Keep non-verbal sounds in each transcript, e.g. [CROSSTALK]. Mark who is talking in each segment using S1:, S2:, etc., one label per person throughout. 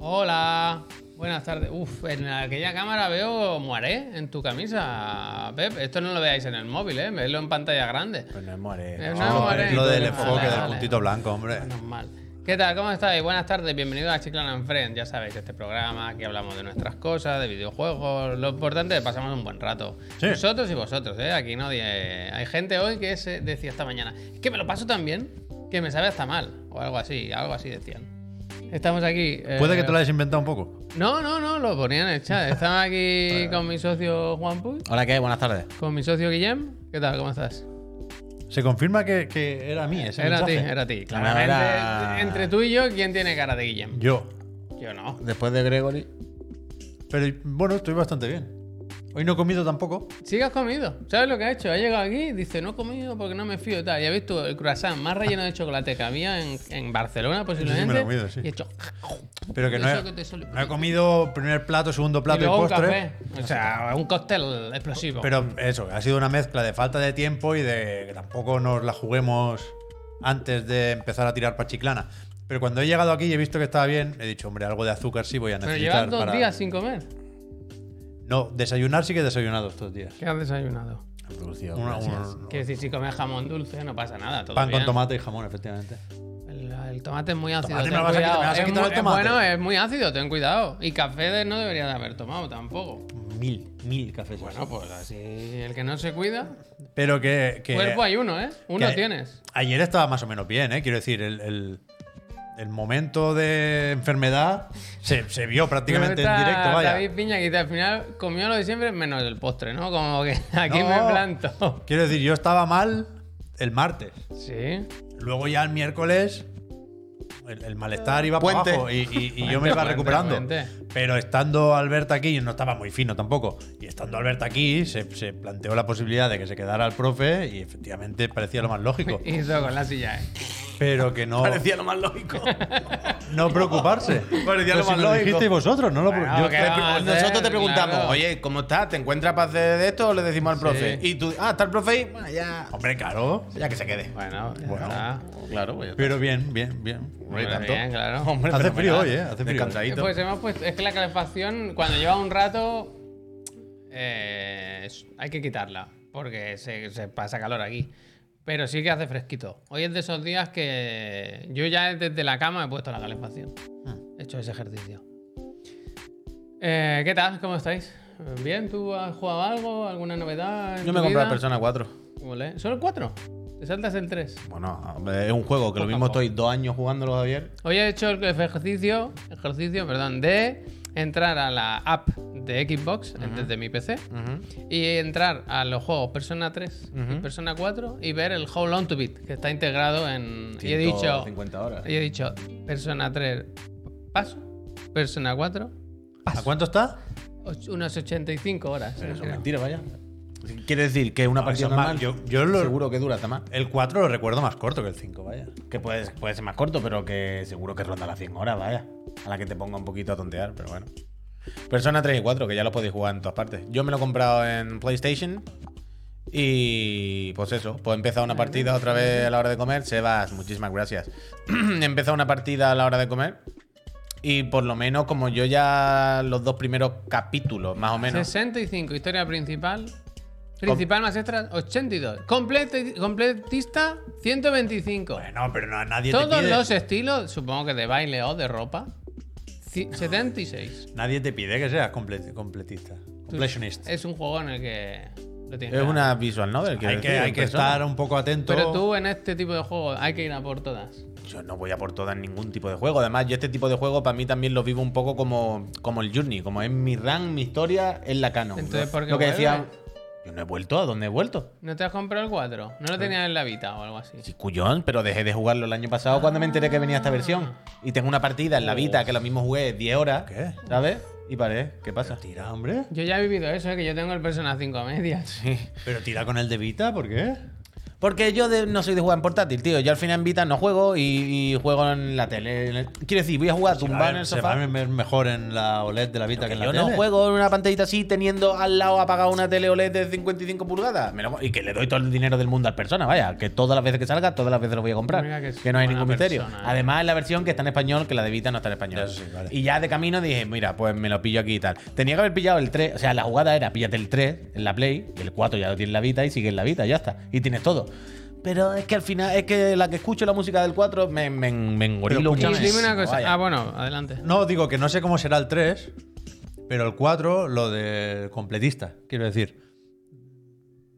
S1: Hola, buenas tardes. Uf, en aquella cámara veo Moaré en tu camisa, Pep. Esto no lo veáis en el móvil, ¿eh? Veislo en pantalla grande.
S2: Pues no es Moaré.
S1: Eh,
S2: No,
S1: no es Moaré.
S2: es
S3: Lo del
S1: Vale,
S3: enfoque,
S1: vale,
S3: del
S1: vale.
S3: puntito blanco, hombre.
S1: Normal. ¿Qué tal? ¿Cómo estáis? Buenas tardes, bienvenidos a Chiclan and Friends. Ya sabéis, este programa que hablamos de nuestras cosas, de videojuegos. Lo importante es que pasamos un buen rato.
S2: Sí.
S1: Nosotros y vosotros, ¿eh? Aquí no die- hay gente hoy que se decía esta mañana, es que me lo paso tan bien que me sabe hasta mal. O algo así, algo así decían. Estamos aquí. eh,
S3: Puede que te lo hayas inventado un poco.
S1: No, no, no, lo ponían en el chat. Estamos
S3: [LAUGHS]
S1: aquí con mi socio Juan Puy,
S2: Hola, ¿qué hay? Buenas tardes.
S1: con mi socio Guillem. ¿Qué tal? ¿Cómo estás?
S3: Se confirma que, que era a mí ese
S1: Era a ti,
S3: mensaje.
S1: era a ti.
S2: Claro,
S1: Claramente,
S2: era-
S1: entre tú y yo, ¿quién tiene cara de Guillem?
S3: Yo.
S1: Yo no.
S2: Después de Gregory.
S3: Pero bueno, estoy bastante bien. Hoy no he comido tampoco.
S1: Sí que has comido. ¿Sabes lo que ha hecho? Ha llegado aquí, dice, no he comido porque no me fío tal. Y ha visto el croissant más relleno de chocolate que había en, en Barcelona posiblemente.
S3: me lo he comido, sí.
S1: Y ha hecho...
S3: Pero que no
S1: Eso
S3: he,
S1: que te suele-
S3: no he comido primer plato, segundo plato
S1: y
S3: y,
S1: luego un
S3: postre.
S1: café. O sea, un cóctel explosivo.
S3: Pero eso, ha sido una mezcla de falta de tiempo y de que tampoco nos la juguemos antes de empezar a tirar pachiclana. Pero cuando he llegado aquí y he visto que estaba bien, he dicho, hombre, algo de azúcar sí voy a
S1: Pero
S3: necesitar.
S1: llevas dos
S3: para-
S1: días sin comer.
S3: No, desayunar sí que he desayunado estos días.
S1: ¿Qué has desayunado?
S3: Una- un-
S1: Quiero decir, si comes jamón dulce no pasa nada. Todo
S3: pan con
S1: bien.
S3: tomate y jamón, efectivamente.
S1: El, el tomate es muy ácido.
S3: Tomate
S1: ten
S3: me lo vas a quitar-
S1: cuidado.
S3: me vas a
S1: Es
S3: quitar
S1: mu-
S3: el
S1: es
S3: tomate.
S1: Bueno, es muy ácido, ten cuidado. Y café de- no debería de haber tomado tampoco.
S3: Mil, mil cafés.
S1: Bueno, pues así el que no se cuida...
S3: Pero que. que-
S1: Cuerpo hay uno, ¿eh? Uno
S3: que-
S1: tienes.
S3: Ayer estaba más o menos bien, ¿eh? Quiero decir, el, el- el momento de enfermedad se, se vio prácticamente en
S1: Está
S3: directo,
S1: David
S3: vaya.
S1: Piña que al final comió lo de siempre menos el postre, ¿no? Como que [LAUGHS] aquí
S3: No.
S1: me planto. [LAUGHS]
S3: Quiero decir, yo estaba mal el martes.
S1: Sí.
S3: Luego ya el miércoles. El, el malestar iba
S2: Puente.
S3: para abajo y, y- y yo me iba
S1: Puente,
S3: recuperando.
S1: puente.
S3: Pero estando Alberto aquí, y no estaba muy fino tampoco, y estando Alberto aquí, se, se planteó la posibilidad de que se quedara el profe y efectivamente parecía lo más
S2: [LAUGHS]
S3: lógico.
S1: [LAUGHS] Hizo con la silla, ¿eh?
S3: Pero que no.
S2: Parecía lo más [LAUGHS] lógico.
S3: No preocuparse.
S2: [LAUGHS] Parecía
S3: Pero
S2: lo
S3: si
S2: más
S3: lo
S2: lógico.
S3: dijisteis vosotros, no lo
S1: Bueno,
S3: yo-
S1: que
S3: eh,
S1: vamos a hacer,
S2: Nosotros te preguntamos,
S1: claro.
S2: oye, ¿cómo estás? ¿Te encuentras para hacer de esto o le decimos al profe?
S1: Sí.
S2: Y tú, ah, está el profe y bueno, ya.
S3: Hombre, claro.
S2: Ya que se quede.
S1: Bueno, ya
S3: Bueno.
S1: está.
S2: Claro, pues ya está.
S3: Pero bien, bien, bien.
S2: Hombre,
S1: Muy
S2: tanto.
S1: bien, claro.
S2: Hombre,
S3: Hace
S2: fenomenal.
S3: frío hoy, ¿eh? Hace frío.
S1: Eh,
S2: Descantadito.
S1: Pues hemos puesto. Es que la calefacción, cuando lleva un rato. eh, es- hay que quitarla. Porque se, se pasa calor aquí. Pero sí que hace fresquito. Hoy es de esos días que. Yo ya desde la cama he puesto la calefacción.
S2: Ah.
S1: He hecho ese ejercicio. Eh, ¿Qué tal? ¿Cómo estáis? ¿Bien? ¿Tú has jugado algo? ¿Alguna novedad? en tu
S2: Yo me compré
S1: vida?
S2: la Persona 4.
S1: Ole. ¿Solo el 4? ¿Te saltas el 3?
S2: Bueno, hombre, es un juego que
S1: Poco
S2: lo
S1: a
S2: mismo
S1: poco.
S2: estoy dos años jugándolo, Javier.
S1: Hoy he hecho el ejercicio, ejercicio, perdón, de entrar a la app de Xbox desde mi PC y entrar a los juegos Persona 3 y Persona 4 y ver el How Long to Beat que está integrado en y he dicho
S2: 50 horas.
S1: y he dicho Persona 3 paso, Persona 4
S3: ¿A cuánto está?
S1: och- unas 85 horas.
S2: Eso es mentira, vaya. Quiere decir que una
S3: No,
S2: partida
S3: eso es más-
S2: normal,
S3: yo- yo lo-
S2: seguro que dura hasta más.
S3: El 4 lo recuerdo más corto que el 5, vaya.
S2: Que puede, puede ser más corto, pero que seguro que ronda las 100 horas, vaya. A la que te ponga un poquito a tontear, pero bueno. Persona 3 y 4, que ya los podéis jugar en todas partes. Yo me lo he comprado en PlayStation. Y pues eso, pues empieza una partida otra vez a la hora de comer. Sebas, muchísimas gracias. [CLEARS THROAT] empieza una partida a la hora de comer. Y por lo menos, como yo ya los dos primeros capítulos, más o menos.
S1: 65 historia principal. Principal más extra 82. Completi- completista 125.
S3: Bueno, pero Eh, no, nadie te
S1: Todos
S3: pide.
S1: los estilos, supongo que de baile o de ropa. ci- 76.
S3: Nadie te pide que seas comple- completista. Completionist.
S1: Es un juego en el que lo tienes.
S2: Es
S1: que ganar.
S2: una visual novel, quiero
S3: Hay que,
S2: decir,
S3: hay
S2: en
S3: que
S2: persona.
S3: estar un poco atento.
S1: Pero tú en este tipo de juegos hay que ir a por todas.
S2: Yo no voy a por todas ningún tipo de juego. Además, yo este tipo de juego para mí también lo vivo un poco como, como el Journey, como es mi run, mi historia, es la canon.
S1: Entonces,
S2: Lo-
S1: ¿por qué
S2: lo que
S1: vuelves?
S2: decía, yo no he vuelto, ¿a dónde he vuelto?
S1: ¿No te has comprado el 4? ¿No lo tenías en la Vita o algo así?
S2: Sí, cuyón, pero dejé de jugarlo el año pasado cuando me enteré que venía esta versión. Y tengo una partida en la Vita que lo mismo jugué 10 horas,
S3: ¿Qué?
S2: ¿sabes? Y paré, ¿qué pasa?
S3: Tira, hombre.
S1: Yo ya he vivido eso, ¿eh? que yo tengo el Persona 5 a medias.
S3: Pero tira con el de Vita, ¿por qué?
S2: Porque yo de- no soy de jugar en portátil, tío. Yo al final en Vita no juego y, y juego en la tele. En el- Quiero decir, voy a jugar tumbado
S3: A
S2: en el
S3: ver, Se
S2: sofá.
S3: va a ver mejor en la OLED de la Vita que,
S2: Que
S3: en la
S2: yo
S3: tele.
S2: no juego en una pantallita así teniendo al lado apagada una tele OLED de 55 pulgadas. Me lo- y que le doy todo el dinero del mundo al persona, vaya. Que todas las veces que salga, todas las veces lo voy a comprar.
S1: Mira que
S2: que,
S1: es
S2: no hay
S1: buena
S2: ningún misterio.
S1: persona, eh.
S2: Además, la versión que está en español, que la de Vita no está en español.
S3: Eso sí, vale.
S2: Y ya de camino dije, mira, pues me lo pillo aquí y tal. Tenía que haber pillado el 3. O sea, la jugada era píllate el 3 en la Play, y el 4 ya lo tiene en la Vita y sigue en la Vita, ya está. Y tienes todo. Pero es que al final, es que la que escucho la música del 4 me, me, me engorilo
S1: Y
S2: mucho.
S1: dime una cosa.
S2: Vaya.
S1: Ah, bueno, adelante.
S3: No, digo que no sé cómo será el 3, pero el 4, lo del completista, quiero decir.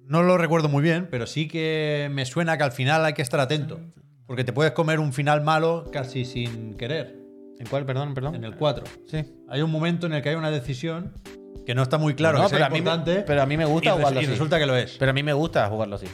S3: No lo recuerdo muy bien, pero sí que me suena que al final hay que estar atento. Porque te puedes comer un final malo casi sin querer.
S2: ¿En cuál? Perdón, perdón.
S3: En el 4.
S2: Sí.
S3: Hay un momento en el que hay una decisión que no está muy claro,
S2: No,
S3: que sea
S2: pero a mí me-
S3: importante.
S2: pero a mí me gusta
S3: y resu-
S2: jugarlo
S3: Y
S2: así.
S3: resulta que lo es.
S2: Pero a mí me gusta jugarlo así.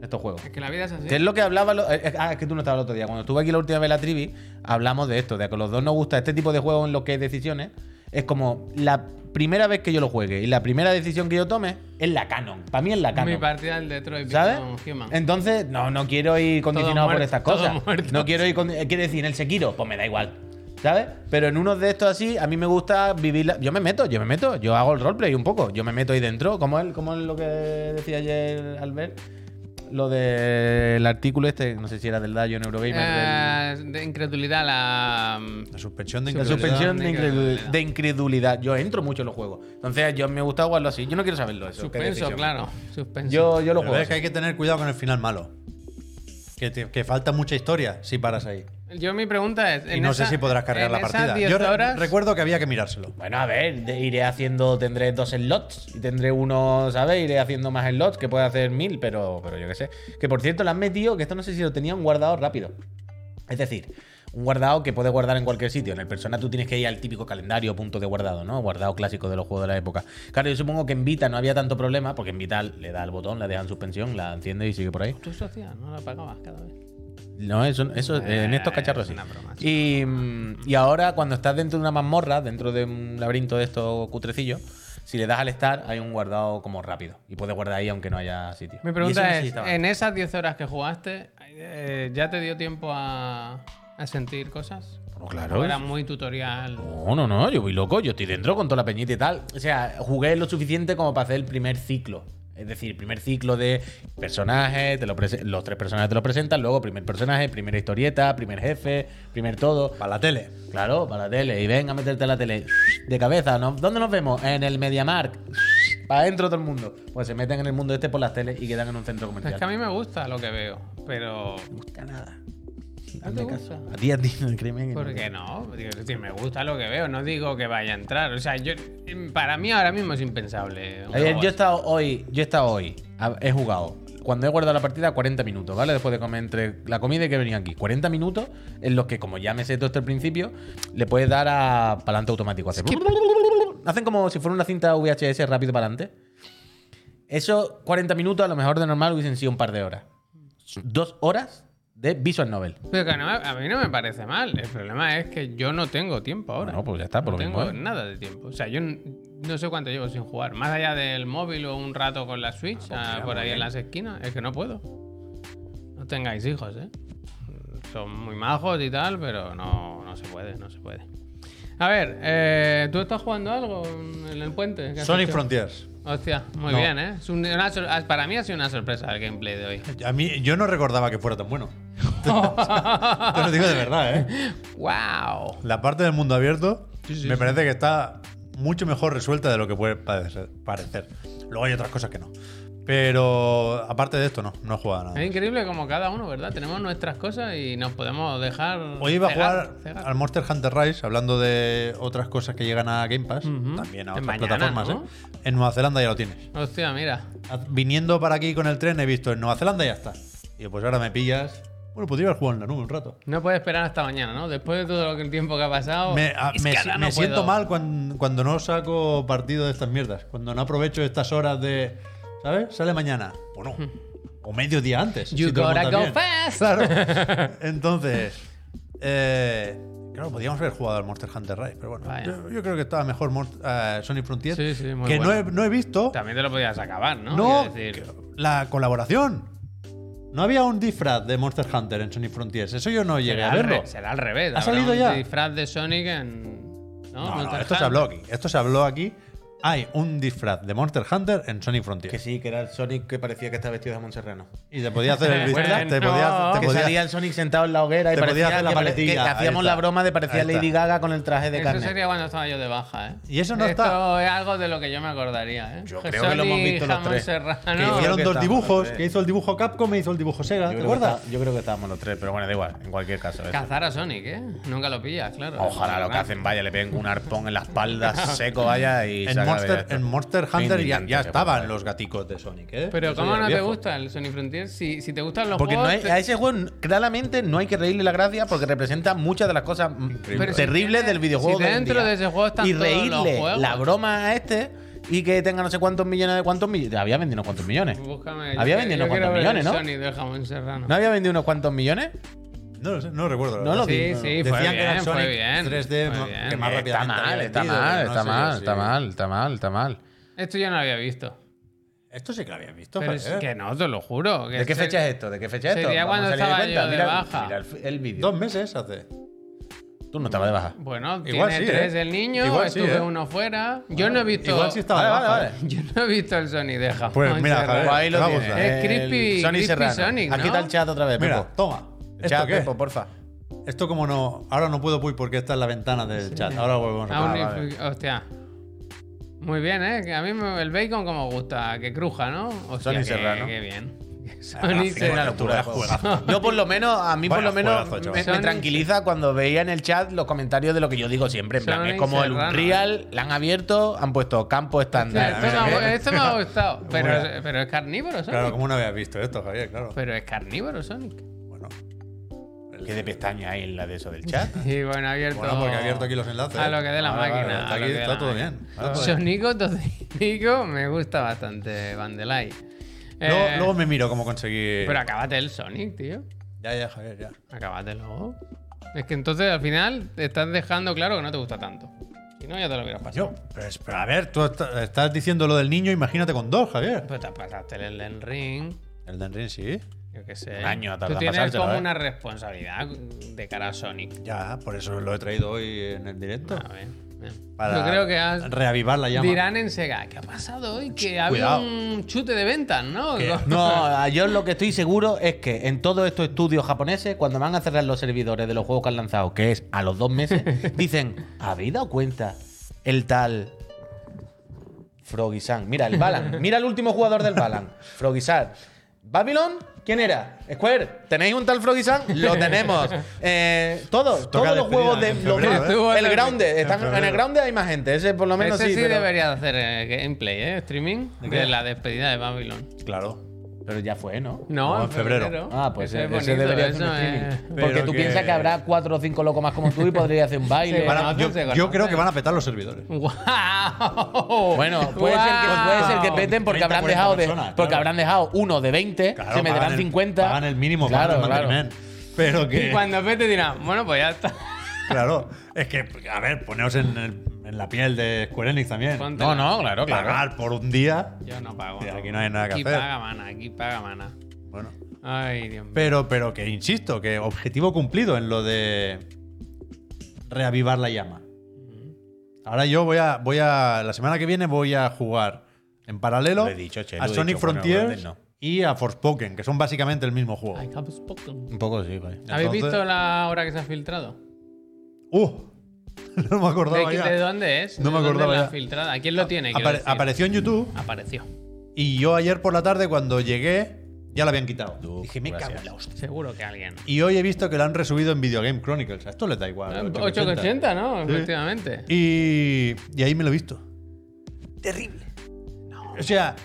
S2: Estos juegos.
S1: Es que la vida es así.
S2: Que es lo que hablaba. lo- eh, eh, ah, es que tú no estabas el otro día. Cuando estuve aquí la última vez en la trivi, hablamos de esto, de que a los dos nos gusta este tipo de juegos en los que hay decisiones. Es como la primera vez que yo lo juegue y la primera decisión que yo tome es la canon. Para mí es la
S1: Mi
S2: canon.
S1: partida del Detroit
S2: ¿Sabes?
S1: Become Human.
S2: Entonces, no, no quiero ir condicionado por
S1: muerto,
S2: estas
S1: todo
S2: cosas.
S1: muerto.
S2: No quiero ir. con- eh, Quiero decir, en el Sekiro, pues me da igual. ¿Sabes? Pero en unos de estos así, a mí me gusta vivir. la- Yo me meto, yo me meto. Yo hago el roleplay un poco. Yo me meto ahí dentro. Como es, como es lo que decía ayer Albert. Lo del artículo este, no sé si era del Dayo en Eurogamer. del-
S1: Eh, de incredulidad la mm,
S3: La suspensión de
S1: La
S2: la
S3: incredulidad.
S2: suspensión de
S1: incredulidad.
S2: incredulidad. de incredulidad. Yo entro mucho en los juegos. Entonces, yo me gusta jugarlo así. Yo no quiero saberlo eso. qué
S1: suspenso,
S2: decisión.
S1: claro. Suspenso.
S2: Yo, yo lo
S3: Pero
S2: juego.
S3: es que
S2: así.
S3: hay que tener cuidado con el final malo. Que, te- que falta mucha historia si paras ahí.
S1: Yo mi pregunta es.
S3: Y
S1: en
S3: no
S1: esa-
S3: sé si podrás cargar
S1: en
S3: la
S1: esas
S3: partida.
S1: 10
S3: Yo re-
S1: horas,
S3: recuerdo que había que mirárselo.
S2: Bueno, a ver, de- iré haciendo, tendré dos slots y tendré uno, ¿sabes? Iré haciendo más slots que puede hacer mil, pero, pero yo qué sé. Que por cierto, le han metido, que esto no sé si lo tenía un guardado rápido. Es decir, un guardado que puedes guardar en cualquier sitio. En el Persona tú tienes que ir al típico calendario punto de guardado, ¿no? Guardado clásico de los juegos de la época. Claro, yo supongo que en Vita no había tanto problema, porque en Vita le da al botón, la deja en suspensión, la enciende y sigue por ahí.
S1: Tú eso hacías, no la pagabas cada vez.
S2: No, eso, eso
S1: Eh,
S2: en estos cacharros
S1: es
S2: sí.
S1: una broma, es
S2: Y, mm, y ahora, cuando estás dentro de una mazmorra, dentro de un laberinto de estos cutrecillos, si le das al estar, hay un guardado como rápido. Y puedes guardar ahí aunque no haya sitio.
S1: Mi
S2: Y eso
S1: pregunta
S2: no sé si
S1: es,
S2: estaba.
S1: en esas 10 horas que jugaste, eh, ¿ya te dio tiempo a, a sentir cosas?
S2: Bueno, claro.
S1: ¿O era muy tutorial.
S2: No, no, no, yo voy loco, yo estoy dentro con toda la peñita y tal. O sea, jugué lo suficiente como para hacer el primer ciclo. Es decir, el primer ciclo de personajes, te lo prese- los tres personajes te lo presentan, luego primer personaje, primera historieta, primer jefe, primer todo.
S3: Para la tele.
S2: Claro, para la tele. Y venga a meterte a la tele. De cabeza, ¿no? ¿Dónde nos vemos? En el MediaMark. Para adentro todo el mundo. Pues se meten en el mundo este por las teles y quedan en un centro comercial.
S1: Es que a mí me gusta lo que veo, pero...
S2: me gusta nada.
S1: ¿No te gusta?
S2: A ti, a ti, el crimen.
S1: ¿Por qué no? Digo, si me gusta lo que veo, no digo que vaya a entrar. O sea, yo, para mí ahora mismo es impensable. un
S2: Ayer
S1: juego
S2: yo he
S1: así.
S2: estado hoy, yo he estado hoy, a- he jugado. Cuando he guardado la partida, 40 minutos, ¿vale? Después de comer entre la comida y que venía aquí. 40 minutos en los que, como ya me sé todo esto al principio, le puedes dar a para adelante automático. Hace Hacen como si fuera una cinta VHS rápido para adelante. Esos 40 minutos, a lo mejor de normal, hubiesen sido un par de horas. Dos horas de visual novel.
S1: Pero que no me- a mí no me parece mal. El problema es que yo no tengo tiempo ahora.
S2: No, pues ya está, por
S1: no
S2: lo
S1: tengo
S2: mismo, ¿eh?
S1: nada de tiempo. O sea, yo n- no sé cuánto llevo sin jugar. Más allá del móvil o un rato con la Switch,
S2: pues
S1: ah,
S2: mira,
S1: por
S2: muy
S1: ahí
S2: bien.
S1: en las esquinas, es que no puedo. No tengáis hijos, ¿eh? Son muy majos y tal, pero no, no se puede, no se puede. A ver, eh, ¿tú estás jugando algo en el puente? ¿Qué has
S3: Sonic
S1: hecho?
S3: Frontiers.
S1: Hostia, muy
S3: No.
S1: bien, ¿eh? Es un- una sor- ah, para mí ha sido una sorpresa el gameplay de hoy. [LAUGHS]
S3: A mí, yo no recordaba que fuera tan bueno. Te lo digo de verdad, ¿eh?
S1: ¡Wow!
S3: La parte del mundo abierto
S1: Sí, sí,
S3: me
S1: sí.
S3: parece que está mucho mejor resuelta de lo que puede parecer. parecer. Luego hay otras cosas que no. Pero aparte de esto, no, no he jugado a
S1: Es
S3: nada.
S1: increíble como cada uno, ¿verdad? Tenemos nuestras cosas y nos podemos dejar.
S3: Hoy iba a
S1: cegar,
S3: jugar
S1: cegar.
S3: al Monster Hunter Rise, hablando de otras cosas que llegan a Game Pass,
S1: Ujú.
S3: también a
S1: Es
S3: otras
S1: mañana,
S3: plataformas.
S1: ¿no?
S3: ¿eh? En Nueva Zelanda ya lo tienes.
S1: Hostia, mira.
S3: Ah, Viniendo para aquí con el tren he visto en Nueva Zelanda y ya está. Y yo, pues ahora me pillas. Bueno, podría haber jugado en la nube un rato.
S1: No puedes esperar hasta mañana, ¿no? Después de todo lo que el tiempo que ha pasado.
S3: Me, a-
S1: Es
S3: me-
S1: que ahora
S3: me
S1: no
S3: siento
S1: puedo.
S3: mal cuando, cuando no saco partido de estas mierdas. Cuando no aprovecho estas horas de. ¿Sabes? Sale mañana. O no. O medio día antes.
S1: Hmm. You
S3: todo
S1: gotta
S3: monta
S1: go
S3: bien.
S1: fast. [LAUGHS]
S3: Claro. Entonces. eh, claro, podríamos haber jugado al Monster Hunter Rise, pero bueno.
S1: Vaya.
S3: Yo, yo creo que estaba mejor Mon- eh, Sonic Frontier.
S1: Sí, sí, muy
S3: que no
S1: bueno.
S3: he, no he visto.
S1: También te lo podías acabar, ¿no?
S3: No,
S1: Quiero decir,
S3: que- la colaboración. No había un disfraz de Monster Hunter en Sonic Frontiers. Eso yo no llegué
S1: Será
S3: a
S1: al,
S3: verlo.
S1: re- será al revés.
S3: ¿Ha
S1: habrá
S3: salido
S1: un
S3: ya?
S1: disfraz de Sonic en. ¿no?
S3: No, no,
S1: Monster
S3: esto se
S1: Hunter.
S3: habló aquí. Esto se habló aquí. Hay un disfraz de Monster Hunter en Sonic
S2: Que
S3: Frontiers.
S2: sí, que era el Sonic que parecía que estaba vestido de Montserrano.
S3: Y te podía hacer
S2: [LAUGHS]
S3: el disfraz. Te
S1: Bueno.
S3: podía, te
S2: que
S3: podía-
S2: salía el Sonic sentado en la hoguera y
S3: Te podía
S2: parecía
S3: hacer la
S2: que, pare-
S3: paletilla.
S2: que- que
S3: Ahí
S2: hacíamos
S3: está.
S2: la broma de parecía
S3: Ahí está.
S2: Lady Gaga con el traje de
S1: Eso
S2: carne.
S1: sería cuando estaba yo de baja, ¿eh?
S3: Y eso no
S1: Esto
S3: está-
S1: es algo de lo que yo me acordaría, ¿eh?
S2: Yo creo que lo hemos visto los
S1: Jamón
S2: tres.
S1: Serrano.
S2: Que hicieron-
S3: Hicieron
S2: que
S3: dos
S2: está,
S3: dibujos.
S2: eh.
S3: Que hizo el dibujo Capcom e hizo el dibujo Sega.
S2: Yo
S3: ¿Te
S2: creo
S3: acuerdas?
S2: que está- Yo creo que estábamos los tres, pero bueno, da igual, en cualquier caso. eso.
S1: Cazar a Sonic, ¿eh? Nunca lo pillas, claro.
S2: Ojalá lo que hacen, vaya, le peguen un arpón en la espalda seco, vaya, y se
S3: En
S2: acabe
S3: Monster,
S2: esto.
S3: en Monster
S2: Qué
S3: Hunter ya,
S2: indignante
S3: ya
S2: que
S3: estaban
S2: fue.
S3: los gaticos de Sonic. ¿eh?
S1: Pero
S3: Eso
S1: ¿cómo
S3: ya
S1: no
S3: es
S1: te
S3: viejo.
S1: gusta el Sonic Frontier? Si, si te gustan los
S2: Porque no
S1: juegos...
S2: hay-
S1: te-
S2: a ese juego claramente no hay que reírle la gracia porque representa muchas de las cosas mm,
S1: Pero si tiene-
S2: terribles del videojuego.
S1: si
S2: de hoy en
S1: dentro
S2: día.
S1: de ese juego están
S2: Y
S1: todos los
S2: reírle
S1: juegos.
S2: la broma a este y que tenga no sé cuántos millones de cuántos millones. Había vendido unos cuantos millones.
S1: Búscame, yo
S2: Había
S1: que-
S2: vendido
S1: yo
S2: unos
S1: quiero
S2: cuantos
S1: ver el
S2: millones, ¿no?
S1: Sonic del jamón serrano.
S2: ¿No había vendido unos cuantos millones?
S3: No lo sé, no lo recuerdo. la
S2: No
S3: verdad.
S2: lo-
S1: sí, sí, fue
S3: Decían que era
S1: bien, fue
S3: Sonic
S1: bien.
S3: 3D
S1: fue
S3: ma-
S1: bien.
S3: que más
S2: Eh, está
S3: rápidamente
S2: mal,
S3: había
S2: está
S3: vendido,
S2: mal,
S3: no
S2: está
S3: sé,
S2: mal,
S3: sí.
S2: está mal, está mal, está mal.
S1: Esto yo no lo había visto.
S3: Esto sí que lo habías visto.
S1: Pero es
S3: parece.
S1: que no, te lo juro. que
S2: ¿De qué
S1: se-
S2: fecha es esto? ¿De qué fecha es esto?
S1: Sería
S2: Vamos a
S1: cuando
S2: salir
S1: estaba
S2: cuenta.
S1: yo de
S2: Mira-
S1: baja.
S2: Mira el, el vídeo.
S3: Dos meses hace.
S2: Tú no estabas de baja.
S1: Bueno,
S3: Igual
S1: tiene
S3: sí, ¿eh?
S1: tres el niño,
S3: Igual sí,
S1: estuve
S3: ¿eh?
S1: uno fuera. yo no he visto...
S3: Igual sí estaba
S2: Vale,
S3: de
S2: vale,
S1: [LAUGHS]
S3: baja,
S2: vale.
S3: ¿eh?
S1: Yo no he visto el Sonic de jamón
S3: Pues mira,
S1: serrano.
S3: Javier,
S2: Ahí lo
S3: Vamos
S2: tienes.
S3: a
S1: ver. Es creepy-
S2: Sony
S1: creepy
S2: Serrano.
S1: Sonic,
S2: Aquí
S1: ¿no?
S2: está el chat otra vez, Pepo.
S3: Mira, toma. ¿Esto
S2: chat,
S3: qué?
S2: Pepo, porfa.
S3: Esto como no. Ahora no puedo pull porque esta es la ventana del chat. Ahora volvemos a
S1: Ah, un
S3: acabar, vale.
S1: inf- Hostia. Muy bien, ¿eh? Que a mí me- el bacon como gusta, que cruja, ¿no? Hostia,
S2: Sony
S1: qué,
S2: Serrano.
S1: Qué
S3: [LAUGHS]
S1: bien.
S3: Ah,
S1: Sony
S2: Es una
S1: Serrano.
S2: locura
S1: [LAUGHS]
S2: de juego. [LAUGHS] Yo por lo menos, a mí por
S3: Vaya
S2: lo menos
S3: juegazo,
S2: me,
S3: chaval.
S2: me
S1: Sonic-
S2: tranquiliza cuando veía en el chat los comentarios de lo que yo digo siempre. En plan,
S1: Sonic
S2: es como el
S1: Serrano.
S2: Unreal, la han abierto, han puesto campo estándar.
S1: Esto, me
S2: no sé
S1: ha-
S2: qué.
S1: esto me ha
S3: [LAUGHS]
S1: gustado.
S3: Mira.
S1: Pero, pero es carnívoro, Sonic.
S3: Claro, como no habías visto esto, Javier, claro.
S1: Pero es carnívoro, Sonic.
S3: Bueno,
S2: ¿Qué de pestaña hay en la de eso del chat?
S1: [LAUGHS] Y bueno, ha abierto.
S3: Ah. Bueno, porque ha abierto aquí los enlaces.
S1: A lo que dé la
S3: Vale, vale,
S1: máquina.
S3: está
S1: a lo
S3: Ah, aquí,
S1: que dé
S3: está
S1: la
S3: todo
S1: máquina.
S3: bien, está todo bien.
S1: Sonico, Totonico, me gusta bastante Vandelay. Eh,
S3: luego, luego me miro cómo conseguir.
S1: Pero acábate el Sonic, tío.
S3: Ya, ya, Javier, ya.
S1: Acábatelo. Es que entonces al final te estás dejando claro que no te gusta tanto. Si no, ya te lo hubieras pasado.
S3: Yo, pero, es- pero a ver, tú está- estás diciendo lo del niño, imagínate con dos, Javier.
S1: Pues te pasaste el Den Ring.
S3: El Den Ring, sí.
S1: Yo qué sé.
S2: Un año ha
S1: Tú
S2: tardado en
S1: tienes
S2: pasárselo,
S1: como
S2: ¿eh?
S1: una responsabilidad de cara a Sonic.
S3: Ya, por eso lo he traído hoy en el directo.
S1: A ver. bien.
S3: Para
S1: Ah. Yo creo que has-
S3: reavivar la llama.
S1: dirán en Sega. ¿Qué ha pasado hoy? Que había
S3: Cuidado.
S1: un chute de ventas, ¿no? [LAUGHS]
S3: ¿Qué?
S1: Con-
S2: No, ah, yo lo que estoy seguro es que en todos estos estudios japoneses, cuando van a cerrar los servidores de los juegos que han lanzado, que es a los dos meses, dicen, ¿habéis dado cuenta el tal Froggy-san? Mira, el Balan. Mira el último jugador del Balan. Froggy-san. ¿Babylon? ¿Quién era? Square. ¿Tenéis un tal Froggy-san? Lo tenemos. Eh, todos,
S3: Toca
S2: todos los
S3: despedida
S2: juegos de...
S3: en
S2: los-
S1: febrero, ¿eh?
S2: el Grounded.
S3: En
S2: Están, en el
S3: febrero.
S2: Grounded hay más gente. Ese este por lo menos
S1: Ese sí,
S2: sí, pero-
S1: debería de hacer eh, gameplay, ¿eh? Streaming
S3: ¿De
S1: ¿De,
S3: qué?
S1: la despedida de Babylon.
S3: Claro.
S2: pero ya fue, ¿no?
S1: No,
S3: No, en febrero. eh,
S2: Ah, pues
S1: Ese
S2: ese,
S1: es
S2: ese
S1: bonito,
S2: debería ser
S1: eso
S2: un
S1: [LAUGHS]
S2: streaming.
S1: es-
S2: Porque
S3: Pero
S2: tú
S3: que-
S2: piensas que habrá cuatro o cinco locos más como tú y podrías hacer un baile.
S1: Sí,
S3: Van a-
S1: Conocen,
S3: yo,
S1: se
S3: yo
S1: conocen.
S3: creo que van a petar los servidores.
S1: ¡Wow!
S2: Bueno, puede, ser que, puede ser que
S1: ¡Guau!
S2: peten porque
S3: 30,
S2: habrán
S3: 40
S2: dejado de,
S3: personas, claro.
S2: porque habrán dejado uno de 20,
S3: Claro,
S2: se me
S3: pagan
S2: darán
S3: el-
S2: 50.
S3: Pagan el mínimo,
S2: claro,
S3: pagan el
S2: claro.
S3: mantenimiento. Pero
S1: Y
S3: que.
S1: cuando pete dirá, bueno, pues ya está.
S3: [LAUGHS] Claro, es que, a ver, poneos en, el- en la piel de Square Enix también.
S1: Ponte-
S2: No, no, claro, claro.
S3: Pagar por un día.
S1: Yo no pago.
S3: Sí, aquí no hay nada que
S1: Aquí
S3: hacer.
S1: paga mana, aquí paga mana.
S3: Bueno.
S1: Ay, Dios mío.
S3: Pero, pero que insisto, que objetivo cumplido en lo de reavivar la llama. Ahora yo voy a, voy a. La semana que viene voy a jugar en paralelo
S2: Lo he dicho, che, lo
S3: a
S2: he dicho.
S3: Sonic
S2: Bueno,
S3: Frontiers
S2: Golden no.
S3: y a Forspoken, que son básicamente el mismo juego.
S1: I have spoken.
S2: Un poco sí, vale.
S1: ¿Habéis
S3: Entonces-
S1: visto la hora que se ha filtrado?
S3: ¡Uh! [LAUGHS] No me
S1: ¿De,
S3: acordaba
S1: qué-
S3: ya.
S1: de dónde es?
S3: No me
S1: ¿De dónde
S3: acordaba
S1: la
S3: ya.
S1: filtrada? ¿Quién lo tiene? quiero
S3: Apare-
S1: decir?
S3: apareció en YouTube
S1: Apareció.
S3: y yo ayer por la tarde cuando llegué ya la habían quitado. Dije, me
S2: gracias.
S3: cago en la hostia.
S1: Seguro que alguien.
S3: Y hoy he visto que lo han resubido en Video Game Chronicles. A esto les da
S1: Ah,
S3: igual. 880.
S1: 880, ¿no?
S3: Sí.
S1: Efectivamente.
S3: Y, y ahí me lo he visto. Terrible. O sea,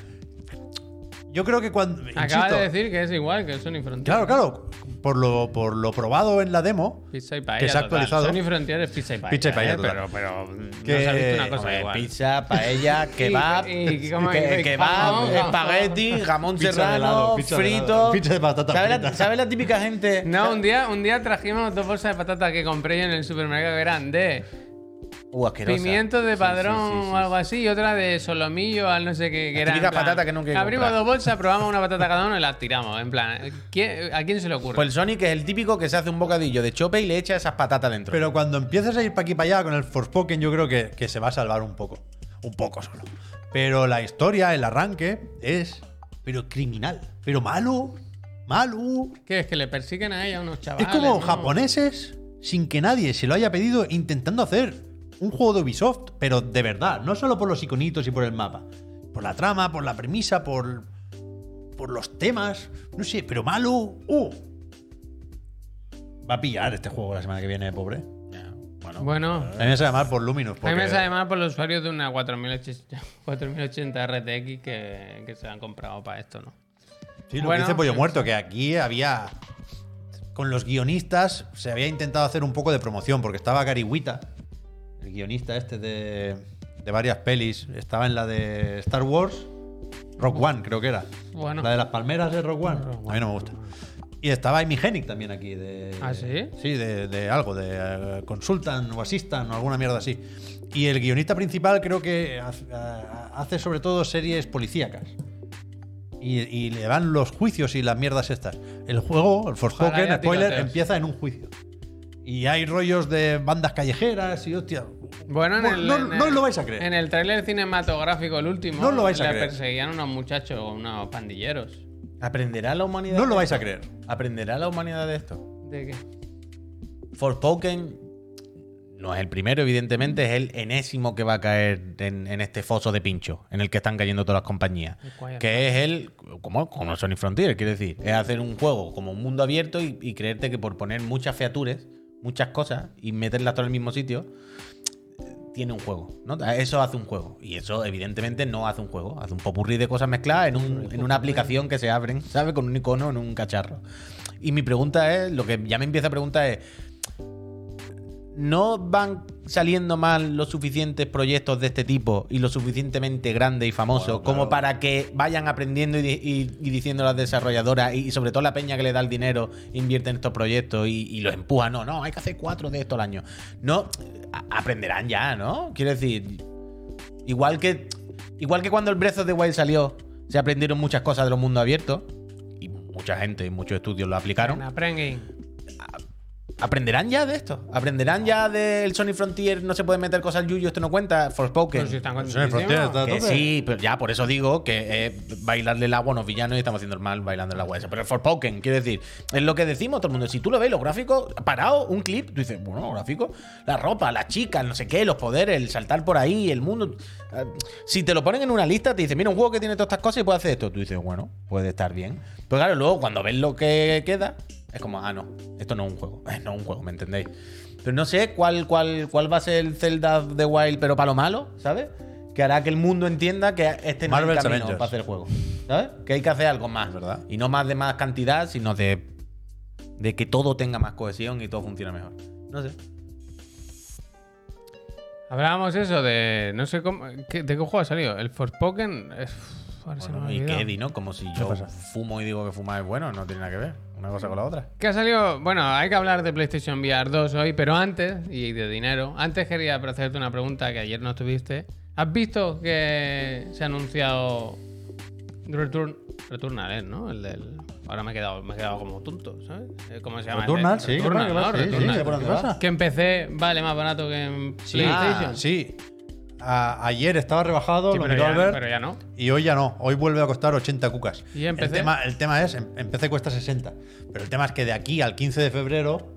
S3: yo creo que cuando.
S1: Acaba
S3: insisto,
S1: de decir que es igual que el Sony Frontier.
S3: Claro, claro. Por lo, por lo probado en la demo.
S1: Pizza y paella.
S3: Que se ha
S1: total.
S3: actualizado.
S1: Sony Frontier es pizza y paella.
S3: Pizza y paella
S1: ¿eh?
S3: total.
S1: Pero, pero no
S3: Que-
S1: se ha visto una cosa
S2: Hombre,
S1: igual.
S2: pizza, [LAUGHS] paella, kebab,
S1: y- y- ¿cómo es?
S2: que- kebab,
S1: Jamón, jamón.
S2: espagueti, jamón
S3: Pizza de
S2: serrano,
S3: helado, pizza de helado,
S2: frito.
S3: pizza de patata
S2: ¿Sabes la,
S3: frita.
S2: ¿Sabes la típica gente?
S1: No, un día, un día trajimos dos bolsas de patatas que compré yo en el supermercado que eran de
S4: Uh, asquerosa.
S1: Pimiento de
S4: Sí, sí,
S1: padrón
S4: sí, sí,
S1: o algo así, y otra de solomillo al no sé qué. Que era,
S4: Las
S1: en
S4: típicas
S1: plan,
S4: patatas que nunca hay que
S1: Abrimos
S4: comprar.
S1: dos bolsas, probamos una patata cada uno y las tiramos. En plan, ¿quién- ¿a quién se le ocurre?
S4: Pues el Sonic es el típico que se hace un bocadillo de chope y le echa esas patatas dentro.
S3: Pero cuando empiezas a ir para aquí para allá con el Forspoken, yo creo que, que se va a salvar un poco. Un poco solo. Pero la historia, el arranque, es. Pero criminal. Pero malo. Malo.
S1: ¿Qué es que le persiguen a ella unos
S3: es
S1: chavales?
S3: como
S1: ¿no?
S3: japoneses, sin que nadie se lo haya pedido, intentando hacer un juego de Ubisoft, pero de verdad. No solo por los iconitos y por el mapa. Por la trama, por la premisa, por. por los temas. No sé, pero malo. ¡Uh! Va a pillar este juego la semana que viene, pobre.
S4: Ya, Bueno,
S1: Bueno,
S3: A mí me sabe mal por Luminous.
S1: a mí me
S3: porque-
S1: sale mal por los usuarios de una [LAUGHS] 4080 4080 RTX que, que se han comprado para esto, ¿no?
S3: Sí, lo
S1: Bueno,
S3: que dice Pollo
S1: sí,
S3: Muerto, que aquí había. Con los guionistas se había intentado hacer un poco de promoción, porque estaba Gary Wita, el guionista este de, de varias pelis. Estaba en la de Star Wars, Rock One, creo que era.
S1: Bueno.
S3: La de las palmeras de Rock One. A mí no me gusta. Y estaba Amy Hennig también aquí. De,
S1: ¿Ah, sí?
S3: Sí, de, de algo, de eh, consultan o asistan o alguna mierda así. Y el guionista principal creo que ha- ha- hace sobre todo series policíacas y, y le van los juicios y las mierdas estas. El juego, el
S1: Ojalá
S3: Forspoken,
S1: haya
S3: spoiler,
S1: tiroteos.
S3: empieza en un juicio. Y hay rollos de bandas callejeras y hostia.
S1: Bueno, en el-
S3: no,
S1: en el-
S3: no os lo vais a creer.
S1: En el tráiler cinematográfico, el último,
S3: No lo vais a
S1: le
S3: creer.
S1: perseguían unos muchachos, unos pandilleros.
S4: ¿aprenderá la humanidad?
S3: No
S4: de
S3: lo vais
S4: esto?
S3: a creer.
S4: ¿Aprenderá la humanidad de esto?
S1: ¿De qué?
S4: Forspoken no es el primero, evidentemente, es el enésimo que va a caer en, en este foso de pincho en el que están cayendo todas las compañías.
S1: cuál?
S4: Que es el. Como, como Sonic Frontier, quiero decir. Es hacer un juego como un mundo abierto y, y creerte que por poner muchas features, muchas cosas y meterlas todas en el mismo sitio, tiene un juego. ¿no? Eso hace un juego. Y eso, evidentemente, no hace un juego. Hace un popurrí de cosas mezcladas en, un- en una aplicación que se abren, ¿sabes? Con un icono en un cacharro. Y mi pregunta es: lo que ya me empieza a preguntar es. ¿No van saliendo mal los suficientes proyectos de este tipo y lo suficientemente grandes y famosos
S3: Bueno, claro.
S4: como para que vayan aprendiendo y, di- y- y diciendo a las desarrolladoras y, y sobre todo la peña que le da el dinero invierte en estos proyectos y, y los empuja? No, no, hay que hacer cuatro de estos al año. No, a- aprenderán ya, ¿no? Quiero decir, igual que, igual que cuando el Breath of the Wild salió, se aprendieron muchas cosas de los mundos abiertos y mucha gente y muchos estudios lo aplicaron.
S1: En Aprenguin.
S4: Aprenderán ya de esto. Aprenderán ya del Sony Frontier. No se puede meter cosas al Yuyu. Esto no cuenta. Forspoken.
S1: Pero Pues si están
S3: Eso en el Frontier
S1: contentísimos.
S3: está a
S4: Que
S3: tope.
S4: sí, pero ya por eso digo que es bailarle el agua a unos villanos y estamos haciendo el mal bailando el agua a eso. Pero el Forspoken, quiero decir, es lo que decimos todo el mundo. Si tú lo ves, los gráficos, parado, un clip, tú dices, bueno, gráfico, la ropa, las chicas, no sé qué, los poderes, el saltar por ahí, el mundo. Eh, Si te lo ponen en una lista, te dicen, mira, un juego que tiene todas estas cosas y puede hacer esto. Tú dices, bueno, puede estar bien. Pero claro, luego cuando ves lo que queda, es como, ah, no, esto no es un juego, [LAUGHS] no es un juego, ¿me entendéis? Pero no sé cuál, cuál, cuál va a ser el Zelda of the Wild, pero para lo malo, ¿sabes? Que hará que el mundo entienda que este no es el
S3: Marvel's
S4: camino
S3: Avengers.
S4: para hacer el juego. ¿Sabes? Que hay que hacer algo más.
S3: Es verdad.
S4: Y no más de más cantidad, sino de, de que todo tenga más cohesión y todo funcione mejor. No sé.
S1: Hablábamos eso de. No sé cómo. ¿qué- ¿De qué juego ha salido? El Forspoken. eh, uf, ahora se me
S4: Bueno,
S1: ha
S4: y
S1: olvidado.
S4: Kedi, ¿no? Como si yo fumo y digo que fumar es bueno, no tiene nada que ver. Una cosa con la otra.
S1: Que ha salido? Bueno, hay que hablar de PlayStation VR 2 hoy, pero antes, y de dinero, antes quería hacerte una pregunta que ayer no tuviste. ¿Has visto que se ha anunciado Return, Returnal, eh, ¿no? El del. Ahora me he quedado, me he quedado como tonto, ¿sabes? Eh, ¿Cómo se llama? El de-
S3: Returnal, sí,
S1: Returnal,
S3: ¿qué pasa?
S1: ¿no?
S3: Sí, sí,
S1: Returnal.
S3: sé por dónde vas.
S1: Que en PC vale más barato que en
S3: Sí,
S1: PlayStation.
S3: ah, sí. A- ayer estaba rebajado,
S1: Sí,
S3: lo
S1: pero,
S3: miró
S1: ya,
S3: Albert,
S1: pero ya no.
S3: y hoy ya no. Hoy vuelve a costar 80 cucas.
S1: ¿Y en
S3: el,
S1: PC?
S3: tema, el tema es, en, en PC cuesta 60. Pero el tema es que de aquí al 15 de febrero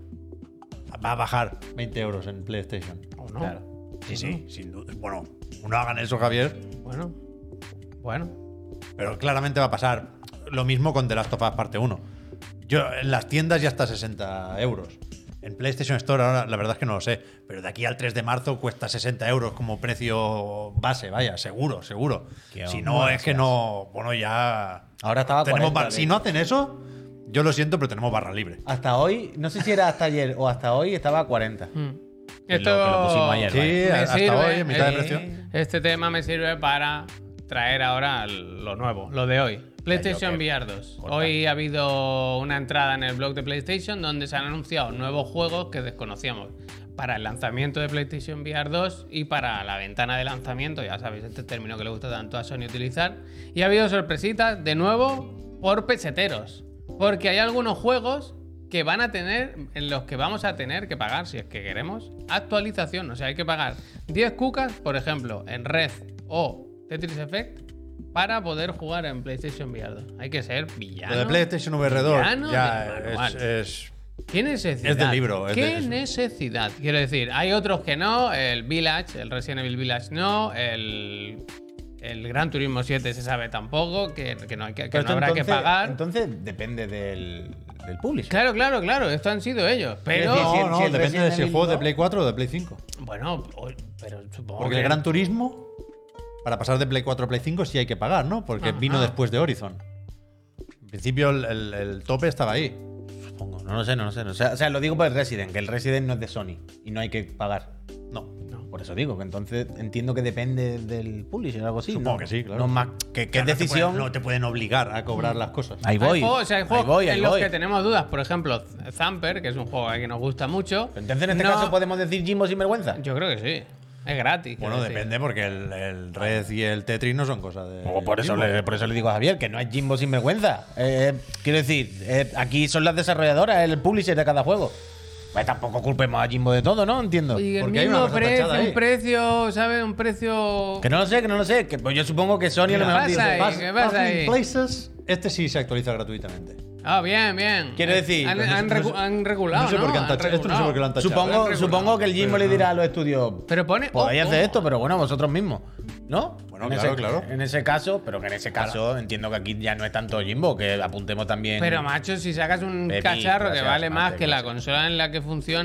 S3: va a bajar 20 euros en PlayStation.
S1: ¿O no?
S3: Sí, sí, sin duda. Bueno, no hagan eso, Javier,
S1: Bueno. Bueno.
S3: pero claramente va a pasar. Lo mismo con The Last of Us parte 1. Yo, en las tiendas ya está a 60 euros. En PlayStation Store ahora la verdad es que no lo sé, pero de aquí al 3 de marzo cuesta 60 euros como precio base, vaya, seguro, seguro.
S4: Qué
S3: Si
S4: onda,
S3: no, es que
S4: gracias.
S3: no, bueno, ya...
S4: Ahora estaba
S3: tenemos
S4: 40,
S3: bar-
S4: de
S3: Si
S4: hecho.
S3: no hacen eso, yo lo siento, pero tenemos barra libre.
S4: Hasta hoy, no sé si era hasta ayer o hasta hoy, estaba a 40.
S1: Mm.
S4: Que lo- que lo pusimos ayer,
S3: Sí,
S4: vale.
S1: me
S3: hasta
S1: sirve,
S3: hoy, en mitad de
S1: eh,
S3: precio.
S1: Este tema me sirve para traer ahora lo nuevo, lo de hoy. PlayStation VR 2.
S2: Corta.
S1: Hoy ha habido una entrada en el blog de PlayStation donde se han anunciado nuevos juegos que desconocíamos para el lanzamiento de PlayStation VR 2 y para la ventana de lanzamiento, ya sabéis, este término que le gusta tanto a Sony utilizar. Y ha habido sorpresitas de nuevo por peseteros, porque hay algunos juegos que van a tener, en los que vamos a tener que pagar, si es que queremos, actualización. O sea, hay que pagar 10 cucas, por ejemplo, en Red o Tetris Effect, para poder jugar en PlayStation VR 2. Hay que ser villano.
S3: Lo de PlayStation VR2
S1: Villano
S3: ya
S1: del manual.
S3: es- es
S1: ¿Qué necesidad?
S3: Es de libro, es
S1: ¿Qué
S3: de- es-
S1: necesidad? Quiero decir, hay otros que no. El Village, el Resident Evil Village no. El, el Gran Turismo 7 se sabe tampoco. Que, que no, hay que, que
S2: Pero
S1: no
S2: esto
S1: habrá que
S2: entonces-
S1: pagar.
S2: Entonces depende del, del publisher.
S1: Claro, claro, claro. Esto han sido ellos. Pero.
S2: Quiero decir, si
S3: No,
S2: el-
S3: no,
S2: si el
S3: depende de
S2: Resident
S3: si el
S2: Evil
S3: juego es de
S2: dos-
S3: Play 4 o de Play 5.
S1: Bueno, o- pero supongo
S3: Porque
S1: que-
S3: el Gran Turismo, para pasar de Play 4 a Play 5, sí hay que pagar, ¿no? Porque
S1: Ajá.
S3: vino después de Horizon. En principio, el, el- el tope estaba ahí.
S2: Supongo, no lo sé, no lo sé. no lo sé. O sea, o sea, lo digo por el Resident, que el Resident no es de Sony y no hay que pagar.
S3: No.
S2: Por eso digo, que entonces entiendo que depende del publisher o algo así.
S3: Supongo
S2: ¿no?
S3: que sí, claro.
S2: No es más- que, que es
S3: No te
S2: decisión. Mm.
S3: pueden- no te pueden obligar a cobrar las cosas.
S2: Ahí voy.
S1: Hay juegos, o sea, hay
S2: ahí
S1: juegos
S2: voy,
S1: en
S2: ahí
S1: los
S2: voy.
S1: que tenemos dudas. Por ejemplo, Zamper, que es un juego que nos gusta mucho.
S2: Entonces, en este
S1: No,
S2: caso, podemos decir Jimbo sin vergüenza.
S1: Yo creo que sí. Es gratis. quiero
S3: Bueno,
S1: decir.
S3: depende, porque el, el Red y el Tetris no son cosas de.
S2: O por, eso le, por eso le digo a Javier que no es Jimbo sin vergüenza. Eh, quiero decir, eh, aquí son las desarrolladoras, el publisher de cada juego. Pues tampoco culpemos a Jimbo de todo, ¿no? Entiendo.
S1: Y el
S3: Porque hay
S1: mismo
S3: una cosa
S1: precio,
S3: tachada ahí.
S1: un precio, ¿sabes? Un precio.
S2: Que no lo sé, que no lo sé. Que, pues yo supongo que Sony a lo
S1: Mira,
S2: mejor
S1: pasa
S2: dice,
S1: ahí.
S2: "Vas".
S1: ¿Qué pasa
S3: Puzzling
S1: ahí?
S3: Places, este sí se actualiza gratuitamente.
S1: Ah, bien, bien.
S2: Quiero
S1: Eh,
S2: decir,
S1: Han,
S2: no sé-
S1: han
S2: no sé-
S1: recu- han regulado.
S3: no sé por qué han tachado. Esto no sé por qué lo han tachado.
S2: Supongo,
S1: Regular,
S2: supongo que el Jimbo
S3: pero
S2: le dirá a los estudios.
S1: Pero pone.
S2: Podéis
S1: oh,
S2: hacer
S1: oh.
S2: esto, pero bueno, vosotros mismos. ¿No?
S3: Bueno, claro,
S2: ese,
S3: claro.
S2: En ese caso, pero que en ese caso entiendo que aquí ya no es tanto Jimbo, que apuntemos también.
S1: Pero macho, si sacas un
S2: Pepi,
S1: cacharro que
S2: gracias,
S1: vale más
S2: Mate,
S1: que la
S2: gracias.
S1: consola en la que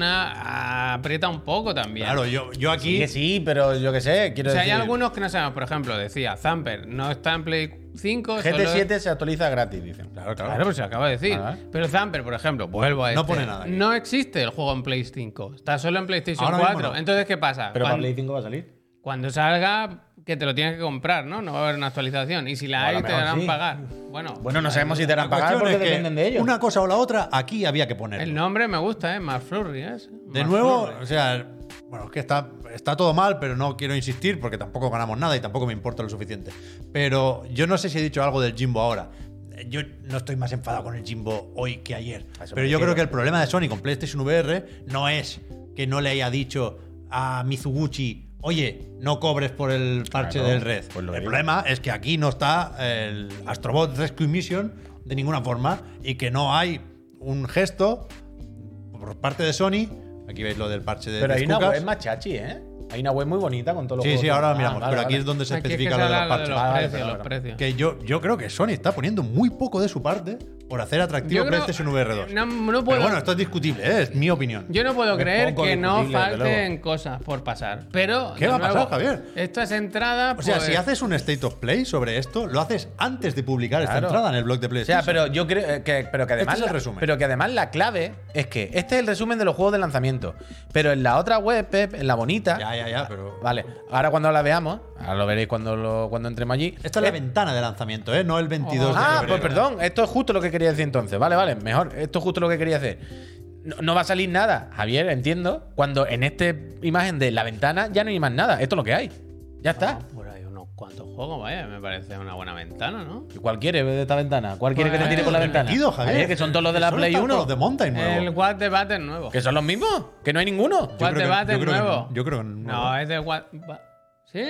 S1: funciona, aprieta un poco también.
S3: Claro, yo, yo aquí.
S2: Sí, que sí, pero yo qué sé, quiero
S1: O sea, hay
S2: decir.
S1: algunos que no sabemos. Por ejemplo, decía Zamper, no está en Play 5. solo-
S2: GT7 se actualiza gratis, dicen.
S3: Claro,
S1: Claro,
S3: claro.
S1: pues se lo acabo de decir.
S2: Vale.
S1: Pero Zamper, por ejemplo, vuelvo a
S3: No
S1: este,
S3: pone nada aquí.
S1: No existe el juego en Play 5. Está solo en PlayStation
S3: Ahora mismo
S1: 4.
S3: no.
S1: Entonces, ¿qué pasa?
S2: Pero para
S1: Cuando-
S2: Play 5 va a salir.
S1: Cuando salga, que te lo tienes que comprar, ¿no? No va a haber una actualización. Y si la
S2: a lo
S1: hay, te
S2: mejor
S1: harán
S2: sí.
S1: pagar. Bueno,
S2: Bueno, no sabemos si te harán
S3: La
S2: pagar
S3: cuestión
S2: porque
S3: es que
S2: dependen de ellos.
S3: Una cosa o la otra, aquí había que ponerlo.
S1: el nombre me gusta, ¿eh? Más Flurry, ¿eh?
S3: De nuevo, o sea, bueno, es que está, está todo mal, pero no quiero insistir porque tampoco ganamos nada y tampoco me importa lo suficiente. Pero yo no sé si he dicho algo del Jimbo ahora. Eh, Yo no estoy más enfadado con el Jimbo hoy que ayer.
S2: A eso me
S3: Pero yo
S2: refiero.
S3: creo que el problema de Sony con PlayStation VR no es que no le haya dicho a Mizuguchi, oye, no cobres por el parche
S2: Claro,
S3: del red.
S2: pues lo
S3: el
S2: digo.
S3: problema es que aquí no está el Astrobot Rescue Mission de ninguna forma y que no hay un gesto por parte de Sony. Aquí veis lo del parche de
S2: Pero hay
S3: Luis
S2: una
S3: Cucas.
S2: web más chachi, ¿eh? Hay una web muy bonita con todos los
S3: Sí, sí,
S2: juegos.
S3: ahora lo
S2: Ah,
S3: miramos.
S2: vale,
S3: pero aquí
S2: vale.
S3: es donde se
S1: Aquí es que
S3: especifica
S1: se
S3: lo de los
S1: habla lo de
S3: parches.
S1: los
S2: Vale, vale,
S1: precios,
S2: perdón,
S1: los
S2: perdón.
S1: precios.
S3: Que yo, yo creo que Sony está poniendo muy poco de su parte por hacer atractivo este,
S1: Yo creo-
S3: PlayStation VR 2.
S1: no- no
S3: Pero
S1: puedo-
S3: bueno, esto es discutible, ¿eh? es mi opinión.
S1: Yo no puedo
S2: Es
S1: creer
S2: poco
S1: que no
S2: discutible, desde
S1: falten cosas por pasar. Pero.
S3: ¿Qué
S1: de
S3: va a pasar,
S1: nuevo,
S3: Javier?
S1: Estas entradas.
S3: o sea,
S1: pues,
S3: si haces un state of play sobre esto, lo haces antes de publicar esta
S2: Claro.
S3: entrada en el blog de
S2: O sea,
S3: PlayStation.
S2: pero yo creo eh, que, pero que además.
S3: Este es el
S2: la-
S3: resumen.
S2: Pero que además la clave es que este es el resumen de los juegos de lanzamiento. Pero en la otra web, Pep, en la bonita.
S3: Ya, ya, ya, pero.
S2: Vale, ahora cuando la veamos, ahora lo veréis cuando, lo- cuando entremos allí.
S3: Esta es la ventana de lanzamiento, ¿eh? No el 22 de
S2: Ah, pues
S3: febrero.
S2: perdón, esto es justo lo que quería decir entonces. Vale, vale, mejor. Esto es justo lo que quería hacer. No, no va a salir nada, Javier, entiendo. Cuando en esta imagen de la ventana ya no hay más nada. Esto es lo que hay. Ya está.
S1: Por ahí unos cuantos juegos, vaya, me parece una buena ventana, ¿no?
S2: ¿Y ¿Cuál quiere de esta ventana? ¿Cuál quiere que te
S1: Pues,
S2: tire por la ventana?
S3: Metido, Javier.
S2: Javier, que son todos los de la
S3: Solo
S2: Play
S3: están
S2: 1.
S3: Los de Mountain nuevo.
S1: El What the Battle nuevo.
S2: ¿Que son los mismos? ¿Que no hay ninguno?
S1: What
S3: creo
S1: the
S3: que-
S1: Battle
S3: yo creo que-
S1: nuevo.
S3: yo creo que no.
S1: No, es de What. Ba- ¿Sí?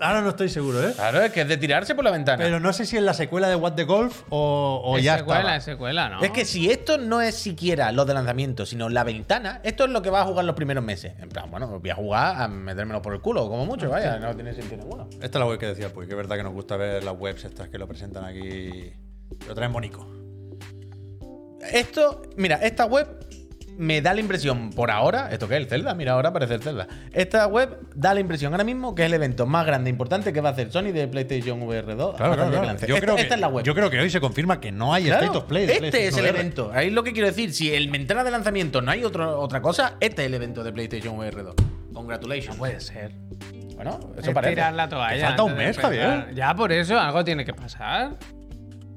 S3: Ahora no estoy seguro, ¿eh?
S2: Claro, es que es de tirarse por la ventana.
S3: Pero no sé si es la secuela de What the Golf o, o
S1: es
S3: Pues ya
S1: secuela,
S3: estaba.
S1: es secuela, ¿no?
S2: Es que si esto no es siquiera los de lanzamiento, sino la ventana, esto es lo que va a jugar los primeros meses. En plan, bueno, voy a jugar a metérmelo por el culo, como
S1: Ah,
S2: mucho, vaya, no tiene sentido ninguno.
S3: Esta es la web que decía, pues que es verdad que nos gusta ver las webs estas que lo presentan aquí. Lo traen bonito.
S2: Esto, mira, esta web me da la impresión por ahora, esto que es el Zelda, mira, ahora parece el Zelda. Esta web da la impresión ahora mismo que es el evento más grande e importante que va a hacer Sony de PlayStation VR 2. hasta el día que lance.
S3: Yo
S2: Esta-
S3: creo que,
S2: esta es la web.
S3: Yo creo que hoy se confirma que no hay
S2: Claro,
S3: State of Play. de
S2: este es
S3: PlayStation
S2: el
S3: VR.
S2: evento. Ahí es lo que quiero decir. Si el ventana de lanzamiento no hay otro, otra cosa, este es el evento de PlayStation VR 2. Congratulations. No puede ser. Bueno, eso
S1: es
S2: parece.
S1: tirar la toalla.
S3: falta un
S1: antes de
S3: mes,
S1: empezar.
S3: Javier.
S1: Ya por eso algo tiene que pasar.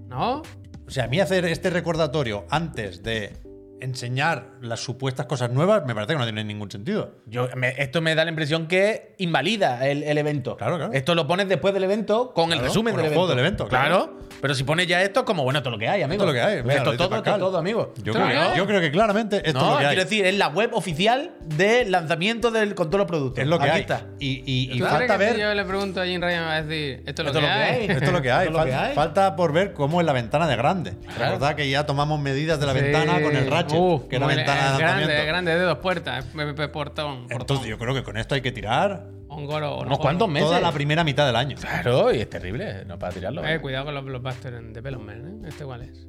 S1: ¿No?
S3: O sea, a mí hacer este recordatorio antes de enseñar las supuestas cosas nuevas me parece que no tiene ningún sentido.
S2: Yo- me- esto me da la impresión que invalida el, el evento.
S3: Claro, claro.
S2: Esto lo pones después del evento con el
S3: Claro,
S2: resumen
S3: con
S2: del,
S3: el
S2: evento.
S3: juego del evento,
S2: Claro.
S3: claro.
S2: Pero si pones ya esto, como bueno, todo lo que hay, amigo.
S3: Esto es lo que hay. Mira,
S2: esto
S3: lo dice
S2: todo, esto
S3: Pascal.
S2: todo, amigo.
S3: Yo
S1: Claro.
S3: creo, que, yo creo que claramente esto
S2: no,
S3: es lo que hay.
S2: quiero decir, es la web oficial de lanzamiento del, con todos los productos.
S3: es lo que
S2: Aquí
S3: hay.
S2: está.
S3: Y, y- y
S1: ¿Tú crees
S3: falta
S1: que
S3: ver.
S1: Si yo le pregunto a Jim Ryan, me va a decir: Esto es lo, que, hay.
S3: Esto es lo que hay.
S2: Esto es lo que
S3: Fal-
S2: hay.
S3: Falta por ver cómo es la ventana de grande. Recordad que ya tomamos medidas de la ventana
S1: Sí.
S3: con el ratchet,
S1: Uf,
S3: que era
S1: muy-
S3: ventana de
S1: es
S3: lanzamiento. Eh,
S1: grande, es grande, de dos puertas. es pe- pe- portón. portón.
S3: Entonces yo creo que con esto hay que tirar
S1: Ongoro,
S2: Unos cuantos meses.
S3: toda la primera mitad del año.
S2: Claro, y es terrible, no para tirarlo.
S1: Eh, cuidado con los blockbusters de Pelon ¿eh? ¿Este cuál es?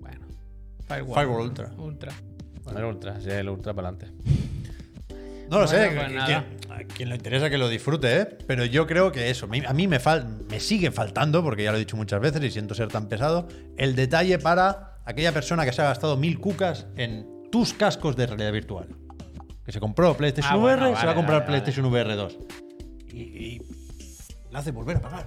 S1: Bueno. Firewall.
S3: Firewall Ultra.
S1: Ultra.
S2: Bueno, el ultra, sí, el ultra para adelante.
S3: No lo sé,
S1: Bueno, pues
S3: que-
S1: nada.
S3: que- a quien le interesa que lo disfrute, ¿eh? pero yo creo que eso, mi- a mí me, fal- me sigue faltando, porque ya lo he dicho muchas veces y siento ser tan pesado, el detalle para aquella persona que se ha gastado mil cucas en tus cascos de realidad virtual. Que se compró PlayStation
S1: Ah,
S3: VR,
S1: bueno,
S3: se
S1: vale,
S3: va a comprar
S1: vale, vale.
S3: PlayStation VR 2. Y, y la hace volver a pagar.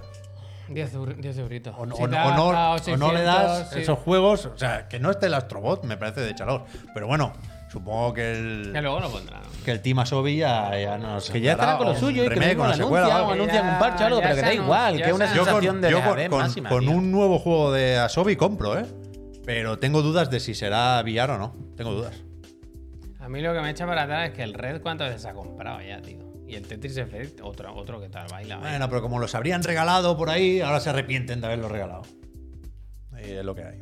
S1: 10 eur- 10 euritos.
S3: O no,
S1: Si
S3: o
S1: te
S3: no-
S1: has
S3: o no-
S1: gastado
S3: o no le das
S1: 600, sí.
S3: esos juegos, o sea, que no esté el Astrobot, me parece de chalor. Pero bueno, supongo que el,
S1: Que luego lo pondrán.
S3: que el Team Asobi ya, ya nos
S2: Que ya estará
S3: dará
S2: con lo
S3: un
S2: suyo y que lo
S3: remake,
S2: mismo
S3: una
S2: lo
S3: secuela o
S2: anuncian, o
S3: algo.
S2: anuncian un parche o algo,
S1: Ya
S2: pero que da
S1: se anun-
S2: igual, que
S1: ya
S2: es una
S1: se
S3: Yo
S1: anun-
S2: sensación
S3: con,
S2: de
S3: yo
S2: dejadez
S3: con-
S2: máxima.
S3: con
S2: tío.
S3: un nuevo juego de Asobi compro, ¿eh? Pero tengo dudas de si será VR o no. Tengo dudas.
S1: A mí lo que me echa para atrás es que el Red, ¿cuántas veces ha comprado ya, tío? Y el Tetris Effect, otro, otro que tal, baila. baila.
S3: Bueno, pero como los habrían regalado por ahí, ahora se arrepienten de haberlo regalado. Y es lo que hay.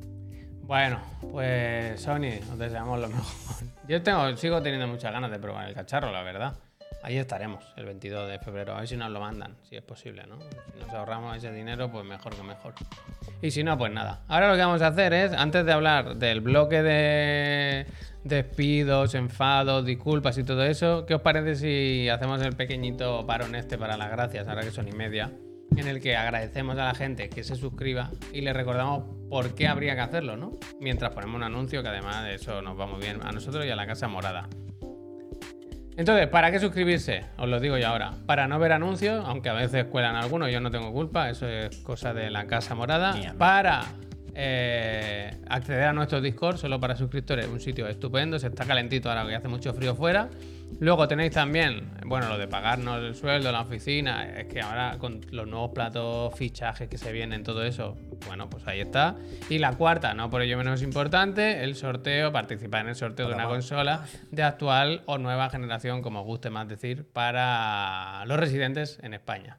S1: Bueno, pues Sony, os deseamos lo mejor. [LAUGHS] Yo tengo, sigo teniendo muchas ganas de probar el cacharro, la verdad. Ahí estaremos, el 22 de febrero, a ver si nos lo mandan, si es posible, ¿no? Si nos ahorramos ese dinero, pues mejor que mejor. Y si no, pues nada. Ahora lo que vamos a hacer es, antes de hablar del bloque de despidos, enfados, disculpas y todo eso, ¿qué os parece si hacemos el pequeñito parón este para las gracias, ahora que son y media? en el que agradecemos a la gente que se suscriba y le recordamos por qué habría que hacerlo, ¿no? Mientras ponemos un anuncio que además de eso nos va muy bien a nosotros y a la Casa Morada. Entonces, ¿para qué suscribirse? Os lo digo yo ahora. Para no ver anuncios, aunque a veces cuelan algunos, yo no tengo culpa, eso es cosa de la Casa Morada.
S2: Ni a mí.
S1: Para eh, acceder a nuestro Discord, solo para suscriptores, un sitio estupendo, se está calentito ahora que hace mucho frío fuera. Luego tenéis también, bueno, lo de pagarnos el sueldo, la oficina, es que ahora con los nuevos platos, fichajes que se vienen, todo eso, bueno, pues ahí está. Y la cuarta, no por ello menos importante, el sorteo, participar en el sorteo de una consola
S2: Ah.
S1: de actual o nueva generación, como os guste más decir, para los residentes en España.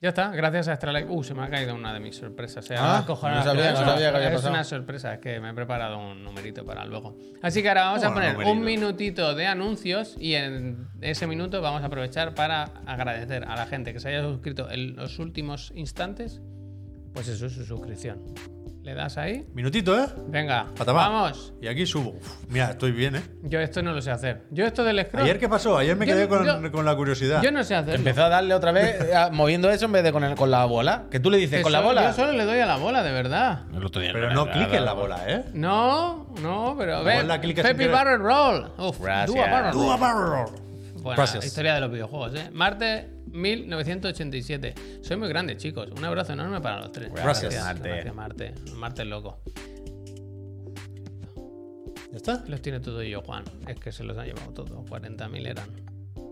S1: Ya está, gracias a Astralife. Uh, se me ha caído una de mis sorpresas. eh. Ahora
S2: Ah,
S1: las cojo
S2: no
S1: ahora.
S2: sabía- no
S1: Es
S2: sabía que
S1: una-
S2: había
S1: Es
S2: pasado.
S1: una sorpresa, es que me he preparado un numerito para luego. Así que ahora vamos a
S3: Bueno,
S1: poner
S3: numerito.
S1: un minutito de anuncios y en ese minuto vamos a aprovechar para agradecer a la gente que se haya suscrito en los últimos instantes. Pues eso es su suscripción. Le das ahí.
S3: Minutito, ¿eh?
S1: Venga,
S3: Pata, va.
S1: vamos.
S3: Y aquí subo. Uf, mira, estoy bien, ¿eh?
S1: Yo esto no lo sé hacer. Yo esto del scroll.
S3: ¿Ayer qué pasó? Ayer me
S1: Yo-
S3: quedé con,
S1: yo-
S3: con la curiosidad.
S1: Yo no sé hacerlo.
S2: Empezó a darle otra vez [LAUGHS] eh, a- moviendo eso en vez de con, el- con la bola. Que tú le dices,
S1: Que
S2: con la
S1: solo-
S2: bola.
S1: Yo solo le doy a la bola, de verdad.
S2: El otro día
S3: Pero
S2: le-
S3: no
S2: le-
S3: cliques
S2: le-
S3: la bola, ¿eh?
S1: No, no, pero
S3: Igual
S1: ve,
S3: la clicas sin
S1: Peppy
S3: querer.
S1: Barrel Roll. Uf,
S2: Gracias.
S1: Dua Barrel
S3: Tú,
S1: Roll.
S3: barro.
S1: Buena
S3: Gracias.
S1: historia de los videojuegos, ¿eh? Martes 1987. Soy muy grande, chicos. Un abrazo enorme para los tres.
S3: Gracias.
S1: Marte.
S2: Marte.
S1: Gracias, Marte. Marte loco.
S3: ¿Ya está?
S1: Los tiene todo yo, Juan. Es que se los han llevado todos. 40.000 eran.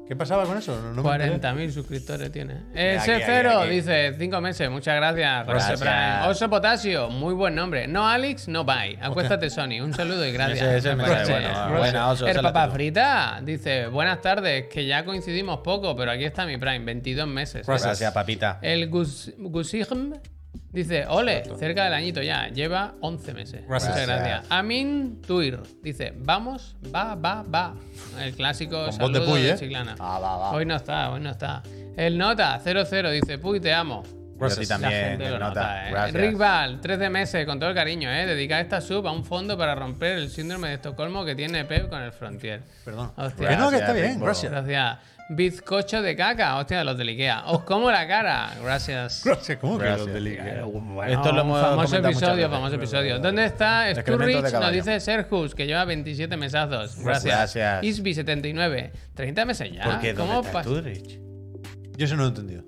S3: ¿Qué pasaba con eso? No, no me enteré.
S1: 40.000 suscriptores tiene.
S2: Aquí, aquí,
S1: S0
S2: aquí.
S1: dice 5 meses, muchas gracias. José
S2: Gracias.
S1: Prime. Oso Potasio, muy buen nombre. No Alex, no Bye. Acuéstate Sony, un saludo y gracias.
S2: Ese- ese me cae
S1: Gracias.
S2: bueno.
S1: Gracias.
S2: Buena, Oso,
S1: El
S2: esa la
S1: Papa
S2: tengo.
S1: Frita dice, buenas tardes, que ya coincidimos poco, pero aquí está mi Prime, 22 meses.
S2: Gracias, papita.
S1: El Gus- Gusijm dice, ole, cerca del añito ya, lleva 11 meses.
S3: Gracias.
S1: Muchas gracias. Amin Tuir dice, vamos, va, va, va. El clásico
S3: Con voz de
S1: saludo
S3: Puy,
S1: de
S3: ¿eh?
S1: Chiclana.
S2: Va, va, va.
S1: Hoy no está, hoy no está. El Nota 00 dice, puy, te amo.
S2: Yo sí
S1: La
S2: también,
S1: gente
S2: el
S1: lo
S2: nota.
S1: nota, ¿eh?
S2: Gracias.
S1: Rick Val, 13 meses, con todo el cariño, ¿eh? Dedica esta sub a un fondo para romper el síndrome de Estocolmo que tiene Pep con el Frontier.
S3: Perdón.
S1: Hostia.
S3: Que no, que
S2: Gracias,
S3: está bien,
S2: Rico.
S3: gracias.
S1: Gracias. Bizcocho de caca, hostia, los del Ikea. Os como la cara. Gracias.
S2: [LAUGHS]
S3: Gracias, ¿cómo que
S2: Gracias.
S3: los del Ikea?
S2: Esto lo hemos
S1: famoso
S2: comentado muchas
S1: episodio,
S2: veces.
S1: famoso episodio. ¿Dónde está
S2: Excremento de
S1: Sturridge? Nos
S2: caballo.
S1: dice Serjus, que lleva 27 mesazos. Gracias.
S2: Gracias.
S1: Isby79, 30 meses ya.
S2: ¿Por qué? ¿Dónde
S1: Ah, ¿Cómo
S2: está
S1: pas-
S2: Sturridge?
S3: Yo eso no lo he entendido.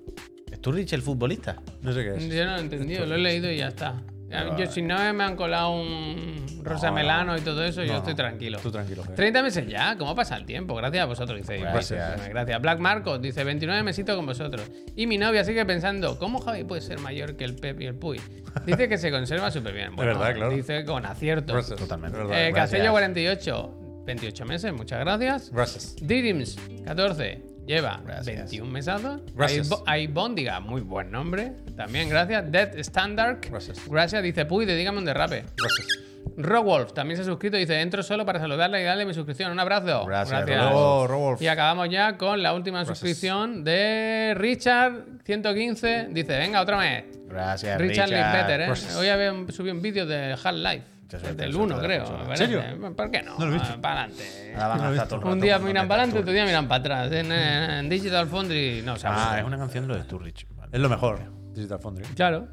S2: ¿Sturridge el futbolista?
S3: No sé qué es.
S1: Yo no lo he entendido, lo he leído y ya está. Ah, Yo, si no me han colado un rosa
S2: No,
S1: melano y todo eso, yo estoy tranquilo.
S3: Tú tranquilo, jefe.
S1: 30 meses ya, ¿cómo pasa el tiempo? Gracias a vosotros, dice.
S2: Gracias.
S1: Gracias. Gracias. Black Marcos dice 29 mesitos con vosotros. Y mi novia sigue pensando, ¿cómo Javi puede ser mayor que el Pep y el Puy? Dice que se conserva súper
S3: [LAUGHS]
S1: bien. Bueno,
S3: verdad, claro.
S1: Dice con acierto.
S3: Gracias.
S2: Totalmente.
S3: Es verdad.
S1: Eh,
S2: Gracias.
S1: Castello 48, 28 meses, muchas gracias.
S3: Gracias.
S1: Didims 14, lleva
S2: Gracias.
S1: 21 mesados.
S3: Gracias.
S1: Hay Bondiga, muy buen nombre. También gracias. Dead Standard.
S3: Gracias.
S1: Gracias, dice Puy, dedícame un derrape.
S3: Gracias.
S1: Rowolf también se ha suscrito, dice, entro solo para saludarle y darle mi suscripción. Un abrazo.
S2: Gracias,
S3: Luego, Rodolfo.
S1: Y acabamos ya con la última suscripción de Richard 115. Dice, venga, otra vez.
S2: Gracias,
S1: Richard,
S2: Richard.
S1: Lee Peter, ¿eh?
S3: Gracias.
S1: Hoy había un- subí un vídeo de Half-Life.
S2: Mucha suerte,
S1: Del
S2: suerte,
S1: 1, creo.
S2: mucha
S1: me
S2: suerte.
S1: parece.
S3: ¿En
S1: ¿Por qué no? Ah,
S3: No lo he visto. Ah,
S1: Para adelante.
S2: Ahora van a estar todo el
S1: Un
S2: rato
S1: día
S2: con
S1: miran
S2: Rocket
S1: para adelante,
S2: Tour.
S1: otro día miran para atrás. En, en Digital Foundry no sabes.
S2: Ah, es una canción de lo de Turrich. Vale.
S3: Es lo mejor. Digital Foundry.
S1: Claro.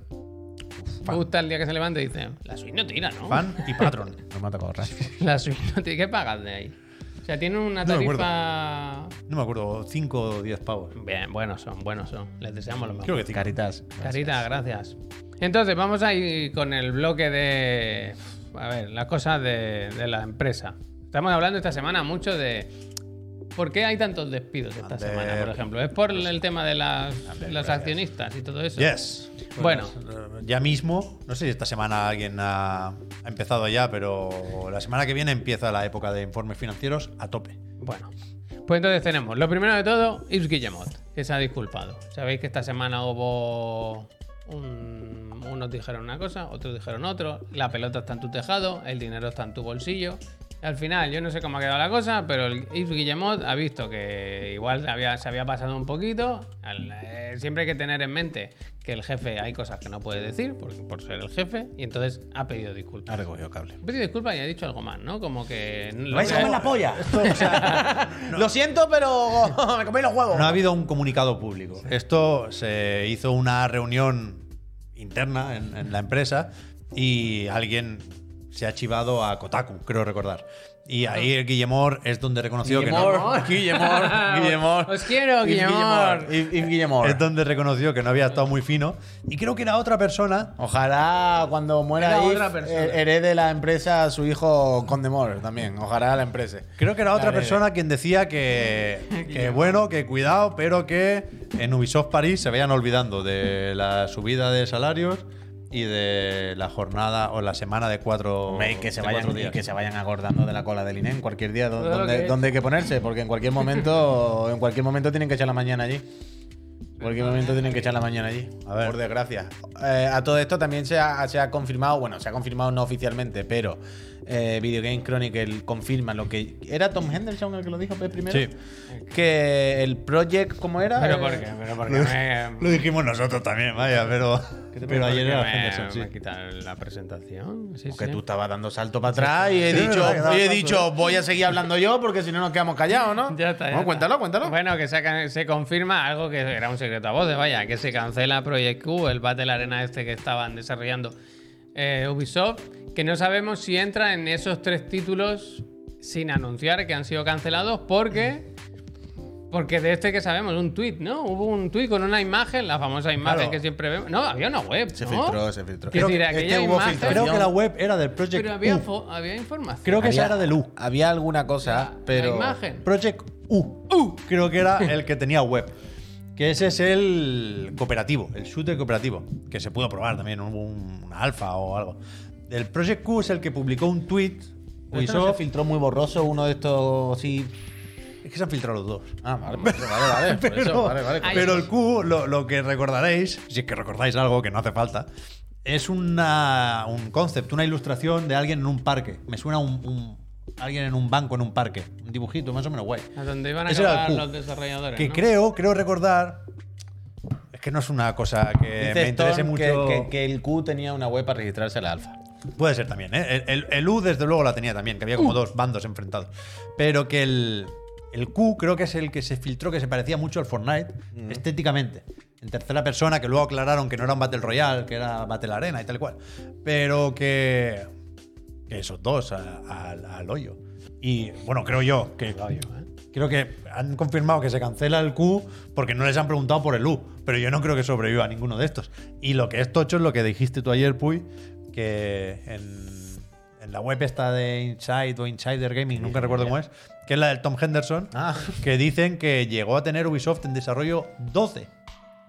S1: Me gusta el día que se levante y dice, la suite no tira, ¿no?
S3: Fan y patron.
S2: No me ha tocado rap.
S1: [LAUGHS] La suite no tira. ¿Qué pagas de ahí? O sea, tiene una
S3: No me acuerdo.
S1: tarifa...
S3: No me acuerdo, 5 o 10 pavos.
S1: Bien, buenos son, buenos son. Les deseamos lo mejor.
S3: Creo que 5.
S2: Caritas.
S1: Carita, gracias. Entonces, vamos a ir con el bloque de. A ver, las cosas de, de la empresa. Estamos hablando esta semana mucho de. ¿Por qué hay tantos despidos esta
S2: Ander.
S1: semana, por ejemplo? ¿Es por el tema de las,
S2: Ander,
S1: los
S2: gracias.
S1: accionistas y todo eso?
S3: Yes.
S1: Bueno.
S3: Pues, eh, ya mismo, no sé si esta semana alguien ha, ha empezado ya, pero la semana que viene empieza la época de informes financieros a tope.
S1: Bueno, pues entonces tenemos, lo primero de todo, Yves Guillemot, que se ha disculpado. Sabéis que esta semana hubo. un- unos dijeron una cosa, otros dijeron otro. La pelota está en tu tejado, el dinero está en tu bolsillo. Al final, yo no sé cómo ha quedado la cosa, pero el Yves Guillemot ha visto que igual había- se había pasado un poquito. Al- eh, siempre hay que tener en mente que el jefe hay cosas que no puede decir por, por ser el jefe, y entonces ha pedido disculpas.
S2: Ha recogido cable.
S1: Ha pedido disculpas y ha dicho algo más, ¿no? Como que. lo
S2: vais a
S1: que-
S2: comer la [LAUGHS] polla. O [LAUGHS] sea, Lo siento, pero [LAUGHS] me coméis los huevos.
S3: No ha habido un comunicado público. Esto se hizo una reunión interna en, en la empresa y alguien se ha chivado a Kotaku, creo recordar. Y ahí Guillemor es donde reconoció
S1: Guillemor.
S3: [LAUGHS] que
S2: [LAUGHS]
S3: no. Guillemor,
S1: [LAUGHS]
S3: Guillemor.
S1: Os quiero,
S2: Yves
S1: Guillemor.
S2: Yves- Yves Guillemor.
S3: Es donde reconoció que no había estado muy fino. Y creo que era otra persona
S2: Ojalá cuando muera
S1: Era
S2: Yves,
S1: otra persona.
S2: her- herede la empresa a su hijo Condemor también. Ojalá la empresa.
S3: Creo que era otra
S2: Dale.
S3: persona quien decía que, que bueno, que cuidado, pero que en Ubisoft París se vayan olvidando de la subida de salarios y de la jornada o la semana de cuatro,
S2: Hombre, y que se
S3: de
S2: vayan
S3: cuatro
S2: y
S3: días.
S2: que se vayan acordando de la cola del INEM cualquier día do-
S1: Todo lo que
S2: donde,
S1: es.
S2: donde hay que ponerse porque en cualquier momento en cualquier momento tienen que echar la mañana allí en cualquier momento tienen que echar la mañana allí
S3: A ver.
S2: por desgracia Eh, a todo esto también se ha, se ha confirmado bueno se ha confirmado no oficialmente pero eh, Video Games Chronicle confirma lo que era Tom Henderson el que lo dijo Pep, primero
S3: Sí.
S2: que el project cómo era
S1: Pero
S2: Eh,
S1: por qué, pero por qué me,
S3: Lo dijimos nosotros también, vaya, pero, pero ayer era
S1: me,
S3: Henderson, sí.
S1: me quitan la presentación. Sí,
S2: Porque
S1: sí.
S2: tú estabas dando salto para atrás y he
S3: Sí,
S2: dicho,
S3: verdad que daba
S2: y he
S3: salto.
S2: dicho voy a seguir hablando yo porque si no nos quedamos callados, ¿no?
S1: Ya está, ya
S2: Bueno,
S1: está.
S2: cuéntalo, cuéntalo.
S1: Bueno, que se, ha- se confirma algo que era un secreto a voces, vaya, que se cancela Project Q, el Battle Arena este que estaban desarrollando eh, Ubisoft, que no sabemos si entra en esos tres títulos sin anunciar que han sido cancelados porque... Porque de este que sabemos, un tweet, ¿no? Hubo un tweet con una imagen, la famosa imagen
S3: Claro.
S1: que siempre vemos. No, había una web.
S2: Se
S1: ¿no?
S2: filtró, se filtró.
S1: Quiero decir,
S2: Es que
S3: este
S1: aquella
S2: hubo
S1: imagen-
S2: filtración.
S3: Creo que la web era del Project
S1: Pero había,
S3: U.
S1: fo- había información.
S3: Creo que esa
S2: Había-
S3: era del U.
S2: Había alguna cosa,
S1: La-
S2: pero.
S1: la imagen.
S3: Project U. Creo que
S2: [LAUGHS]
S3: era el que tenía web. Que ese es el cooperativo, el shooter cooperativo, que se pudo probar también, hubo un- una alfa o algo. El Project Q es el que publicó un tweet.
S2: Ubisoft filtró muy borroso uno de estos sí.
S3: Es que se han filtrado los dos.
S2: Ah, vale, vale, vale, vale. por
S3: Pero,
S2: eso, vale, vale.
S1: Ay.
S3: pero el Q, lo, lo que recordaréis, si es que recordáis algo que no hace falta, es una, un concept, una ilustración de alguien en un parque. Me suena un, un- alguien en un banco en un parque. Un dibujito más o menos guay.
S1: A donde iban a
S3: Ese era el
S1: acabar
S3: Q.
S1: los desarrolladores.
S3: Que
S1: ¿no?
S3: creo, creo recordar. Es que no es una cosa que me
S2: Dice
S3: interese
S2: Storm
S3: mucho.
S2: que, que- que el Q tenía una web para registrarse a la alfa.
S3: Puede ser también, ¿eh? El, el- el U, desde luego, la tenía también, que había como dos bandos enfrentados. Pero que el, el Q creo que es el que se filtró, que se parecía mucho al Fortnite estéticamente. En tercera persona, que luego aclararon que no era un Battle Royale, que era Battle Arena y tal y cual. Pero que. que esos dos a- al- al hoyo. Y bueno, creo yo que. Creo que han confirmado que se cancela el Q porque no les han preguntado por el U, pero yo no creo que sobreviva a ninguno de estos. Y lo que es tocho es lo que dijiste tú ayer, Puy, que en, en la web esta de Inside o Insider Gaming, nunca recuerdo cómo es, que es la del Tom Henderson, que dicen que llegó a tener Ubisoft en desarrollo 12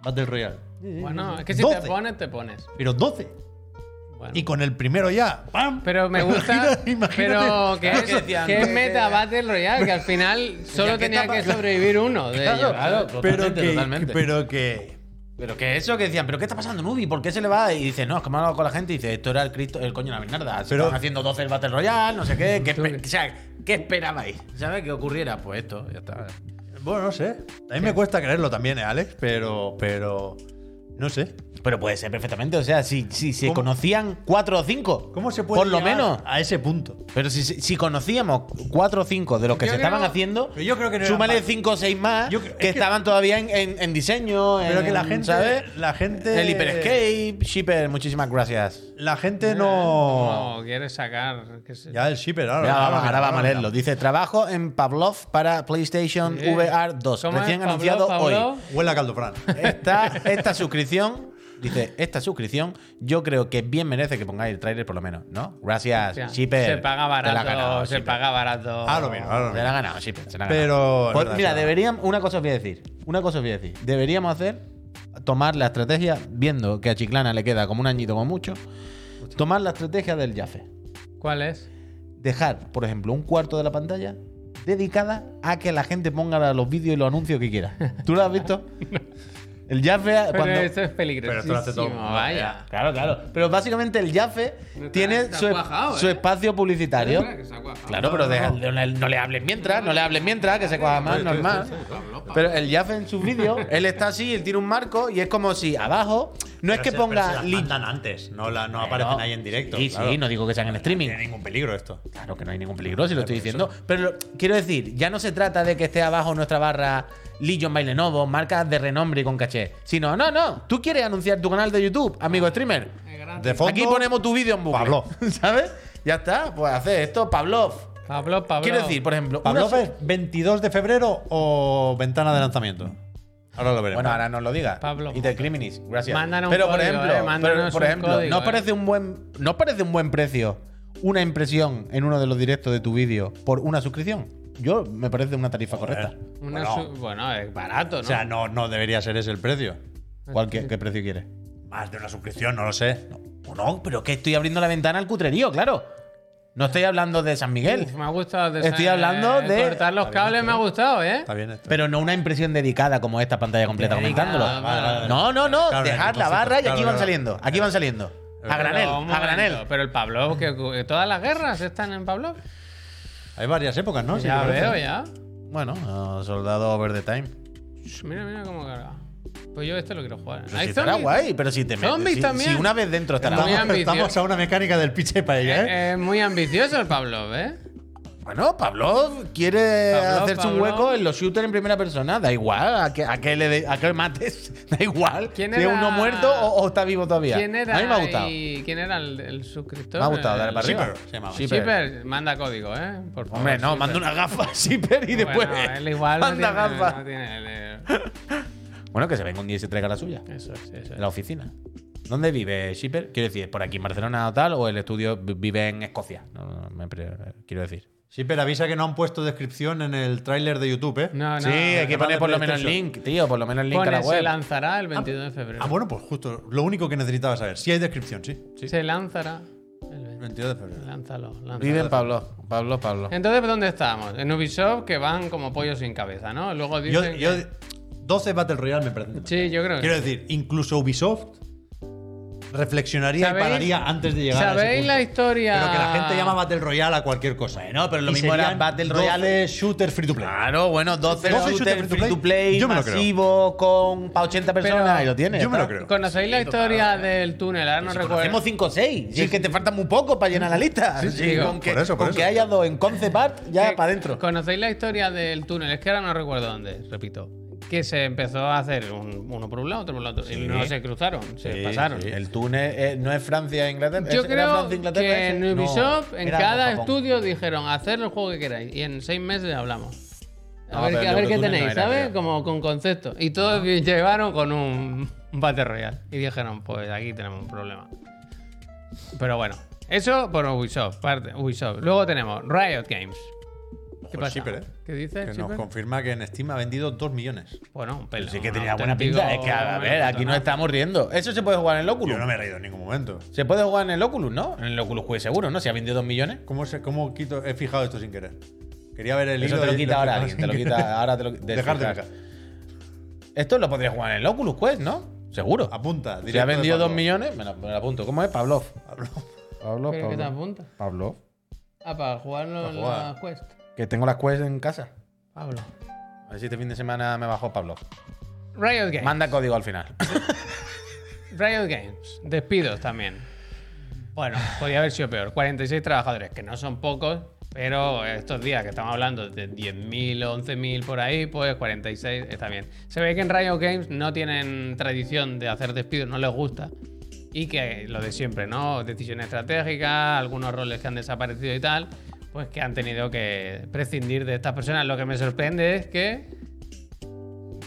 S3: Battle Royale.
S1: Bueno, es que si
S3: 12.
S1: te pones, te pones.
S3: Pero 12.
S1: Bueno.
S3: Y con el primero ya. ¡pam!
S1: Pero me gusta.
S3: Imagina- imagínate.
S1: pero que
S2: Claro
S1: es,
S2: que decían,
S1: que es
S2: eh,
S1: meta Battle Royale, que al final solo
S2: qué
S1: tenía
S2: etapa?
S1: que sobrevivir uno de ellos.
S2: claro,
S3: pero
S2: totalmente,
S3: que,
S2: totalmente.
S3: Pero que.
S2: Pero que eso que decían, ¿pero qué está pasando, Nubi? ¿Por qué se le va? Y dice, no, es que me han hablado con la gente y dice, esto era el Cristo, el coño de la Bernarda. Se
S3: Pero-
S2: estaban haciendo 12 el Battle Royale, no sé qué. ¿Qué, espe- o sea, ¿qué esperabais? ¿Sabes? ¿Qué ocurriera? Pues esto, ya está.
S3: Bueno, no sé. A mí me cuesta creerlo también, eh, Alex, pero. pero no sé.
S2: Pero puede ser perfectamente, o sea, si, si se
S3: ¿Cómo?
S2: conocían 4 o 5.
S3: ¿Cómo se puede
S2: Por lo
S3: llegar
S2: menos.
S3: a ese punto?
S2: Pero si, si conocíamos 4 o 5 de los que
S1: Yo
S2: se
S1: creo-
S2: estaban haciendo,
S3: pero yo creo que no eran
S2: súmale
S3: varios.
S2: 5 o 6 más
S3: Yo
S2: que,
S3: creo- es que-
S2: estaban todavía en, en- en diseño,
S3: Pero
S2: en-
S3: que la gente.
S2: ¿sabes?
S3: La gente.
S2: El Hyper Escape, Shipper, muchísimas gracias.
S3: La gente no.
S1: No, quieres sacar. que se-
S3: Ya el shipper, ahora.
S2: Ya,
S3: ahora,
S2: vamos, ahora
S3: ahora,
S2: vamos a
S3: ahora.
S2: leerlo. Dice, trabajo en Pavlov para PlayStation
S1: Sí.
S2: VR 2.
S1: ¿Cómo es?
S2: Recién
S1: Pablo,
S2: anunciado
S1: Pablo.
S2: hoy.
S3: Huele a caldofrán.
S2: Esta, esta suscripción, dice, esta suscripción yo creo que bien merece que pongáis el tráiler por lo menos, ¿no? Gracias,
S1: O sea,
S2: Shipper.
S1: se paga
S2: Te la
S1: barato,
S2: has ganado,
S1: se
S2: Shipper.
S1: paga barato.
S3: Ah, lo mismo, ahora lo
S2: Se la ha ganado, Shipper. se la ha ganado.
S3: Pero. es
S2: Pues,
S3: verdad,
S2: mira,
S3: es verdad.
S2: deberíamos. Una cosa os voy a decir. Una cosa os voy a decir. Deberíamos hacer. Tomar la estrategia, viendo que a Chiclana le queda como un añito como mucho. Tomar la estrategia del Jafe.
S1: ¿Cuál es?
S2: Dejar, por ejemplo, un cuarto de la pantalla dedicada a que la gente ponga los vídeos y los anuncios que quiera. [LAUGHS] ¿Tú lo
S1: [LAUGHS]
S2: has visto? El Jafe.
S1: Pero
S2: cuando...
S1: esto es
S3: Pero esto lo hace todo
S1: peligrosísimo,
S3: el mundo,
S1: vaya.
S2: Claro, claro. Pero básicamente el Jafe
S1: Está-
S2: tiene
S1: está
S2: su,
S1: cuajado,
S2: su
S1: ¿eh?
S2: espacio publicitario.
S1: Que se ha cuajado.
S2: Claro, pero deja- no, le- no le hables mientras, no le hables mientras, que se cuaja más, normal. Pero el Jaffe en sus vídeos, él está así, él tiene un marco y es como si abajo, no es
S3: Pero se- pero
S2: que
S3: se
S2: ponga...
S3: las
S2: li-
S3: mandan antes, no, la- no aparecen
S2: No.
S3: ahí en directo.
S2: Sí,
S3: claro.
S2: sí, no digo que sean en streaming.
S3: tiene ningún peligro esto.
S2: Claro que no hay ningún peligro si lo estoy diciendo. Pero lo- quiero decir, ya no se trata de que esté abajo nuestra barra Legion by Lenovo, marcas de renombre y con caché. Sino, no, no, tú quieres anunciar tu canal de YouTube, amigo streamer.
S1: Es gratis.
S3: De fondo,
S2: Aquí ponemos tu vídeo en bucle.
S3: Ah. Pavlov.
S2: [LAUGHS] ¿Sabes? Ya está, pues haces esto, Pavlov.
S1: Pablo, Pablo.
S2: Quiero decir, por ejemplo, una
S3: ¿Pavlov
S2: so-
S3: es 22 de febrero o ventana de lanzamiento? Ahora lo veremos.
S2: Bueno, ahora nos lo diga.
S1: Pablo.
S2: Y del Criminis, gracias.
S1: Mándanos un
S2: pero por
S1: código,
S2: ejemplo,
S1: eh, mándanos
S2: pero por
S1: un
S2: ejemplo,
S1: código,
S2: ¿no os
S1: eh.
S2: parece un buen no os parece un buen precio una impresión en uno de los directos de tu vídeo por una suscripción? Yo me parece una tarifa correcta.
S1: Una
S3: Bueno.
S1: su- bueno. es barato, ¿no?
S3: Eh. o sea, no, no debería ser ese el precio.
S2: ¿Cuál qué, qué precio quieres?
S3: Más de una suscripción, no lo sé. No.
S2: O no, pero que estoy abriendo la ventana al cutrerío, claro. No estoy hablando de San Miguel,
S1: Uf, me ha gustado. de-
S2: Estoy hablando de-
S1: Cortar los cables me ha gustado, ¿eh?
S3: Está bien esto.
S2: pero no una impresión dedicada como esta pantalla completa
S1: Dedicada,
S2: comentándolo.
S1: vale,
S3: vale.
S2: No, no, no,
S3: Claro,
S2: dejad
S3: en
S2: la
S3: el
S2: barra y
S3: concepto,
S2: aquí
S3: claro,
S2: van
S3: claro.
S2: saliendo, aquí van saliendo. A
S3: Pero
S2: granel,
S1: Pero un
S2: a granel.
S1: momento, Pero el Pablo, que, que todas las guerras están en Pablo.
S3: Hay varias épocas, ¿no? Si
S1: ya
S3: te parece.
S1: veo, ya.
S2: Bueno, eh, soldado over the time.
S1: Sh, Mira, mira cómo carga. Pues yo este lo quiero jugar.
S2: Pero
S1: Hay
S2: si estará
S1: zombies.
S2: guay, pero si te metes.
S1: Zombies
S2: si,
S1: también.
S2: si una vez dentro estará
S1: Muy
S2: guay.
S3: Estamos,
S1: ambicioso.
S3: estamos a una mecánica del piche para ella, ¿eh?
S1: Eh, eh, muy ambicioso el Pablo, ¿eh?
S2: Bueno, Pablo quiere
S1: Pavlov,
S2: hacerse un
S1: Pavlov.
S2: hueco en los shooters en primera persona. Da igual a que, a que le de- a que mates. [LAUGHS] Da igual
S1: ¿Quién
S2: si es
S1: era-
S2: uno muerto o, o está vivo todavía.
S1: ¿Quién era?
S2: a mí me ha gustado.
S1: y- ¿Quién era el, el suscriptor?
S2: Me ha gustado, dale
S1: El-
S2: para arriba.
S3: Shipper se llamaba.
S2: Shipper.
S1: Shipper, manda código, ¿eh? Por favor,
S2: Hombre, no,
S1: Shipper.
S2: manda una gafa [LAUGHS] a Shipper y
S1: Bueno,
S2: después.
S1: él igual
S2: manda
S1: no tiene,
S2: gafa.
S1: no tiene el-
S2: Bueno, que se venga un día y se traiga la suya.
S1: Eso es, eso
S2: En
S1: es.
S2: la oficina. ¿Dónde vive Shipper? Quiero decir, ¿por aquí en Barcelona o tal? ¿O el estudio vi- vive en Escocia? No, no, me pre- quiero decir.
S3: Sí, pero avisa que no han puesto descripción en el tráiler de YouTube, ¿eh?
S1: No, no.
S2: sí, hay que
S3: Además
S2: poner
S3: de
S2: por lo menos el
S3: PlayStation.
S2: link, tío, por lo menos el link a la
S1: Pone, se
S2: web.
S1: lanzará el 22 de febrero.
S3: Ah, bueno, pues justo. Lo único que necesitaba saber. Sí hay descripción, sí. Sí.
S1: Se lanzará el 22.
S3: 22 de febrero.
S1: Lánzalo, lánzalo.
S2: Vive en Pablo, Pablo, Pablo.
S1: Entonces, ¿dónde estábamos? En Ubisoft, que van como pollos sin cabeza, ¿no? Luego
S3: Yo,
S1: dicen...
S3: yo- 12 Battle Royale me parece.
S1: Sí, yo creo que
S3: Quiero
S1: sí.
S3: decir, incluso Ubisoft reflexionaría y
S1: ¿Sabéis-
S3: pararía antes de llegar a ese
S1: ¿Sabéis
S3: punto.
S1: la historia?
S3: Pero que la gente llama Battle Royale a cualquier cosa.
S2: Bueno, pero lo
S3: Y
S2: mismo era
S3: serían
S2: Battle Royale-
S3: 12 shooter free to play.
S2: Claro, bueno, 12
S3: Pero-
S2: shooters
S3: shooter
S2: free to play,
S3: Yo me lo creo.
S2: masivo, con para 80 personas, y lo tienes.
S3: yo me
S2: ya
S3: lo
S2: está. Pues
S3: creo.
S1: ¿Conocéis la historia del túnel? Ahora no
S2: Si
S1: recuerdo.
S2: conocemos 5 o 6, si es que te faltan muy poco para llenar la lista.
S1: Sí, sí,
S2: con que,
S3: por eso, por
S2: con
S3: eso.
S2: que haya dos en Concept ya
S1: Que-
S2: para adentro.
S1: ¿Conocéis la historia del túnel? Es que ahora no recuerdo dónde, repito. Que se empezó a hacer un- uno por un lado, otro por el otro. Y no se cruzaron, se pasaron.
S2: El túnel eh, no es Francia e Inglaterra.
S1: Yo
S2: ¿Es- era
S1: creo
S2: Francia e Inglaterra
S1: que
S2: ese?
S1: en
S2: No,
S1: Ubisoft, en
S2: era
S1: cada
S2: Japón.
S1: estudio dijeron, hacer el juego que queráis. Y en seis meses hablamos. A
S2: No,
S1: ver,
S2: pero
S1: qué-
S2: el
S1: a ver qué
S2: Eurotúnel no
S1: tenéis,
S2: era,
S1: ¿sabes?
S2: creo.
S1: Como con concepto. Y [LAUGHS] todos [LAUGHS] llevaron con un Battle Royale. Y dijeron, pues aquí tenemos un problema. Pero bueno, eso por Ubisoft, parte, Ubisoft. Luego tenemos Riot Games. ¿Qué
S2: Pues
S3: Por
S1: pasa?
S3: Shipper, ¿eh?
S1: ¿Qué dices?
S3: Que nos
S1: Shipper?
S3: confirma que en Steam ha vendido 2 millones.
S1: Bueno, un pelo.
S2: Sí que
S1: un
S2: tenía buena pinta. Es
S1: auténtico
S2: que, a ver, aquí no
S1: melocotonazo.
S2: estamos riendo. Eso se puede jugar en el Oculus.
S3: Yo no me he reído en ningún momento.
S2: Se puede jugar en el Oculus, ¿no? En el Oculus Quest seguro, ¿no? Si ha vendido 2 millones.
S3: ¿Cómo, se, cómo quito? He fijado esto sin querer. Quería ver el
S2: Eso
S3: hilo
S2: te lo
S3: y-
S2: quita ahora alguien. Te lo quita, ahora te lo
S3: Dejar de
S2: desfijar.
S3: fijar.
S2: Esto lo podría jugar en el Oculus Quest, ¿no? Seguro.
S3: [LAUGHS] Apunta.
S2: Si ha
S3: directo de
S2: vendido
S3: Pablo.
S2: 2 millones, me lo, me lo apunto. ¿Cómo es? Pavlov.
S3: Pablo.
S2: Pavlov,
S1: ¿Pero qué te apunta?
S2: Pavlov.
S1: Ah, para jugarlo
S3: Para
S1: en
S3: jugar.
S1: la Quest.
S2: Que tengo las Quest en casa.
S1: Pablo.
S2: A ver si este fin de semana me bajo Pavlov.
S1: Riot Games.
S2: Manda código al final.
S1: Riot Games. Despidos también. Bueno, podía haber sido peor. 46 trabajadores, que no son pocos, pero estos días que estamos hablando de 10.000 o 11.000 por ahí, pues 46 está bien. Se ve que en Riot Games no tienen tradición de hacer despidos, no les gusta. Y que lo de siempre, ¿no? Decisiones estratégicas, algunos roles que han desaparecido y tal, pues que han tenido que prescindir de estas personas. Lo que me sorprende es que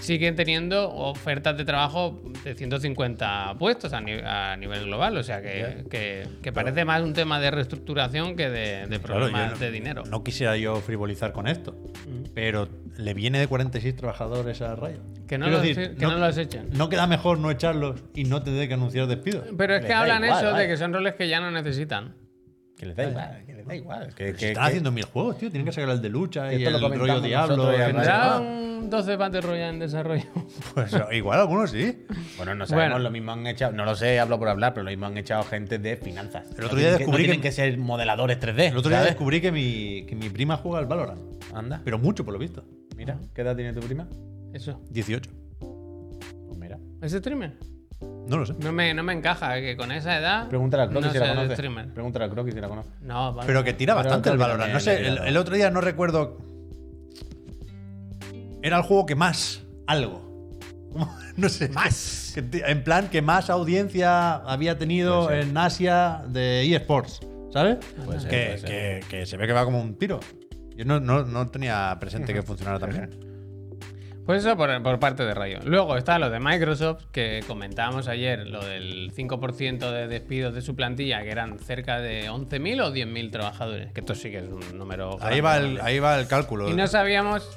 S1: siguen teniendo ofertas de trabajo de 150 puestos a, ni- a nivel global. O sea que, que- que parece más un tema de reestructuración que de, de
S3: Claro, yo
S1: problemas
S3: no-
S1: de dinero.
S3: No quisiera yo frivolizar con esto,
S2: Mm.
S3: pero le viene de 46 trabajadores a Rayo.
S1: Que no
S3: Quiero
S1: los-
S3: decir,
S1: que no los echen.
S3: ¿No queda mejor no echarlos y no tener que anunciar despidos?
S1: Pero es
S2: les
S1: que
S2: da
S1: hablan
S2: igual,
S1: eso
S2: vaya.
S1: de que son roles que ya no necesitan.
S2: Que les da igual, que les da igual. Que,
S3: Si
S2: que,
S3: están
S2: que-
S3: haciendo mil juegos, tío. Tienen que sacar el de lucha y
S2: Esto lo
S3: el
S2: comentamos
S3: rollo Diablo.
S2: nosotros ya,
S3: el- [LAUGHS]
S2: Vale,
S1: ¿Será
S2: vale.
S1: un 12 Battle Royale en desarrollo?
S3: Pues igual algunos sí.
S2: Bueno, no sabemos,
S1: Bueno.
S2: lo mismo han echado, no lo sé, hablo por hablar, pero lo mismo han echado gente de finanzas.
S3: El otro
S2: No
S3: día
S2: tienen que-
S3: descubrí
S2: no tienen
S3: que-
S2: que ser modeladores 3D.
S3: El otro día
S2: ¿sabes?
S3: descubrí que mi, que mi prima juega al Valorant.
S2: Anda,
S3: Pero mucho, por lo visto.
S2: mira, ¿qué edad tiene tu prima?
S1: Eso.
S3: 18.
S2: Pues mira.
S1: ¿Es streamer?
S3: No lo sé.
S1: No me, no me encaja que con esa edad.
S2: Pregúntale al Croqui
S1: no
S2: si la
S1: sea
S2: conoce.
S1: streamer.
S2: Pregúntale al Croqui si la conoce.
S1: No, vale.
S3: Pero que tira
S2: Pero
S3: bastante
S2: creo
S3: el
S2: que
S3: Valorant.
S2: también
S3: No sé,
S2: le
S3: el,
S2: tira.
S3: el otro día no recuerdo. Era el juego que más algo. [LAUGHS] No sé. Más. en plan, que más audiencia había tenido
S2: Puede
S3: en Asia de eSports. ¿Sabes?
S2: Puede ser,
S3: que,
S2: puede ser.
S3: que- que se ve que va como un tiro. Yo no, no- no tenía presente que funcionara también.
S1: Pues eso por, por parte de Rayo. Luego está lo de Microsoft, que comentábamos ayer, lo del 5% de despidos de su plantilla, que eran cerca de 11.000 o 10.000 trabajadores, que esto sí que es un número...
S2: Ah,
S1: grande,
S3: Ahí va el,
S1: ¿vale?
S3: ahí va el cálculo.
S1: Y no sabíamos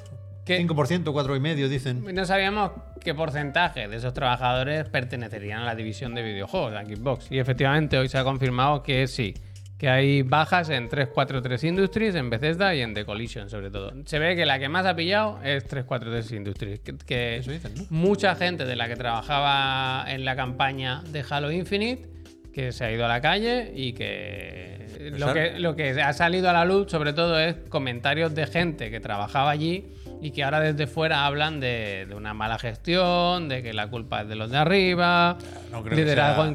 S1: que...
S3: 5%, 4,5% dicen.
S1: No sabíamos qué porcentaje de esos trabajadores pertenecerían a la división de videojuegos, la Xbox. Y efectivamente hoy se ha confirmado que sí, que hay bajas en 343 Industries, en Bethesda y en The Collision sobre todo. Se ve que la que más ha pillado es 343 Industries, que, que
S3: Eso dicen, ¿no?
S1: mucha gente de la que trabajaba en la campaña de Halo Infinite que se ha ido a la calle y que lo,
S3: Pesar.
S1: que lo que ha salido a la luz sobre todo es comentarios de gente que trabajaba allí y que ahora desde fuera hablan de, de una mala gestión, de que la culpa es de los de arriba,
S3: No creo que
S1: liderazgo
S3: sea-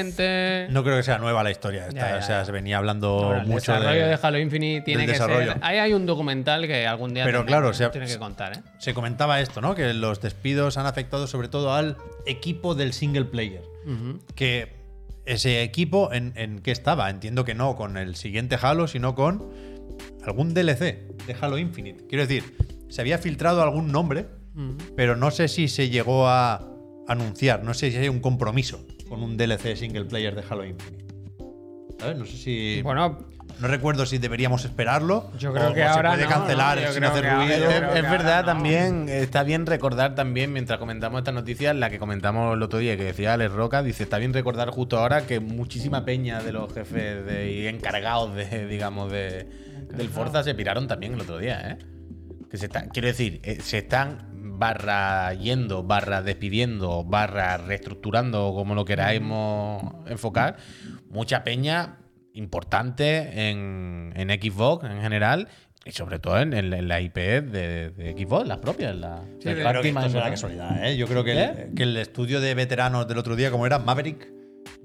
S1: incompetente.
S3: No creo que sea nueva la historia. Esta.
S1: Ya, ya,
S3: o sea,
S1: ya.
S3: se venía hablando
S1: Ahora, el
S3: mucho
S1: desarrollo
S3: de-
S1: de, Halo Infinite tiene
S3: del
S1: que
S3: desarrollo.
S1: ser. Ahí hay un documental que algún día
S3: Pero
S1: tiene-
S3: claro, o sea,
S1: tiene que contar, ¿eh?
S3: se comentaba esto, ¿no? Que los despidos han afectado sobre todo al equipo del single player. Que ese equipo, ¿en, en qué estaba? Entiendo que no con el siguiente Halo, sino con algún DLC de Halo Infinite. Quiero decir, se había filtrado algún nombre, pero no sé si se llegó a anunciar, no sé si hay un compromiso con un DLC single player de Halo Infinite. ¿Sabes? No sé si.
S1: Bueno,
S3: no recuerdo si deberíamos esperarlo.
S1: Yo creo
S3: o-
S1: que
S3: o
S1: ahora
S3: Se puede
S1: no,
S3: cancelar
S1: ¿no? Yo
S3: sin
S1: creo
S3: hacer
S1: que ahora-
S3: ruido.
S1: yo
S2: Es,
S1: creo que
S2: es verdad
S1: ahora no.
S2: también, está bien recordar también, mientras comentamos esta noticia, la que comentamos el otro día que decía Alex Roca, dice, está bien recordar justo ahora que muchísima peña de los jefes de- y encargados de, digamos, de, del Forza se piraron también el otro día, ¿eh? Que se está, quiero decir, eh, se están barra yendo, barra despidiendo, barra reestructurando, como lo queráis enfocar, mucha peña importante en, en Xbox en general y sobre todo en, en la- en la IP de, de Xbox, las propias, la,
S1: Sí,
S2: las
S1: pero
S3: Claro que
S2: próximas,
S3: esto será
S2: ¿no?
S3: casualidad, ¿eh? Yo creo que,
S2: ¿Eh?
S3: el, que el estudio de veteranos del otro día, como era Maverick,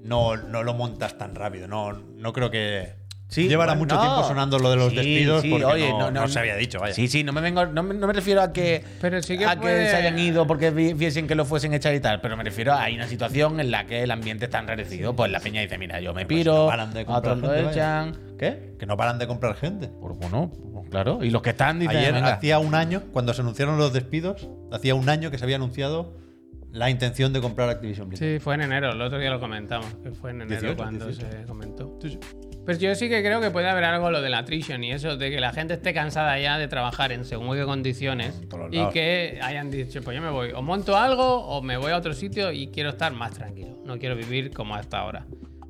S3: no, no lo montas tan rápido. No, no creo que.
S2: Sí,
S3: Llevará
S2: bueno,
S3: mucho
S2: no.
S3: tiempo sonando lo de los
S2: Sí,
S3: despidos
S2: sí,
S3: porque
S2: oye,
S3: no,
S2: no, no,
S3: no se
S2: no.
S3: había dicho, vaya.
S2: Sí, sí, no me vengo, no me, no me refiero a que,
S1: Pero sí que
S2: a
S1: puede-
S2: se hayan ido porque vi- viesen que lo fuesen a echar y tal, pero me refiero a hay una situación en la que el ambiente está enrarecido, pues la peña dice, mira, yo me
S3: Pues
S2: piro,
S3: no paran de comprar
S2: otros lo
S3: gente,
S2: echan, ¿qué?
S3: Que no paran de comprar gente.
S2: Por bueno, pues claro, y los que están dicen,
S3: Ayer
S2: venga.
S3: hacía un año, cuando se anunciaron los despidos, hacía un año que se había anunciado la intención de comprar Activision Blizzard.
S1: Sí, fue en enero, el otro día lo comentamos, que fue en enero
S3: 18,
S1: cuando
S3: 18.
S1: se comentó. Pues yo sí que creo que puede haber algo lo de la attrition y eso, de que la gente esté cansada ya de trabajar en según qué condiciones
S2: En todos
S1: y
S2: lados.
S1: que hayan dicho, pues yo me voy, o monto algo o me voy a otro sitio y quiero estar más tranquilo, no quiero vivir como hasta ahora.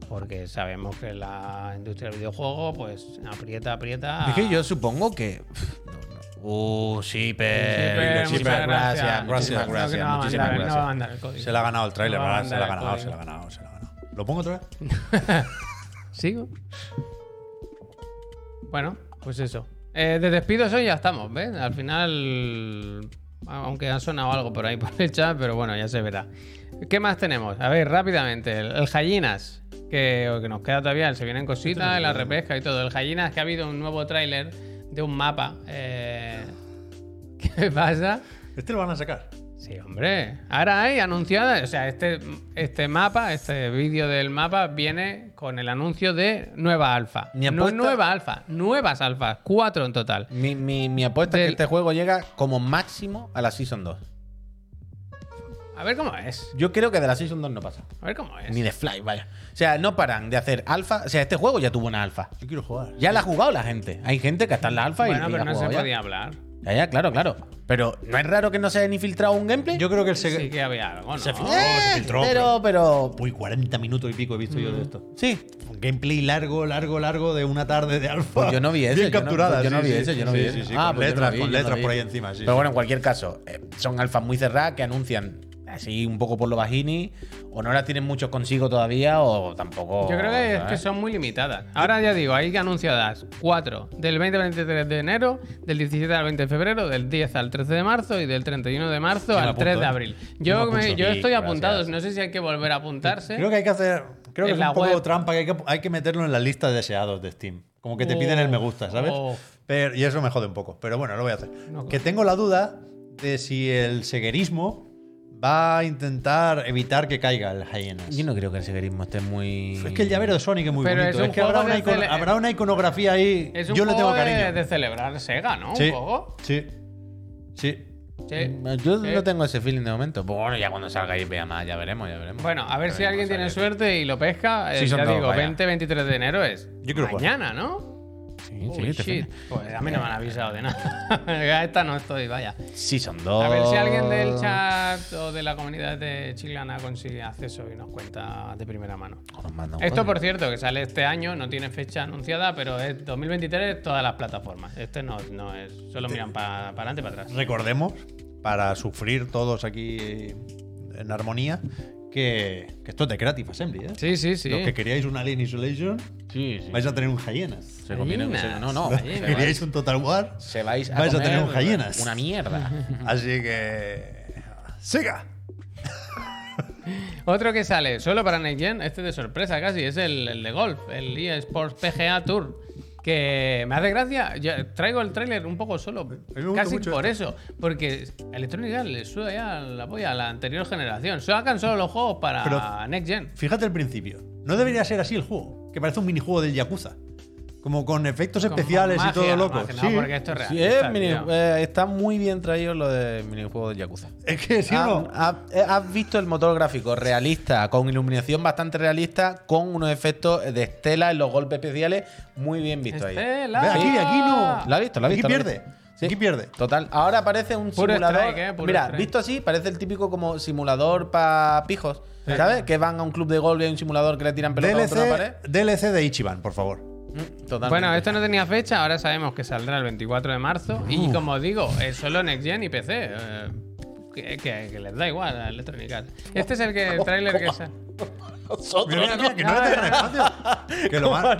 S1: Porque sabemos que la industria del videojuego, pues aprieta, aprieta. Eh,
S4: Es que yo supongo que. pff, no, no. Uh,
S1: Shipper,
S3: eh,
S4: Shipper.
S1: muchas
S2: Muchísimas gracias, muchísimas
S1: No, que
S2: gracias,
S1: no va a mandar, No va
S2: muchísimas
S1: a
S2: gracias.
S1: mandar el código.
S3: Se la ha ganado el tráiler,
S1: No va a
S3: ¿verdad? Se la ha
S1: mandar el
S3: ganado, se la ha
S1: código.
S3: ganado, se la ha ganado. ¿Lo pongo otra vez?
S1: ¿Sigo? Bueno, pues eso. Eh, de despidos hoy ya estamos, ¿ves? Al final, aunque ha sonado algo por ahí [LAUGHS] por el chat, pero bueno, ya se verá. ¿Qué más tenemos? A ver, rápidamente. El, el Gallinas, que, o que nos queda todavía, se vienen cositas, la repesca y todo. El Gallinas, que ha habido un nuevo tráiler de un mapa. eh, [LAUGHS] ¿Qué pasa?
S3: Este lo van a sacar.
S1: Sí, hombre. Ahora hay anunciada, o sea, este, este mapa, este vídeo del mapa viene con el anuncio de nueva alfa.
S2: Mi
S1: No
S2: apuesta-
S1: nueva alfa, nuevas alfas, cuatro en total.
S2: Mi, mi- mi apuesta es
S1: Del-
S2: que este juego llega como máximo a la Season 2.
S1: A ver cómo es.
S2: Yo creo que de la Season 2 no pasa.
S1: A ver cómo es.
S2: Ni de Fly, vaya. O sea, no paran de hacer alfa. O sea, este juego ya tuvo una alfa.
S3: Yo quiero jugar.
S2: Ya la ha jugado la gente. Hay gente que está en la alfa y-
S1: bueno,
S2: y,
S1: pero
S2: la ha
S1: no se
S2: jugado ya.
S1: podía hablar.
S2: Ya, ya, claro, claro. Pero no es raro que no se hayan infiltrado un gameplay.
S3: Yo creo que el seg-
S1: Sí que había algo, ¿no?
S2: Eh,
S3: se filtró,
S2: pero, pero.
S3: Uy, 40 minutos y pico he visto yo de esto.
S2: Sí.
S3: Un gameplay largo, largo, largo de una tarde de alfa.
S2: Pues yo no vi ese.
S3: Bien
S2: yo no-
S3: capturada.
S2: yo no
S3: sí,
S2: vi
S3: sí.
S2: ese, yo no
S3: Sí,
S2: vi
S3: sí,
S2: ese.
S3: sí,
S2: Ah,
S3: con
S2: pues yo no
S3: letras,
S2: vi,
S3: con
S2: yo no
S3: letras
S2: vi.
S3: por ahí encima. Sí,
S2: Pero
S3: sí.
S2: bueno, en cualquier caso, eh, son alfas muy cerradas que anuncian así un poco por lo bajini. O no las tienen muchos consigo todavía, o tampoco. ¿eh?
S1: Yo creo que es
S2: ¿sabes?
S1: que son muy limitadas. Ahora ya digo, hay anunciadas 4 del 20 al 23 de enero, del 17 al 20 de febrero, del 10 al 13 de marzo y del 31 de marzo
S3: me
S1: al
S3: apunto,
S1: 3 de
S3: ¿eh?
S1: abril.
S2: Yo
S1: Yo,
S2: me
S1: me-
S2: apunto.
S1: yo
S2: Sí,
S1: estoy apuntado,
S2: gracias.
S1: no sé si hay que volver a apuntarse.
S3: Creo que hay que hacer.
S1: En
S3: Creo que es
S1: la
S3: un poco
S1: web.
S3: trampa que hay, que hay que meterlo en la lista de deseados de Steam. Como que te piden el me gusta, ¿sabes?
S1: Oh.
S3: Pero, y eso me jode un poco. Pero bueno, lo voy a hacer.
S1: No.
S3: que tengo la duda de si el seguerismo va a intentar evitar que caiga el Hyenas.
S2: Yo no creo que el seguerismo esté muy.
S3: Es que el llavero de Sonic es muy
S1: Pero
S3: bonito.
S1: es
S3: Es,
S1: un
S3: que habrá
S1: juego
S3: una,
S1: de
S3: icono-
S1: tele-
S3: habrá una iconografía ahí.
S1: Es un
S3: Yo le
S1: juego
S3: tengo cariño.
S1: De, de celebrar Sega, ¿no?
S3: sí,
S1: Un poco.
S3: sí. Sí.
S1: Sí.
S2: Yo
S1: Sí.
S2: no tengo ese feeling de momento. Pues bueno, ya cuando salga y vea más, ya veremos, ya veremos.
S1: Bueno, a ver si
S2: veremos,
S1: alguien tiene
S2: ver.
S1: suerte y lo pesca. Eh,
S2: Sí, son
S1: ya
S2: dos,
S1: digo,
S2: vaya.
S1: 20-23 de enero es.
S3: Yo creo que-
S1: mañana, ¿no?
S2: Sí, este
S1: Holy
S2: sí, te
S1: shit.
S2: fijas.
S1: Pues a mí no me han avisado de nada. [LAUGHS] A Esta no estoy, vaya.
S2: Season 2.
S1: A ver si alguien
S2: Oh.
S1: del chat o de la comunidad de Chiclana consigue acceso y nos cuenta de primera mano.
S2: Nos manda un
S1: Esto,
S2: código.
S1: por cierto, que sale este año, no tiene fecha anunciada, pero es 2023 todas las plataformas. Este no, no es. Solo miran para adelante y para atrás.
S3: recordemos, para sufrir todos aquí eh, en armonía, que, que esto es de Creative Assembly, ¿eh?
S1: Sí, sí, sí.
S3: Los que queríais un Alien Isolation,
S2: Sí, sí.
S3: vais a tener un Hyenas.
S2: Se conviene que se- No, no.
S1: Gallinas.
S2: se
S3: queríais un Total War,
S2: Se vais a,
S3: Vais a
S2: comer
S3: tener un gallinas.
S2: Una mierda.
S1: [LAUGHS]
S3: así que... ¡Siga!
S1: Otro que sale solo para Next Gen, este de sorpresa casi, es el, el de golf, el eSports PGA Tour. Que me hace gracia, yo traigo el tráiler un poco solo,
S3: me gusta
S1: casi
S3: mucho este.
S1: por eso, porque Electronic Arts le suda ya la polla a la anterior generación. Sacan solo los juegos para
S3: Pero-
S1: Next Gen.
S3: Fíjate el principio. No debería ser así el juego, que parece un minijuego del Yakuza. Como con efectos
S1: Como
S3: especiales
S1: magia,
S3: y todo loco.
S1: magia,
S3: Sí.
S1: No, porque esto es real.
S2: Sí, eh, mini- eh, está muy bien traído lo de minijuego del Yakuza.
S3: Es que sí o
S1: Ah,
S2: Han-
S3: no.
S2: ha- eh, Has visto el motor gráfico realista, con iluminación bastante realista, con unos efectos de estela en los golpes especiales muy bien visto ahí.
S1: Estela.
S3: Ve, aquí, aquí no.
S2: ¿Lo has visto? ¿Lo has
S3: Aquí
S2: visto? ¿Lo has
S3: pierde.
S2: visto? Sí.
S3: Aquí pierde.
S2: Total. Ahora parece un
S1: Puro
S2: simulador.
S1: strike, eh, puro
S2: Mira,
S1: strike.
S2: visto así, parece el típico como simulador para pijos. ¿Sabes? Que van a un club de golf y hay un simulador que le tiran pelota contra una pared.
S3: DLC, DLC de Ichiban, por favor.
S2: Mm, Totalmente.
S1: Bueno, esto no tenía fecha, ahora sabemos que saldrá el 24 de marzo. Y como digo, es solo Next Gen y PC. eh, que, que- que les da igual a Electronic Arts. Este es el que
S3: [LAUGHS]
S1: el tráiler que sale.
S3: Mira, mira, mira, que no le tengan espacio. Que lo, van,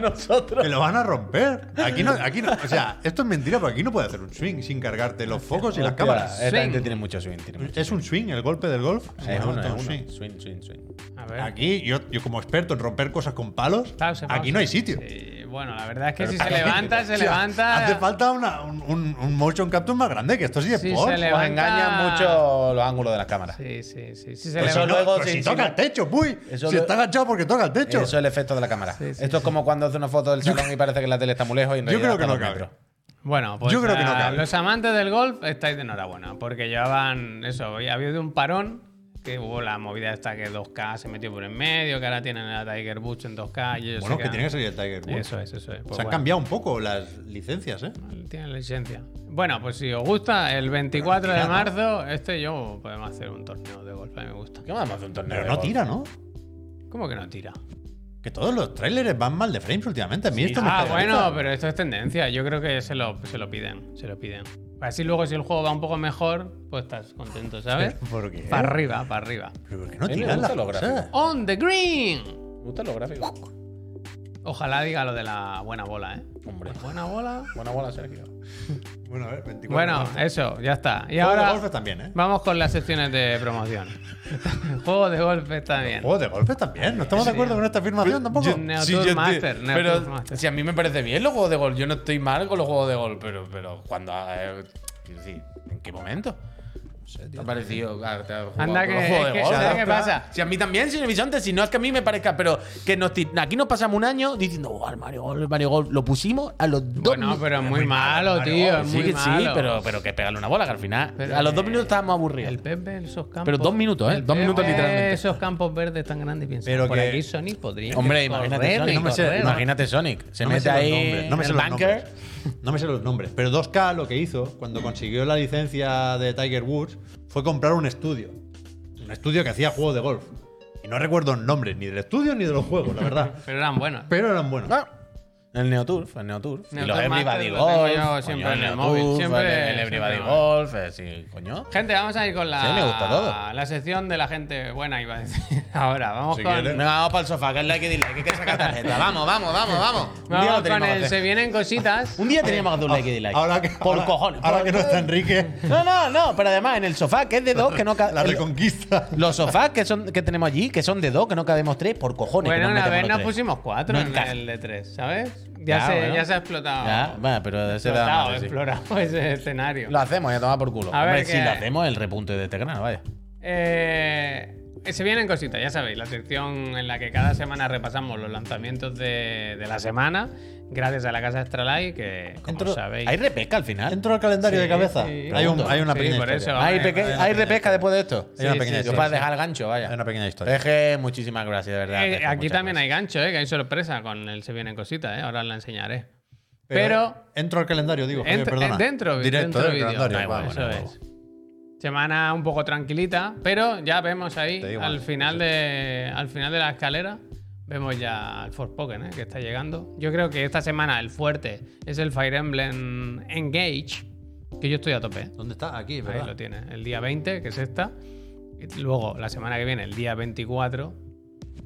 S3: que lo van a romper. Aquí no, aquí no. O sea, esto es mentira, porque aquí no puede hacer un swing sin cargarte los focos y las
S2: Hostia,
S3: cámaras.
S2: Esta
S1: Swing.
S2: gente tiene mucho swing. Tiene mucho.
S3: Es un swing, el golpe del golf.
S2: Es
S3: No,
S2: uno,
S3: no,
S2: es
S3: no,
S2: uno.
S3: sí.
S2: Swing, swing, swing.
S1: A ver.
S3: Aquí, yo, yo como experto en romper cosas con palos,
S1: Pause, pause.
S3: aquí no hay sitio.
S1: Sí, bueno, la verdad es que si se
S3: Aquí-
S1: levanta, se
S3: o sea,
S1: levanta.
S3: Hace falta una- un, un- un motion capture más grande, que esto sí es
S1: Sí,
S3: por.
S1: se le-
S2: Os
S1: Levanta-
S2: engañan mucho los ángulos de las cámaras.
S1: Ah. Sí, sí, sí. Si se
S3: Pero Pues si
S1: levanta.
S3: no-
S2: Eso luego,
S3: pero
S2: sí,
S3: si
S2: sí,
S3: toca
S2: no.
S3: el techo, uy.
S2: Eso
S3: si
S2: lo-
S3: está agachado porque toca el techo.
S2: Eso es el efecto de la cámara.
S1: Sí, sí,
S2: Esto es como cuando hace una foto del salón y parece que la tele está muy lejos y en
S3: Yo creo
S2: realidad
S3: que
S2: está
S3: no
S2: a dos
S3: cabe.
S2: metros.
S1: Bueno, pues
S3: Yo creo que no
S1: a
S3: cabe.
S1: los amantes del golf estáis de enhorabuena, porque llevaban eso, había habido un parón que hubo la movida esta que 2K se metió por en medio, que ahora tienen a Tiger Woods en 2K. Y ellos
S3: Bueno,
S1: se
S3: que
S1: quedan-
S3: tiene que salir el Tiger Woods.
S1: Eso es, eso es.
S3: Se
S1: Pues
S3: han
S1: bueno.
S3: cambiado un poco las licencias, ¿eh?
S1: Tiene licencia. Bueno, pues si os gusta, el 24 de marzo, este yo podemos hacer un torneo de golf, a mí me gusta.
S2: ¿Qué vamos a hacer un torneo?
S3: Pero
S2: de
S3: no
S2: golf?
S3: tira, ¿no?
S1: ¿Cómo que no tira?
S3: Que todos los trailers van mal de frames últimamente. A mí esto me
S1: Ah,
S3: escandaliza.
S1: bueno, pero esto es tendencia. Yo creo que se lo, se lo piden, se lo piden. Así luego si el juego va un poco mejor, pues estás contento, ¿sabes?
S3: ¿Por qué?
S1: Para arriba, para arriba.
S3: Pero ¿por qué no
S2: A mí me
S3: tiran las
S2: gustan los
S3: cosas?
S2: gráficos.
S1: On the green.
S2: Me gustan los gráficos.
S1: Ojalá diga lo de la buena bola, ¿eh?
S2: Hombre.
S1: Buena bola.
S2: Buena bola, Sergio.
S3: Bueno, a ver, 24.
S1: Bueno, eso, ya está. Y
S3: Juego de
S1: ahora
S3: golfes también, ¿eh?
S1: vamos con las secciones de promoción. [LAUGHS] Juego de golf también.
S3: Juegos de golfes también. ¿No estamos de acuerdo con esta afirmación tampoco?
S2: Yo-
S1: Neo
S2: sí,
S1: Tour
S2: yo te-
S1: Master, Neo
S2: pero
S1: Tour Master.
S2: si a mí me parece bien los juegos de gol, yo no estoy mal con los juegos de gol, pero, pero cuando. eh, quiero decir, ¿en qué momento? ¿Te ha parecido? ah, te ha jugado
S1: Anda
S2: con
S1: que-
S2: los juegos
S1: es
S2: de
S1: que-
S2: gol?
S1: ¿sabes
S2: Ah,
S1: qué
S2: claro.
S1: pasa?
S2: Si a mí también, señor Bisonte, si no es que a mí me parezca, pero que nos ti- aquí nos pasamos un año diciendo, oh, el Mario Golf, el Mario Golf, lo pusimos a los dos
S1: Bueno,
S2: minutos.
S1: pero es muy malo, tío. Es
S2: sí,
S1: muy
S2: que sí,
S1: malo.
S2: pero, pero que pegarle una bola, que al final.
S1: Pero
S2: a los dos
S1: que-
S2: minutos estábamos aburridos.
S1: El Pepe, esos campos.
S2: Pero dos minutos, ¿eh?
S1: el
S2: Dos minutos
S1: Pepe,
S2: literalmente.
S1: Esos campos verdes tan grandes, piensa.
S3: Pero
S1: por
S3: que-
S1: aquí Sony podría.
S2: Hombre, imagínate,
S1: correr
S2: Sonic,
S1: y
S2: no me sé-
S1: correr.
S2: imagínate Sonic. Se
S3: No me
S2: mete
S3: sé los
S2: ahí
S3: nombres, no me
S2: en
S3: sé
S2: el
S3: los
S2: bunker.
S3: nombres. No me sé los nombres. Pero 2K lo que hizo cuando consiguió la licencia de Tiger Woods fue comprar un estudio. Un estudio que hacía juegos de golf. Y no recuerdo nombres ni del estudio ni de los juegos, la verdad.
S1: [LAUGHS] Pero eran buenos.
S3: Pero eran buenos.
S2: El Neoturf, el Neoturf.
S1: Neoturf
S2: y los Everybody
S1: Master lo tengo
S2: Golf.
S1: yo
S2: coño,
S1: siempre en el
S2: Neoturf,
S1: móvil, siempre-
S2: el, el
S1: siempre
S2: Everybody
S1: en el
S2: Golf, eh, sí, coño.
S1: Gente, vamos a ir con la,
S2: Sí, me gusta todo.
S1: la sección de la gente buena, iba a decir. [LAUGHS] Ahora, vamos
S3: Si
S1: con,
S3: quieres.
S2: Venga, vamos para el sofá, que es la que dile, que hay que sacar tarjeta. Vamos, vamos, vamos, vamos. Un día lo
S1: vamos con
S2: tenemos que
S1: el Se
S2: hacer.
S1: vienen cositas.
S2: [LAUGHS] Un día teníamos que hacer un like y dislike.
S3: Ahora que,
S2: Por
S3: ahora-
S2: cojones.
S3: Ahora
S2: por-
S3: que no está Enrique,
S2: No, no, no, pero además en el sofá, que es de dos, que no ca-
S3: la
S4: [LAUGHS]
S2: el-
S3: reconquista.
S2: Los sofás que, son, que tenemos allí, que son de dos, que no cabemos tres, por cojones. que
S1: Bueno,
S2: nos
S1: una
S2: metemos
S1: vez
S2: los
S1: nos
S2: tres.
S1: pusimos cuatro
S2: No
S1: en
S2: encaja.
S1: el de tres, ¿sabes? Ya,
S2: Ya,
S1: se,
S2: bueno.
S1: ya se ha explotado.
S2: Ya, va, pero ese da
S1: explotado,
S2: madre, sí.
S1: explorado [LAUGHS] ese escenario.
S2: Lo hacemos, ya toma por culo.
S1: A
S2: Hombre,
S1: ver
S2: si
S1: qué-
S2: lo hacemos, el repunte de Tegrana, vaya.
S1: Eh, se vienen cositas, ya sabéis, la sección en la que cada semana repasamos los lanzamientos de, de la semana, gracias a la casa Astralife, que como
S2: Entro-
S1: sabéis.
S2: Hay repesca al final.
S3: Entro al calendario de cabeza.
S1: sí.
S3: Hay, un-
S2: Pregunto.
S3: hay una
S1: Sí,
S3: pequeña
S1: por
S3: historia.
S1: eso. eh,
S2: Hay,
S1: Hay
S2: peque-
S1: una
S2: hay repesca después de esto.
S3: Hay una
S1: Sí,
S3: pequeña
S1: sí,
S2: Yo
S1: sí,
S3: historia.
S2: para dejar el gancho, vaya.
S3: Hay una pequeña historia.
S2: Peje, muchísimas gracias, de verdad.
S1: Eh,
S2: Peje,
S1: aquí
S2: muchas
S1: también
S2: gracias.
S1: hay gancho, eh, que hay sorpresa con el Se vienen cositas, eh, ahora la enseñaré.
S3: Pero,
S1: Pero,
S3: entro al calendario, digo, Javier,
S1: Entra- eh,
S3: perdona.
S1: dentro,
S3: Directo
S1: dentro
S3: del
S1: vídeo.
S3: calendario.
S1: Da igual,
S3: vale,
S1: eso
S3: vale,
S1: es. semana un poco tranquilita, pero ya vemos ahí
S3: Da igual,
S1: al final de al final de la escalera vemos ya al Forspoken, ¿eh? que está llegando. Yo creo que esta semana el fuerte es el Fire Emblem Engage, que yo estoy a tope. ¿eh?
S3: ¿Dónde está? Aquí,
S1: Ahí
S3: ¿verdad?
S1: lo tiene. El día 20, que es esta. Y Luego, la semana que viene, el día 24,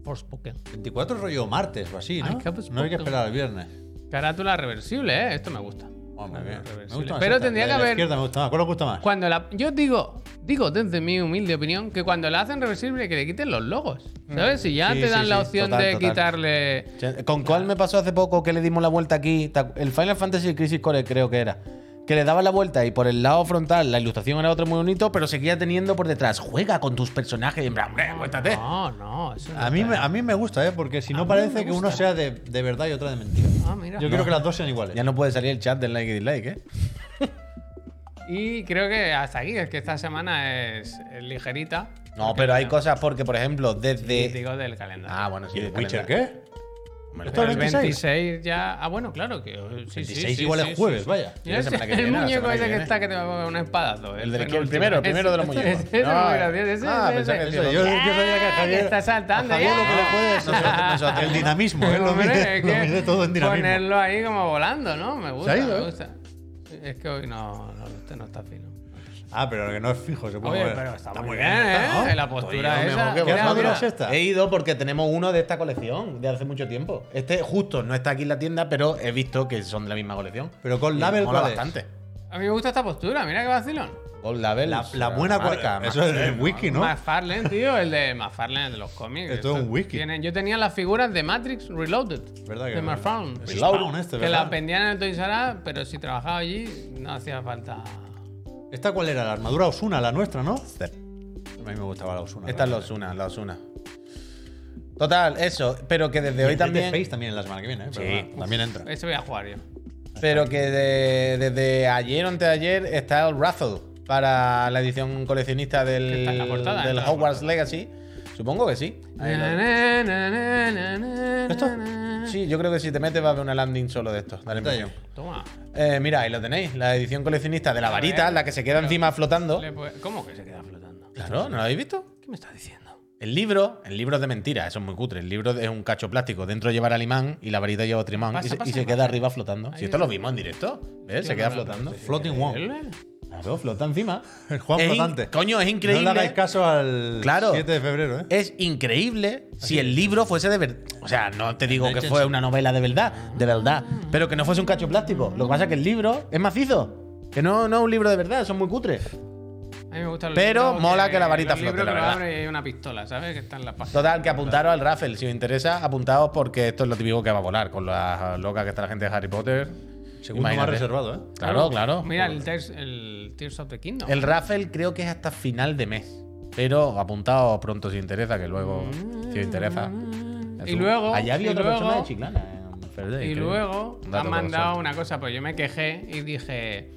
S1: Forspoken.
S3: 24 rollo martes o así,
S1: Ay,
S3: ¿no?
S1: qué pues
S3: No hay que
S1: poco.
S3: esperar al viernes.
S1: Carátula reversible, ¿eh? Esto me gusta.
S3: Hombre, bien. Me gusta
S1: Reversible.
S3: más
S1: Pero
S3: esta.
S1: tendría
S3: La
S1: que
S3: de la
S1: haber-
S3: izquierda me gusta más. ¿Cuál os gusta más?
S1: Cuando la, yo digo, digo desde mi humilde opinión, que cuando la hacen reversible que le quiten los logos. ¿Sabes? Si ya
S3: Mm. Sí,
S1: te
S3: sí,
S1: dan
S3: sí,
S1: la opción
S3: total,
S1: de
S3: total.
S1: quitarle.
S2: Che, ¿Con cuál me pasó hace poco que le dimos la vuelta aquí? Ta- El Final Fantasy Crisis Core, creo que era. Que le daba la vuelta y por el lado frontal la ilustración era otro muy bonito, pero seguía teniendo por detrás. Juega con tus personajes. En plan, hombre, vuéltate.
S1: No, no, eso no
S3: A mí,
S1: está
S3: me,
S1: bien.
S3: a mí me gusta, ¿eh? Porque si
S1: Ah. A
S3: no
S1: mí
S3: parece
S1: me
S3: que uno
S1: gusta.
S3: sea de, de verdad y otra de mentira.
S1: Ah, mira.
S3: Yo quiero que las dos sean iguales.
S2: Ya no puede salir el chat del like y dislike, ¿eh?
S1: Y creo que hasta aquí, es que esta semana es, es ligerita.
S2: No,
S1: Porque
S2: pero hay
S1: no-
S2: cosas porque, por ejemplo,
S1: y
S2: desde.
S1: Digo del calendario.
S2: Ah, bueno, sí.
S3: ¿Y de
S2: el
S3: Witcher
S2: calendario.
S3: qué?
S2: Hombre,
S1: Pero el
S3: 26.
S1: 26 ya. Ah, bueno, claro que. Sí,
S3: 26 igual es jueves, vaya.
S1: Mira
S2: La
S1: ese-
S2: semana que
S1: el
S2: viene, la
S1: muñeco
S2: semana
S1: ese
S2: que
S1: que
S2: viene.
S1: está que te va a poner un espadazo.
S2: El del-
S1: penúltimo.
S2: el primero, el primero de los
S1: Ese-
S2: muñecos.
S1: ese es
S2: No,
S1: muy gracioso, ese-
S2: ah,
S1: ese-
S2: pensaba
S1: ese.
S2: que
S3: Yo, yo sabía que
S1: Ah, que
S3: Javier.
S1: está saltando,
S3: a Javier
S1: ya.
S3: lo que le puede es
S2: Nosotros-
S1: [LAUGHS]
S2: nosotros-
S3: el dinamismo, ¿eh? Lo
S1: Hombre,
S3: mide,
S1: es
S3: lo
S1: que
S3: mide todo en dinamismo.
S1: Ponerlo ahí como volando, ¿no? Me gusta,
S3: Se ha ido,
S1: me
S3: ¿eh?
S1: gusta. Es que hoy no, no, usted no está fino.
S3: Ah, pero que no es fijo, se puede
S1: Oye,
S3: mover.
S1: pero está, muy bien, ¿eh?
S3: ¿no?
S1: La postura
S2: Oye,
S1: esa.
S2: hombre,
S3: ¿Qué
S1: Mira,
S3: has
S1: mira.
S3: madurado, siesta?
S2: He ido porque tenemos uno de esta colección de hace mucho tiempo. Este justo no está aquí en la tienda, pero he visto que son de la misma colección.
S3: Pero con
S2: Y
S3: label,
S2: mola
S3: ¿cuál es?
S2: bastante.
S1: A mí me gusta esta postura, mira qué vacilón.
S2: Con label.
S3: La, la buena
S2: marca.
S3: cuarta. Eso es el wiki, ¿no?
S1: McFarlane, tío, el de McFarlane, el de los cómics.
S3: Esto es un wiki.
S1: tienen- yo tenía las figuras de Matrix Reloaded.
S3: ¿Verdad que
S1: de
S3: no?
S1: McFarlane.
S3: Es Spawn este,
S1: que
S3: ¿verdad?
S1: las vendían en el Toys R Us, pero si trabajaba allí no hacía falta.
S3: ¿Esta cuál era? La armadura Osuna, la nuestra, ¿no? A mí me gustaba la Osuna.
S2: Esta es la Osuna, la Osuna. Total, eso. Pero que desde hoy también.
S3: Space también la semana que viene, ¿eh? Pero
S2: Sí.
S3: nada, también entra.
S1: Ese voy a jugar yo.
S2: Pero que de- desde ayer o antes de ayer está el Razzle.
S4: para la edición coleccionista
S1: Que
S4: del,
S1: está en la portada,
S4: del
S1: ¿eh? La
S4: Hogwarts
S1: portada.
S4: Legacy? Supongo que sí. Ahí lo-
S1: Na, na, na, na, na, na,
S4: ¿Esto?
S1: na.
S4: Sí, yo creo que si te metes va a haber una landing solo de esto, da la
S3: Detalle.
S4: impresión.
S1: Toma.
S4: Eh, mira, ahí lo tenéis, la edición coleccionista de la
S1: A ver,
S4: varita, la que se queda
S1: pero-
S4: encima flotando.
S1: Le puede- ¿Cómo que se queda flotando?
S4: Claro, ¿no lo habéis visto?
S1: ¿Qué me estás diciendo?
S4: El libro, el libro es de mentira, eso es muy cutre. El libro es un cacho plástico. Dentro llevará el imán y la varita lleva otro imán
S1: Pasa,
S4: y se, y
S1: pasa,
S4: se
S1: pasa.
S4: queda arriba flotando.
S1: Ahí
S4: si esto
S1: va.
S4: lo vimos en directo, ¿ves?
S1: Hostia,
S4: Se queda
S1: no, no,
S4: flotando.
S1: no, no,
S3: Floating one.
S1: ¿Él?
S4: Claro, flota encima.
S3: El Juan
S4: Es in-
S3: Flotante.
S4: Coño, es
S3: No le
S4: increíble.
S3: hagáis caso al
S4: Claro.
S3: 7 de febrero, ¿eh?
S4: es increíble si el libro fuese de verdad. O sea, no te digo que
S3: Leche,
S4: fue
S3: sí.
S4: una novela de verdad, de verdad, pero que no fuese un cacho plástico. Lo que pasa es que el libro es macizo. Que no, no es un libro de verdad, son muy cutres.
S1: A mí me gusta el
S4: Pero mola que la varita flote, la verdad.
S1: Y hay una pistola, ¿sabes? Que está en la página.
S4: Total, que apuntaros al raffle. Si os interesa, apuntaos porque esto es lo típico que va a volar con las locas que está la gente de Harry Potter.
S3: Segundo más
S4: Imagínate.
S3: reservado, ¿eh?
S4: Claro, claro.
S1: Mira, el, Tears- el Tears of the Kingdom.
S4: El raffle creo que es hasta final de mes. Pero apuntaos pronto si os interesa, que luego, si os interesa.
S1: Mm. Y luego-
S4: Allá había
S1: y
S4: otra persona
S1: luego-
S4: de Chiclana. en Ferde,
S1: Y
S4: increíble.
S1: luego
S4: Un dato
S1: han
S4: para
S1: mandado
S4: vosotros.
S1: una cosa, pues yo me quejé y dije,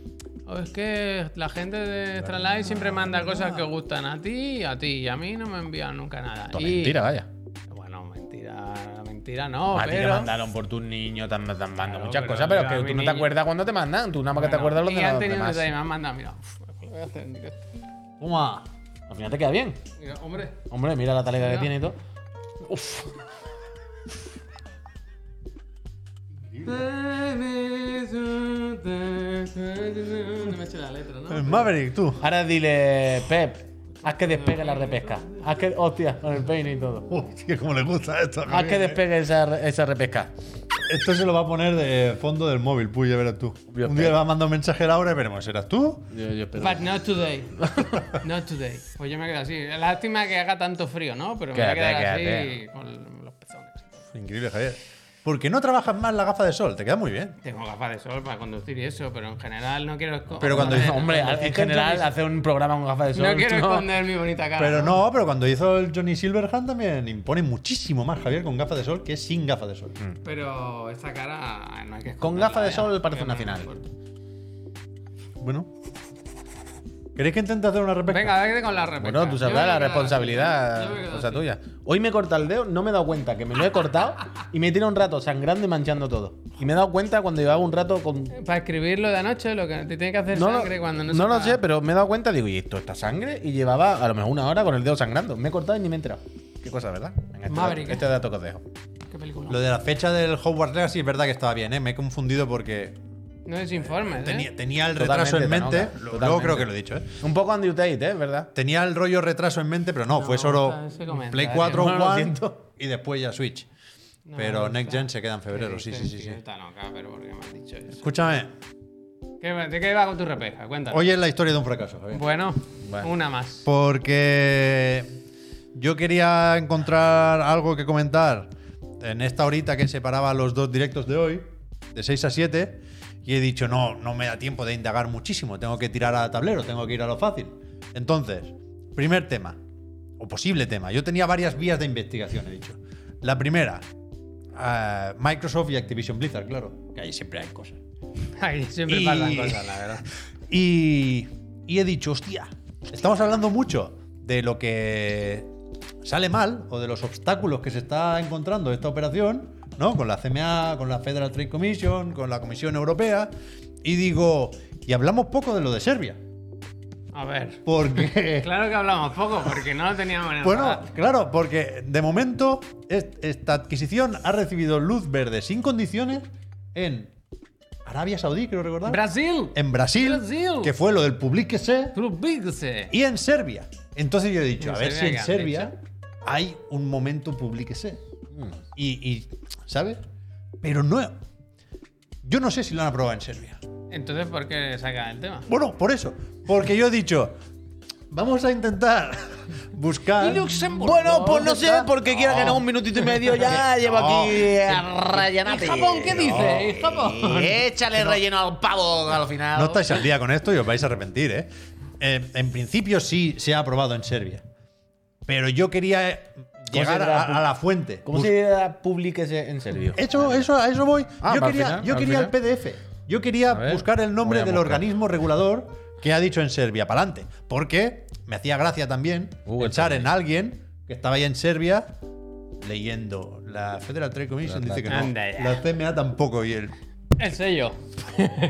S1: "Oh, es que la gente de Extra Life siempre manda cosas que gustan a ti y a ti, y a mí no me envían nunca nada.
S4: Esto es
S1: Y-
S4: mentira, vaya.
S1: Bueno, mentira, mentira no,
S4: a ti te
S1: pero...
S4: mandaron por tus niños, te han te han mandado
S1: Claro,
S4: muchas
S1: pero
S4: cosas, pero
S1: yo a
S4: que
S1: mi
S4: tú no te
S1: niño-
S4: acuerdas cuando te mandan. Tú nada más que te
S1: Bueno,
S4: acuerdas los
S1: y
S4: de
S1: han
S4: los
S1: tenido un
S4: demás.
S1: detalle, me han mandado, mira, uf, lo voy a hacer en directo.
S2: Ah.
S3: Toma.
S4: Al final te queda bien.
S1: Mira, hombre,
S4: Hombre, mira la talega que
S1: Mira.
S4: tiene y todo.
S1: No me eché la letra, ¿no?
S3: El Maverick, tú.
S4: Ahora dile, Pep, haz que despegue la repesca. Haz que, hostia, con el peine y todo.
S3: Hostia, cómo le gusta
S1: Ah,
S3: esto.
S4: Haz que despegue esa, esa repesca.
S3: Esto se lo va a poner de fondo del móvil, pues ya verás tú.
S4: Yo
S3: Un día le
S4: espero.
S3: va a mandar un mensaje a Laura y veremos, ¿serás tú?
S1: But not today. Not today. Pues yo me quedo así. Lástima que haga tanto frío, ¿no? Pero me
S4: Quédate,
S1: voy a quedar así
S4: quédate.
S1: con los pezones.
S3: Increíble, Javier. Porque no trabajas más la gafa de sol, te queda muy bien.
S1: Tengo gafas de sol para conducir y eso, pero en general no quiero esconder.
S3: Pero cuando-
S4: [LAUGHS] Hombre, en general, hacer un programa con gafas de sol.
S1: No quiero
S4: tío.
S1: esconder mi bonita cara.
S3: Pero no, pero cuando hizo el Johnny Silverhand también impone muchísimo más Javier con gafas de sol que sin gafas de sol.
S4: Mm.
S1: Pero esta cara ah, no hay que esconderla.
S4: Con gafas de
S1: ya.
S4: sol parece una
S1: Que no me
S4: final.
S1: importa.
S3: Bueno. ¿Queréis que intente hacer una repesca?
S1: Venga, vete con la repesca.
S4: Bueno, tú sabrás la responsabilidad,
S1: O
S4: cosa tuya. Hoy me he cortado el dedo, no me he dado cuenta que me lo he cortado y me he tirado un rato sangrando y manchando todo. Y me he dado cuenta cuando llevaba un rato con.
S1: Para escribirlo de anoche, lo que te tiene que hacer
S4: No,
S1: sangre
S4: lo,
S1: cuando no
S4: no lo
S1: sepa-
S4: sé, pero me he dado cuenta, digo, ¿y esto está sangre? Y llevaba a lo mejor una hora con el dedo sangrando. Me he cortado y ni me he enterado. Qué cosa, ¿verdad? Venga, este,
S1: Maverick,
S4: dato- este
S1: ¿eh?
S4: dato que os dejo.
S1: ¿Qué película?
S3: Lo de la fecha del Hogwarts Legacy es verdad que estaba bien, ¿eh? Me he confundido porque
S1: No desinformes, ¿eh?
S3: tenía, tenía el
S4: Totalmente,
S3: retraso en mente.
S4: Tanoka,
S3: Lo- Luego
S4: totalmente.
S3: creo que lo he dicho, ¿eh?
S4: Un poco Andy Tate, ¿eh? ¿Verdad?
S3: Tenía el rollo retraso en mente, pero
S1: No
S3: no, fue
S1: me gusta
S3: solo
S1: ese comentario.
S3: Play 4,
S4: No, lo
S3: One
S4: siento.
S3: y después ya Switch.
S1: No,
S3: pero
S1: no,
S3: Next
S1: está-
S3: Gen se queda en febrero, sí, sí, sí. sí.
S1: Está loca, pero ¿por qué me has dicho eso?
S3: Escúchame,
S1: ¿Qué, va- ¿De qué va con tu repeja? Cuéntanos.
S3: hoy es la historia de un fracaso, Javier.
S1: Bueno,
S4: Bueno.
S1: una más. [LAUGHS]
S3: Porque yo quería encontrar algo que comentar en esta horita que separaba los dos directos de hoy, de 6 a 7, y he dicho, no, no me da tiempo de indagar muchísimo, tengo que tirar a tablero, tengo que ir a lo fácil. Entonces, primer tema, o posible tema, yo tenía varias vías de investigación, he dicho. La primera, ah, Microsoft y Activision Blizzard, claro, que ahí siempre hay cosas.
S1: Ahí siempre
S3: Y-
S1: pasan cosas, la verdad.
S3: Y, y he dicho, hostia, estamos hablando mucho de lo que sale mal o de los obstáculos que se está encontrando esta operación, ¿no? Con la CMA, con la Federal Trade Commission, con la Comisión Europea. Y digo, y hablamos poco de lo de Serbia.
S1: A ver. [LAUGHS]
S3: Porque. [LAUGHS]
S1: Claro que hablamos poco, porque no lo teníamos en el
S3: Bueno,
S1: radar.
S3: claro, porque de momento es- esta adquisición ha recibido luz verde sin condiciones en Arabia Saudí, creo recordar.
S1: ¡Brasil!
S3: en Brasil,
S1: Brasil.
S3: que fue lo del Publíquese.
S1: ¡Rubíquese!
S3: y en Serbia. Entonces yo he dicho,
S1: ¿En
S3: a ver si
S1: Serbia
S3: en
S1: qué han
S3: Serbia hay un momento publíquese. Y, y, ¿sabes? Pero no. Yo no sé si lo han aprobado en Serbia.
S1: Entonces, ¿por qué saca el tema?
S3: Bueno, por eso. Porque yo he dicho, vamos a intentar [LAUGHS] buscar.
S2: Bueno, pues no sé,
S3: está.
S2: porque quiera que no, un minutito y
S1: [LAUGHS]
S2: medio ya llevo aquí
S4: eh,
S2: a rellenate.
S1: ¿Y Japón qué dice? ¿Y Japón?
S2: Y échale relleno al pavo al final.
S3: No estáis al día con esto y os vais a arrepentir, ¿eh? Eh, En principio sí se ha aprobado en Serbia. Pero yo quería llegar
S4: será?
S3: a, a la fuente.
S4: ¿Cómo se da publiquese en serbio?
S3: Eso, eso, a eso voy.
S4: Ah,
S3: yo
S4: va, al
S3: quería,
S4: final,
S3: yo
S4: al
S3: quería el
S4: final.
S3: PDF. Yo quería
S4: A ver,
S3: buscar el nombre
S4: voy a
S3: del
S4: buscar.
S3: organismo regulador ¿Qué ha dicho en Serbia? Pa'lante. Porque me hacía gracia también
S2: Uh,
S3: pensar
S2: el
S3: en alguien que estaba ahí en Serbia leyendo. La Federal Trade Commission dice que no.
S1: Anda ya.
S3: La CMA tampoco y él.
S1: El sello. [LAUGHS]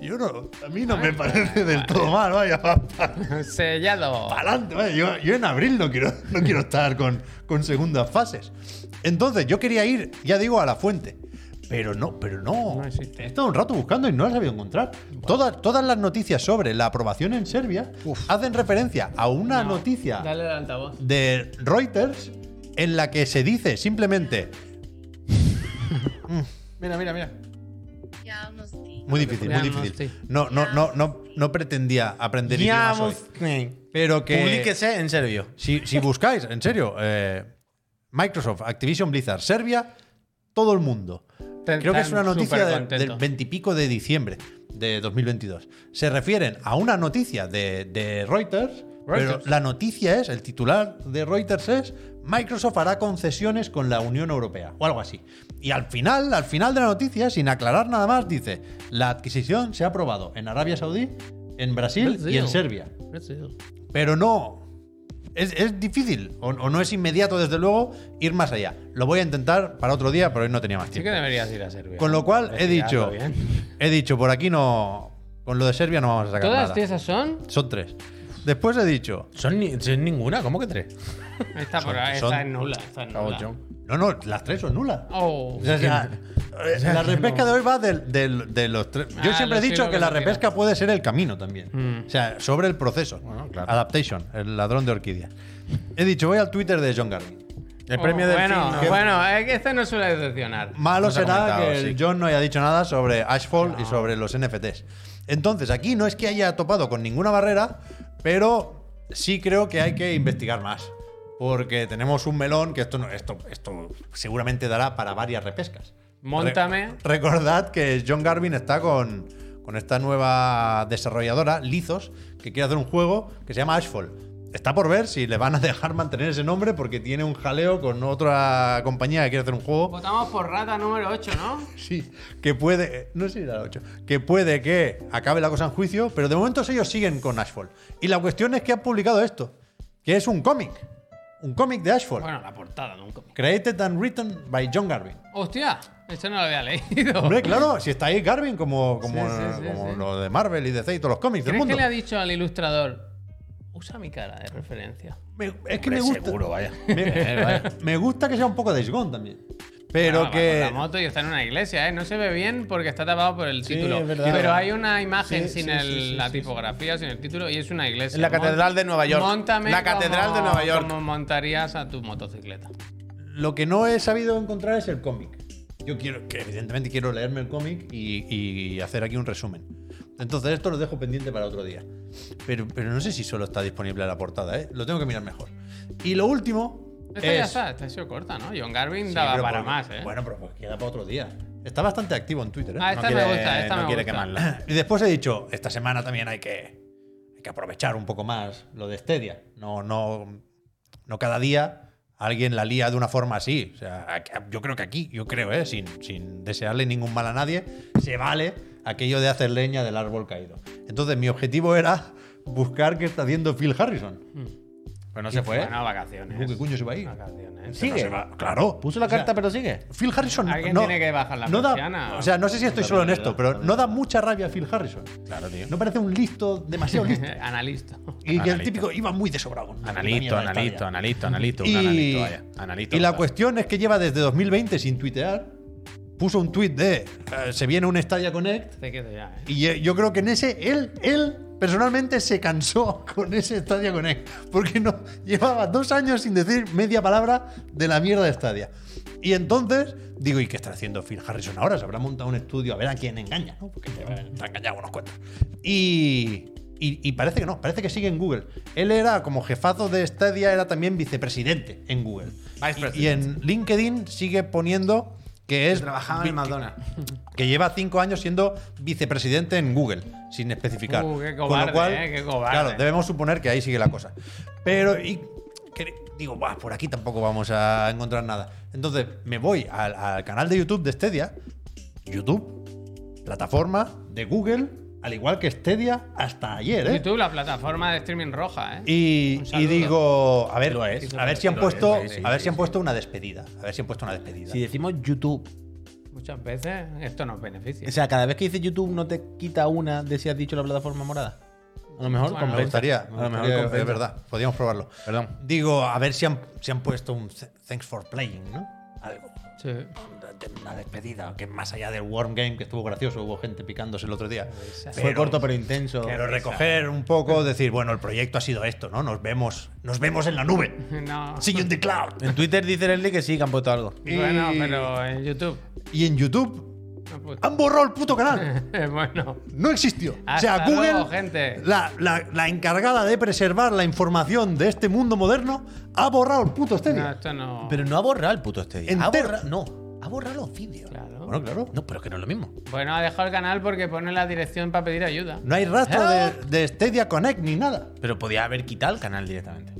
S3: Yo no, a mí no
S4: Ah.
S3: me parece del todo mal, vaya, [LAUGHS] pa- pa-
S1: Sellado.
S3: pa'lante, vaya. Yo, yo en abril no quiero, no quiero estar con, con segundas fases. Entonces, yo quería ir, ya digo, a la fuente. Pero no, pero no.
S1: No existe.
S3: He estado un rato buscando y no la sabido encontrar. Todas, todas las noticias sobre la aprobación en Serbia hacen referencia a una
S1: No,
S3: noticia
S1: Dale al altavoz.
S3: de Reuters en la que se dice simplemente.
S2: Mira, mira, mira.
S5: Javnosti.
S3: Muy difícil, muy difícil.
S1: Diagnosti.
S3: No, no, no, no, no pretendía aprender idiomas hoy. Pero que.
S2: Publíquese en serbio.
S3: Si, si buscáis, en serio, eh, Microsoft, Activision Blizzard, Serbia, todo el mundo.
S1: Te-
S3: Creo que es
S1: están
S3: una noticia de-
S1: supercontentos.
S3: del 20 y pico de diciembre de 2022. Se refieren a una noticia de, de Reuters, pero
S1: Reuters.
S3: la noticia es, el titular de Reuters es Microsoft hará concesiones con la Unión Europea o algo así. Y al final, al final de la noticia, sin aclarar nada más, dice, la adquisición se ha aprobado en Arabia Saudí, en Brasil y en
S1: Brasil.
S3: Serbia.
S1: Brasil.
S3: Pero no. Es, es difícil, o, o no es inmediato, desde luego, ir más allá. Lo voy a intentar para otro día, pero hoy no tenía más
S1: Sí
S3: tiempo.
S1: que deberías ir a Serbia.
S3: Con lo cual, he
S1: Investigarlo
S3: dicho.
S1: bien.
S3: He dicho, por aquí no. Con lo de Serbia no vamos a sacar
S1: Todas
S3: nada.
S1: esas son.
S3: Son tres. Después he dicho.
S2: Son, ni- son ninguna, ¿cómo que tres?
S1: Esta por ahí,
S3: son-
S1: esta es nula. Esta es nula.
S3: No, no, las tres son nulas.
S1: Oh.
S3: O sea,
S1: [LAUGHS]
S3: la repesca de hoy va del- del- de los tres. Yo
S1: Ah,
S3: siempre he
S1: lo
S3: dicho
S1: sigo
S3: que
S1: que
S3: la
S1: lo diga.
S3: repesca puede ser el camino también.
S1: Mm.
S3: O sea, sobre el proceso.
S2: Bueno, claro.
S3: Adaptation, el ladrón de orquídeas. He dicho, voy al Twitter de John Garvin.
S2: El
S1: Oh,
S2: premio del
S1: bueno,
S2: film, ¿no?
S1: bueno, es que este no suele decepcionar.
S3: Malo
S2: Nos ha
S3: será
S2: comentado,
S3: que el
S2: sí.
S3: John no haya dicho nada sobre Ashfall y sobre los NFTs. Entonces, aquí no es que haya topado con ninguna barrera, pero sí creo que hay que investigar más. Porque tenemos un melón que esto, no- esto, esto seguramente dará para varias repescas.
S1: Móntame.
S3: Re- recordad que John Garvin está con, con esta nueva desarrolladora, Lizos, que quiere hacer un juego que se llama Ashfall. Está por ver si le van a [LAUGHS] dejar mantener ese nombre porque tiene un jaleo con otra compañía que quiere hacer un juego
S1: Votamos por rata número 8, ¿no?
S3: Sí, que puede. No sé si era la 8. Que puede que acabe la cosa en juicio, pero de momento ellos siguen con Ashfall. Y la cuestión es que han publicado esto: que es un cómic. Un cómic de Ashfall.
S1: Bueno, la portada nunca.
S3: Created and written by John Garvin.
S1: Hostia, eso no lo había leído.
S3: Hombre, claro, si está ahí Garvin, como, como,
S1: Oh. Sí, sí, sí,
S3: como
S1: sí.
S3: lo de Marvel y DC y todos los cómics del
S1: ¿Crees
S3: mundo.
S1: que le ha dicho al ilustrador? Usa mi cara de referencia.
S3: Me- es que me gusta.
S2: seguro, vaya.
S1: [LAUGHS]
S3: Me, me gusta que sea un poco de Isgón también. Pero
S1: Ah, va
S3: que.
S1: con la moto y está en una iglesia, ¿eh? No se ve bien porque está tapado por el título.
S2: es verdad.
S1: Pero hay una imagen
S2: Sí,
S1: sin
S2: sí,
S1: el-
S2: sí, sí,
S1: la
S2: sí,
S1: tipografía, sin el título, y es una iglesia.
S2: En la Catedral de Nueva York.
S1: Móntame
S2: La Catedral
S1: como-
S2: de Nueva York.
S1: Como montarías a tu motocicleta.
S3: Lo que no he sabido encontrar es el cómic. Yo quiero, que evidentemente quiero leerme el cómic y, y hacer aquí un resumen. Entonces esto lo dejo pendiente para otro día. Pero, pero no sé si solo está disponible la portada, ¿eh? Lo tengo que mirar mejor. Y lo último
S1: Esta
S3: es...
S1: ya está, esta ha sido corta, ¿no? John Garvin
S3: Sí,
S1: daba
S3: pero
S1: para
S3: por-
S1: más, ¿eh?
S3: Bueno, pero pues queda para otro día. Está bastante activo en Twitter, ¿eh?
S1: Ah, esta me gusta, esta
S2: no
S1: me
S2: quiere
S1: gusta.
S2: quemarla.
S3: Y después he dicho, esta semana también hay que, hay que aprovechar un poco más lo de Stadia. No, no, no cada día alguien la lía de una forma así. O sea, aquí- yo creo que aquí, yo creo, ¿eh? sin, sin desearle ningún mal a nadie, se vale aquello de hacer leña del árbol caído. Entonces mi objetivo era buscar qué está haciendo Phil Harrison.
S2: Pues no se fue.
S1: Hmm. Bueno, vacaciones.
S3: ¿eh? Digo, ¿Qué coño se va a ir?
S1: Vacaciones.
S3: Sigue. claro.
S4: Puso la carta, pero sigue.
S3: Phil Harrison
S1: Alguien
S3: no,
S1: tiene que bajar la
S3: no da-
S1: persiana.
S3: O sea, no sé si estoy solo en esto, pero no da mucha rabia Phil Harrison.
S2: Claro, tío.
S3: No parece un listo, demasiado
S2: [LAUGHS]
S3: listo.
S1: [LAUGHS] Analista.
S3: Y que el
S2: Analista.
S3: típico iba muy de sobrado.
S2: Analito, analito, analito, analito,
S3: Y,
S2: un analito, vaya. Analito.
S3: y la
S2: total.
S3: cuestión es que lleva desde 2020 sin tuitear. Puso un tuit de eh, se viene un Stadia Connect.
S1: Te quedo ya, ¿eh?
S3: Y yo- yo creo que en ese, él, él personalmente se cansó [LAUGHS] con ese Stadia Connect. Porque no, llevaba dos años sin decir media palabra de la mierda de Stadia. Y entonces digo, ¿y qué está haciendo Phil Harrison ahora? Se habrá montado un estudio a ver a quién engaña, ¿no? Porque te te ha engañado unos cuantos. Y, y, y parece que no, parece que sigue en Google. Él era como jefazo de Stadia, era también vicepresidente en Google.
S2: Vice
S3: Y- Y, en LinkedIn sigue poniendo que es
S2: Trabajaba en McDonald's.
S3: que lleva cinco años siendo vicepresidente en Google, sin especificar.
S1: Uh, qué cobarde,
S3: Con lo cual,
S1: eh, qué cobarde.
S3: Claro, debemos suponer que ahí sigue la cosa. Pero, y, que- digo, "Buah, por aquí tampoco vamos a encontrar nada. Entonces, me voy al, al canal de YouTube de Stadia, YouTube, plataforma de Google, al igual que Stadia, hasta ayer, ¿eh?
S1: YouTube, la plataforma de streaming roja, ¿eh?
S3: Y,
S1: Un
S3: y
S1: saludo.
S3: digo, a ver,
S4: Lo es,
S3: a ver si han
S4: lo
S3: puesto,
S4: es, sí, sí,
S3: a ver
S4: sí,
S3: si han
S4: sí.
S3: puesto una despedida, a ver si han puesto una despedida.
S4: Si decimos YouTube,
S1: Muchas veces esto nos beneficia.
S4: o sea, cada vez que dices YouTube no te quita una de si has dicho la plataforma morada. A lo mejor
S1: Bueno,
S3: me
S4: compensa.
S3: gustaría,
S4: A lo mejor
S3: me gustaría,
S4: compensa.
S3: es verdad, podríamos probarlo.
S4: Perdón.
S3: Digo, a ver si han, si han puesto un th- thanks for playing, ¿no? Algo,
S1: Sí. [LAUGHS]
S3: una despedida, que más allá del Worm Game, que estuvo gracioso, hubo gente picándose el otro día.
S4: Fue corto pero intenso.
S3: Pero recoger un poco, decir, bueno, el proyecto ha sido esto, ¿no? Nos vemos, nos vemos en la nube.
S1: No.
S3: See you in the cloud.
S4: En Twitter dice Leslie que sí, que han puesto algo.
S1: Y Bueno, pero en YouTube.
S3: Y en YouTube
S1: no puedo-
S3: han borrado el puto canal.
S1: [LAUGHS] bueno.
S3: No existió. o sea,
S1: Hasta
S3: Google,
S1: luego, gente.
S3: La, la- la encargada de preservar la información de este mundo moderno, ha borrado el puto
S1: No,
S3: Stadia.
S1: esto no.
S4: Pero no ha borrado el puto este. Ha
S3: Entero.
S4: borrado, no, ha borrado los vídeos.
S1: Claro.
S3: Bueno, claro.
S4: No, pero es que no es lo mismo.
S1: Bueno, ha dejado el canal porque pone la dirección para pedir ayuda.
S3: No hay rastro de, de Stadia Connect ni nada.
S4: Pero podía haber quitado el canal directamente.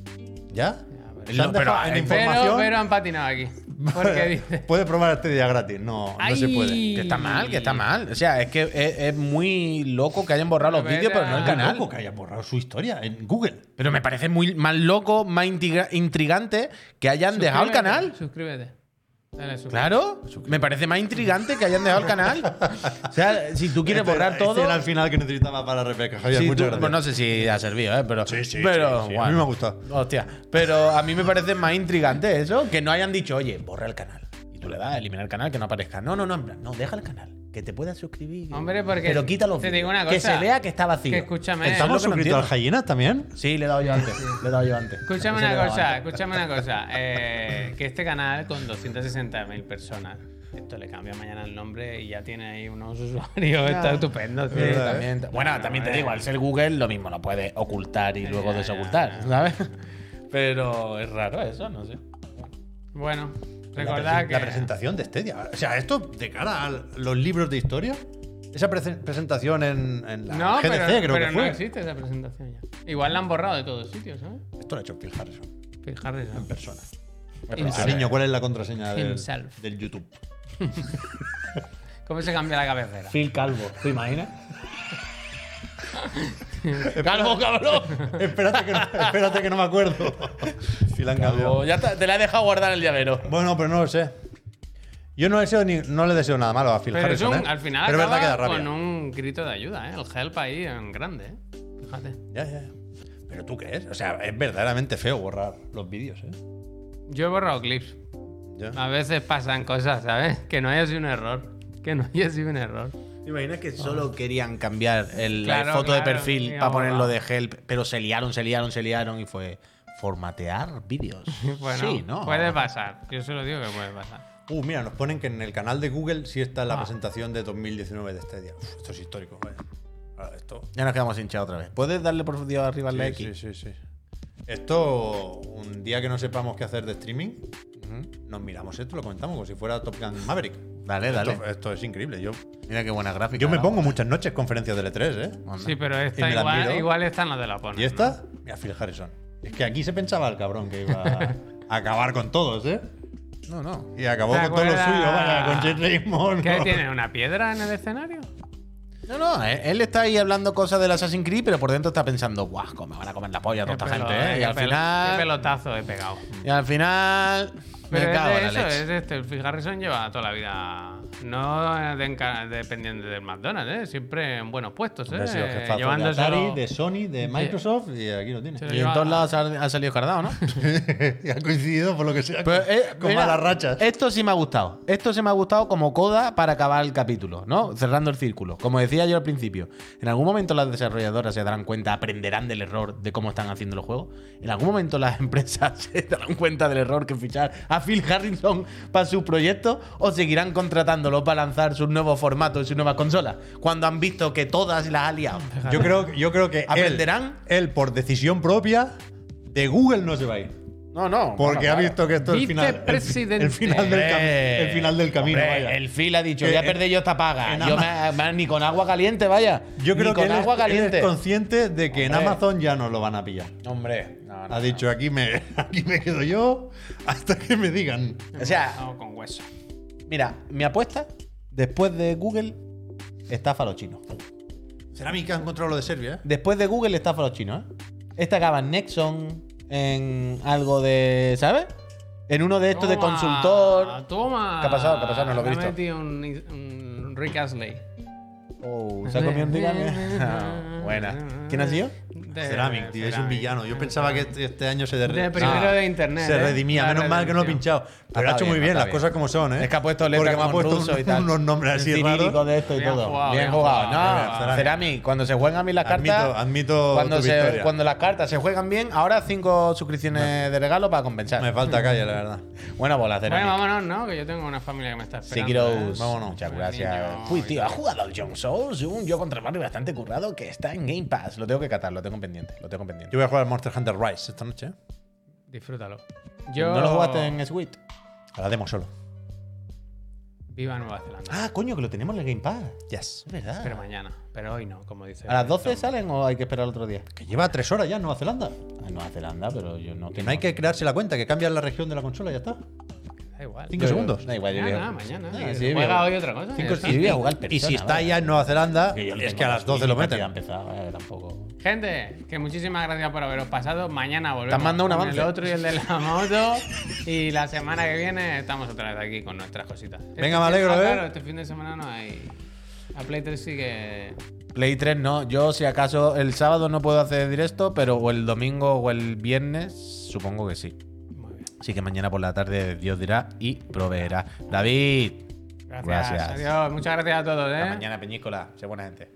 S3: ¿Ya?
S1: pero-
S3: Se han dejado
S4: Pero-
S3: en
S1: Pero,
S3: información.
S1: pero han patinado
S4: [LAUGHS]
S1: aquí.
S3: [LAUGHS]
S1: Porque dice.
S3: Puede probar Stadia gratis. No, no se
S1: ¡Ay!
S3: puede.
S4: Que está mal, que está mal. O sea, es que es, es muy loco que hayan borrado los
S1: Pero
S4: vídeos, pero
S1: vete
S4: no el
S1: a-
S4: canal.
S3: Tampoco que haya borrado su historia en Google.
S4: Pero me parece muy más loco, más intriga- intrigante que hayan dejado el
S1: suscríbete,
S4: canal.
S1: Suscríbete. Dale, suscríbete.
S4: Claro, me parece más intrigante que hayan dejado el canal. O sea, si tú quieres
S3: Este
S4: borrar
S3: era- este
S4: todo.
S3: era el final que necesitaba para Rebeca, Javier.
S4: si tú-
S3: muchas gracias.
S4: pues no sé si ha servido, ¿eh? pero.
S3: Sí, sí,
S4: pero,
S3: sí, sí, a
S4: bueno. Eh,
S3: mí me ha gustado.
S4: Hostia, pero a mí me parece más intrigante eso que no hayan dicho, oye, borra el canal. Y tú le das a eliminar el canal, que no aparezca. No, no, no, en plan, no, deja el canal. Que te puedas
S3: Ah,
S4: suscribir.
S1: Hombre, porque.
S4: Pero quítalo.
S1: Te digo una cosa.
S4: Que se vea que está vacío.
S1: que escúchame.
S4: Estamos
S3: ¿Estamos
S4: es lo que no
S3: suscritos al
S4: entiendo.
S3: Hyenas también?
S4: Sí, le he dado yo antes.
S1: [LAUGHS]
S4: Le he dado yo antes.
S1: Escúchame
S4: Eso le he
S1: una
S4: dado
S1: cosa,
S4: antes.
S1: escúchame una
S4: [LAUGHS]
S1: cosa. eh, que este canal con 260.000 personas, esto le cambia mañana el nombre y ya tiene ahí unos usuarios. Está estupendo.
S4: Sí,
S1: tío.
S4: también. Bueno, también te digo, al ser Google lo mismo lo puede ocultar y luego
S1: ya,
S4: desocultar, ¿sabes? [LAUGHS] Pero es raro eso, no sé. ¿eh?
S1: Bueno,
S3: la,
S1: recordad
S3: presen-
S1: que.
S3: la presentación de Stadia. O sea, esto de cara a los libros de historia. Esa prese- presentación en, en la
S1: No,
S3: GDC,
S1: pero,
S3: creo
S1: pero
S3: que
S1: no
S3: fue.
S1: existe esa presentación ya. Igual la han borrado de todos sitios, ¿sabes?
S3: esto lo ha hecho Phil Harrison
S1: Fijaros.
S3: en persona.
S1: Himself.
S3: Cariño, ¿cuál es la contraseña del,
S1: Himself.
S3: del YouTube? [LAUGHS]
S1: ¿Cómo se cambia la cabecera?
S4: Phil Calvo, ¿te imaginas?
S3: [LAUGHS]
S4: Calvo, cabrón.
S3: espérate, que no, espérate que no me acuerdo. [LAUGHS] Phil han cambiado.
S4: Calvo, Ya te, te la he dejado guardar el llavero.
S3: Bueno, pero no lo sé. Yo no, deseo ni, no le deseo nada malo a Phil
S1: Pero es
S3: Harrison.
S1: un-
S3: ¿eh?
S1: al final
S3: pero es verdad que da
S1: acaba
S3: rabia.
S1: con un grito de ayuda, ¿eh? El help ahí en grande, ¿eh? Fíjate.
S3: Ya, ya, ya. Pero tú crees. O sea, es verdaderamente feo borrar los vídeos, ¿eh?
S1: Yo he borrado clips.
S3: Ya.
S1: A veces pasan cosas, ¿sabes? Que no haya sido un error. Que no haya sido un error. [LAUGHS]
S4: ¿Te imaginas que solo querían cambiar el, la
S1: Claro,
S4: foto de
S1: claro,
S4: perfil
S1: sí,
S4: para ponerlo
S1: abogado.
S4: de help? Pero se liaron, se liaron, se liaron y fue formatear vídeos.
S1: [LAUGHS] Bueno,
S4: sí, ¿no?
S1: puede pasar. Yo solo digo que puede pasar.
S3: Uh, mira, nos ponen que en el canal de Google sí está
S1: Ah.
S3: la presentación de 2019 de Stadia. Uf, esto es histórico, vaya. Ahora, esto.
S4: Ya nos quedamos hinchados otra vez. ¿Puedes darle por Dios arriba al
S3: Sí,
S4: la X?
S3: sí, sí, sí. Esto, un día que no sepamos qué hacer de streaming, nos miramos esto, lo comentamos como si fuera Top Gun Maverick.
S4: Dale, dale.
S3: Esto, esto es increíble. Yo,
S4: Mira qué buena gráfica.
S3: yo me
S4: ¿no?
S3: pongo muchas noches conferencias de L3, ¿eh?
S4: Anda.
S1: Sí, pero
S3: Y
S1: esta
S3: me la miro.
S1: igual, igual esta no te la pones.
S3: ¿Y esta? Mira, Phil Harrison. Es que aquí se pensaba el cabrón que iba
S1: [LAUGHS]
S3: a acabar con todos, ¿eh?
S4: No, no.
S3: Y acabó
S1: ¿Te
S3: con todo lo suyo,
S1: acuerdas?
S3: vaya, con Jay Raymond.
S1: ¿Qué
S3: [LAUGHS] ¿no?
S1: tiene? ¿Una piedra en el escenario?
S4: No, no. eh, Él, él está ahí hablando cosas del Assassin's Creed, pero por dentro está pensando, guau, cómo me van a comer la polla toda
S1: Qué
S4: esta
S1: pelo-
S4: gente, ¿eh? Y
S1: qué
S4: al
S1: pel- Qué
S4: final.
S1: pelotazo he pegado.
S4: Y al final.
S1: Pero
S4: me
S1: es
S4: cago
S1: de
S4: en la
S1: eso,
S4: leche.
S1: es de este. Phil Harrison lleva toda la vida. No de enca- dependiente del McDonald's, ¿eh? Siempre en buenos puestos, ¿eh?
S3: Ha sido jefazo de
S1: Llevándose
S3: Atari,
S1: lo-
S3: de Sony, de Microsoft y aquí lo tiene.
S1: Se lo
S4: Y en
S1: lleva-
S4: todos lados ha, ha salido cardado, ¿no?
S1: [LAUGHS]
S3: [LAUGHS] y ha coincidido por lo que sea
S4: Pero,
S3: con,
S4: [LAUGHS] eh,
S3: con
S4: mira,
S3: malas rachas.
S4: Esto sí me ha gustado. Esto sí me ha gustado como coda para acabar el capítulo, ¿no? Cerrando el círculo. Como decía yo al principio, en algún momento las desarrolladoras se darán cuenta, aprenderán del error de cómo están haciendo los juegos. En algún momento las [LAUGHS] empresas se darán cuenta del error que fichar a Phil Harrison para su proyecto o seguirán contratándolo para lanzar sus nuevos formatos y sus nuevas consolas. Cuando han visto que todas las ha liado.
S3: Yo creo, yo creo que él-
S4: ¿Aprenderán?
S3: Él, por decisión propia, de Google no se va a ir.
S4: No, no.
S3: Porque ha visto que esto es el final, el, fi-
S1: Vicepresidente.
S3: el final del cami-
S4: Hombre,
S3: el final del camino.
S4: hombre,
S3: vaya.
S4: El Phil ha dicho,
S3: Eh,
S4: voy a
S3: eh,
S4: perder yo esta paga.
S3: en
S4: Yo me- me- ni con agua caliente, vaya.
S3: Yo creo
S4: ni
S3: que
S4: con
S3: él es-
S4: agua
S3: él
S4: caliente.
S3: es consciente de que en
S4: Hombre.
S3: Amazon ya no lo van a pillar.
S4: Hombre, no, no,
S3: Ha dicho, aquí me, [LAUGHS] aquí me quedo yo hasta que me digan.
S4: no. O sea,
S1: No, con hueso.
S4: mira, mi apuesta después de Google estafa a los chinos.
S3: Cerámica ha encontrado lo de Serbia, ¿eh?
S2: Después de Google estafa a los chinos, ¿eh? Esta acaba en Nexon, en algo de. ¿Sabes? En uno de estos de
S1: Toma,
S2: consultor.
S1: Toma.
S2: ¿Qué ha pasado? ¿Qué ha pasado? No lo he
S1: Me ha
S2: visto.
S1: metido un, un Rick Astley.
S2: Oh, se ha comido un
S4: ¿eh?
S2: digame. Buena. ¿Quién ha sido?
S1: De-
S3: Ceramic, tío, es un
S1: Ceramic.
S3: villano. Yo pensaba que este, este año se Ah.
S1: De
S3: derretía.
S1: primero de internet.
S3: Se
S1: ¿eh?
S3: redimía,
S1: La
S3: menos mal que no lo he
S1: redención.
S3: pinchado. Pero ha
S2: está
S3: hecho muy
S2: bien,
S3: bien
S2: está
S3: las
S2: bien.
S3: cosas como son, ¿eh?
S2: Es que ha puesto
S3: Porque
S2: letras
S3: me ha
S2: con
S3: puesto
S2: ruso
S3: un-
S2: y tal.
S3: [LAUGHS] unos nombres así
S2: Cirílico
S3: raros.
S2: de esto y
S1: Bien
S2: todo.
S1: jugado,
S2: bien
S1: bien
S2: jugado.
S1: jugado,
S2: No,
S1: bien
S3: jugado.
S2: Cerami, cuando se juegan a mí las
S3: Admito-
S2: cartas.
S3: admito
S2: cuando,
S3: tu
S2: se-
S3: victoria.
S2: cuando las cartas se juegan bien, ahora cinco suscripciones de regalo para compensar.
S3: Me falta calle, la verdad.
S2: Buena bola,
S1: Bueno,
S2: Cerami.
S1: vámonos, ¿no? Que yo tengo una familia que me está esperando.
S2: Sekiros,
S1: ¿eh?
S2: vámonos, muchas
S1: Buen
S2: gracias.
S1: niño
S2: Uy,
S1: y
S2: tío,
S1: tal.
S2: ha jugado al John Souls, un yo contra Mario bastante currado que está en Game Pass. Lo tengo que catar, lo tengo pendiente, lo tengo pendiente.
S3: Yo voy a jugar al Monster Hunter Rise esta noche, ¿eh?
S1: Disfrútalo. Yo...
S2: ¿No lo jugaste en Switch?
S3: A la demo solo.
S1: Viva Nueva Zelanda.
S2: Ah, coño, que lo tenemos en el Game Pass.
S3: Yes.
S2: Es verdad.
S1: Pero mañana. Pero hoy no, como dice.
S2: ¿A las 12 salen o hay que esperar otro día?
S3: Que lleva tres horas ya en Nueva Zelanda.
S2: A Nueva Zelanda, pero yo no
S3: Que
S2: tengo.
S3: no hay que crearse la cuenta, que cambias la región de la consola y ya está.
S1: Da igual.
S3: Cinco segundos.
S2: Da igual, yo voy
S1: Mañana,
S2: a-
S1: mañana.
S2: Ah,
S1: que
S2: sí, voy
S1: juega
S2: a-
S1: hoy otra cosa.
S2: Cinco-
S1: ya está.
S2: sí, voy a jugar
S3: Y si
S2: persona,
S3: está
S2: vale.
S3: ya en Nueva Zelanda,
S2: yo no
S3: es
S2: tengo
S3: que a las 12 lo
S2: Switch, ni partida
S3: meten.
S2: empezada, eh, tampoco.
S1: Gente, que muchísimas gracias por haberos pasado. Mañana volvemos.
S2: Te han mandado un
S1: con
S2: avance.
S1: El otro y el de la moto. y la semana que viene estamos otra vez aquí con nuestras cositas. Este
S3: me
S1: fin-
S3: alegro,
S1: ah,
S3: ¿eh?
S1: Claro, este fin de semana no hay. A Play 3 sí que.
S2: Play 3 no, yo si acaso el sábado no puedo hacer directo, pero o el domingo o el viernes supongo que sí.
S1: Muy bien.
S2: Así que mañana por la tarde Dios dirá y proveerá. David,
S1: Gracias.
S2: Gracias.
S1: Adiós. Muchas gracias a todos,
S2: hasta
S1: ¿eh?
S2: mañana Peñíscola, sé buena gente.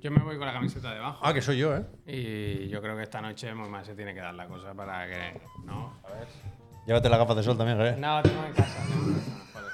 S1: Yo me voy con la camiseta debajo.
S3: Ah, que soy yo, ¿eh?
S1: Y yo creo que esta noche muy mal se tiene que dar la cosa para que. ¿No? A ver.
S3: Llévate las gafas de sol también, ¿eh?
S1: No, tengo en casa. tengo en casa, no puedo.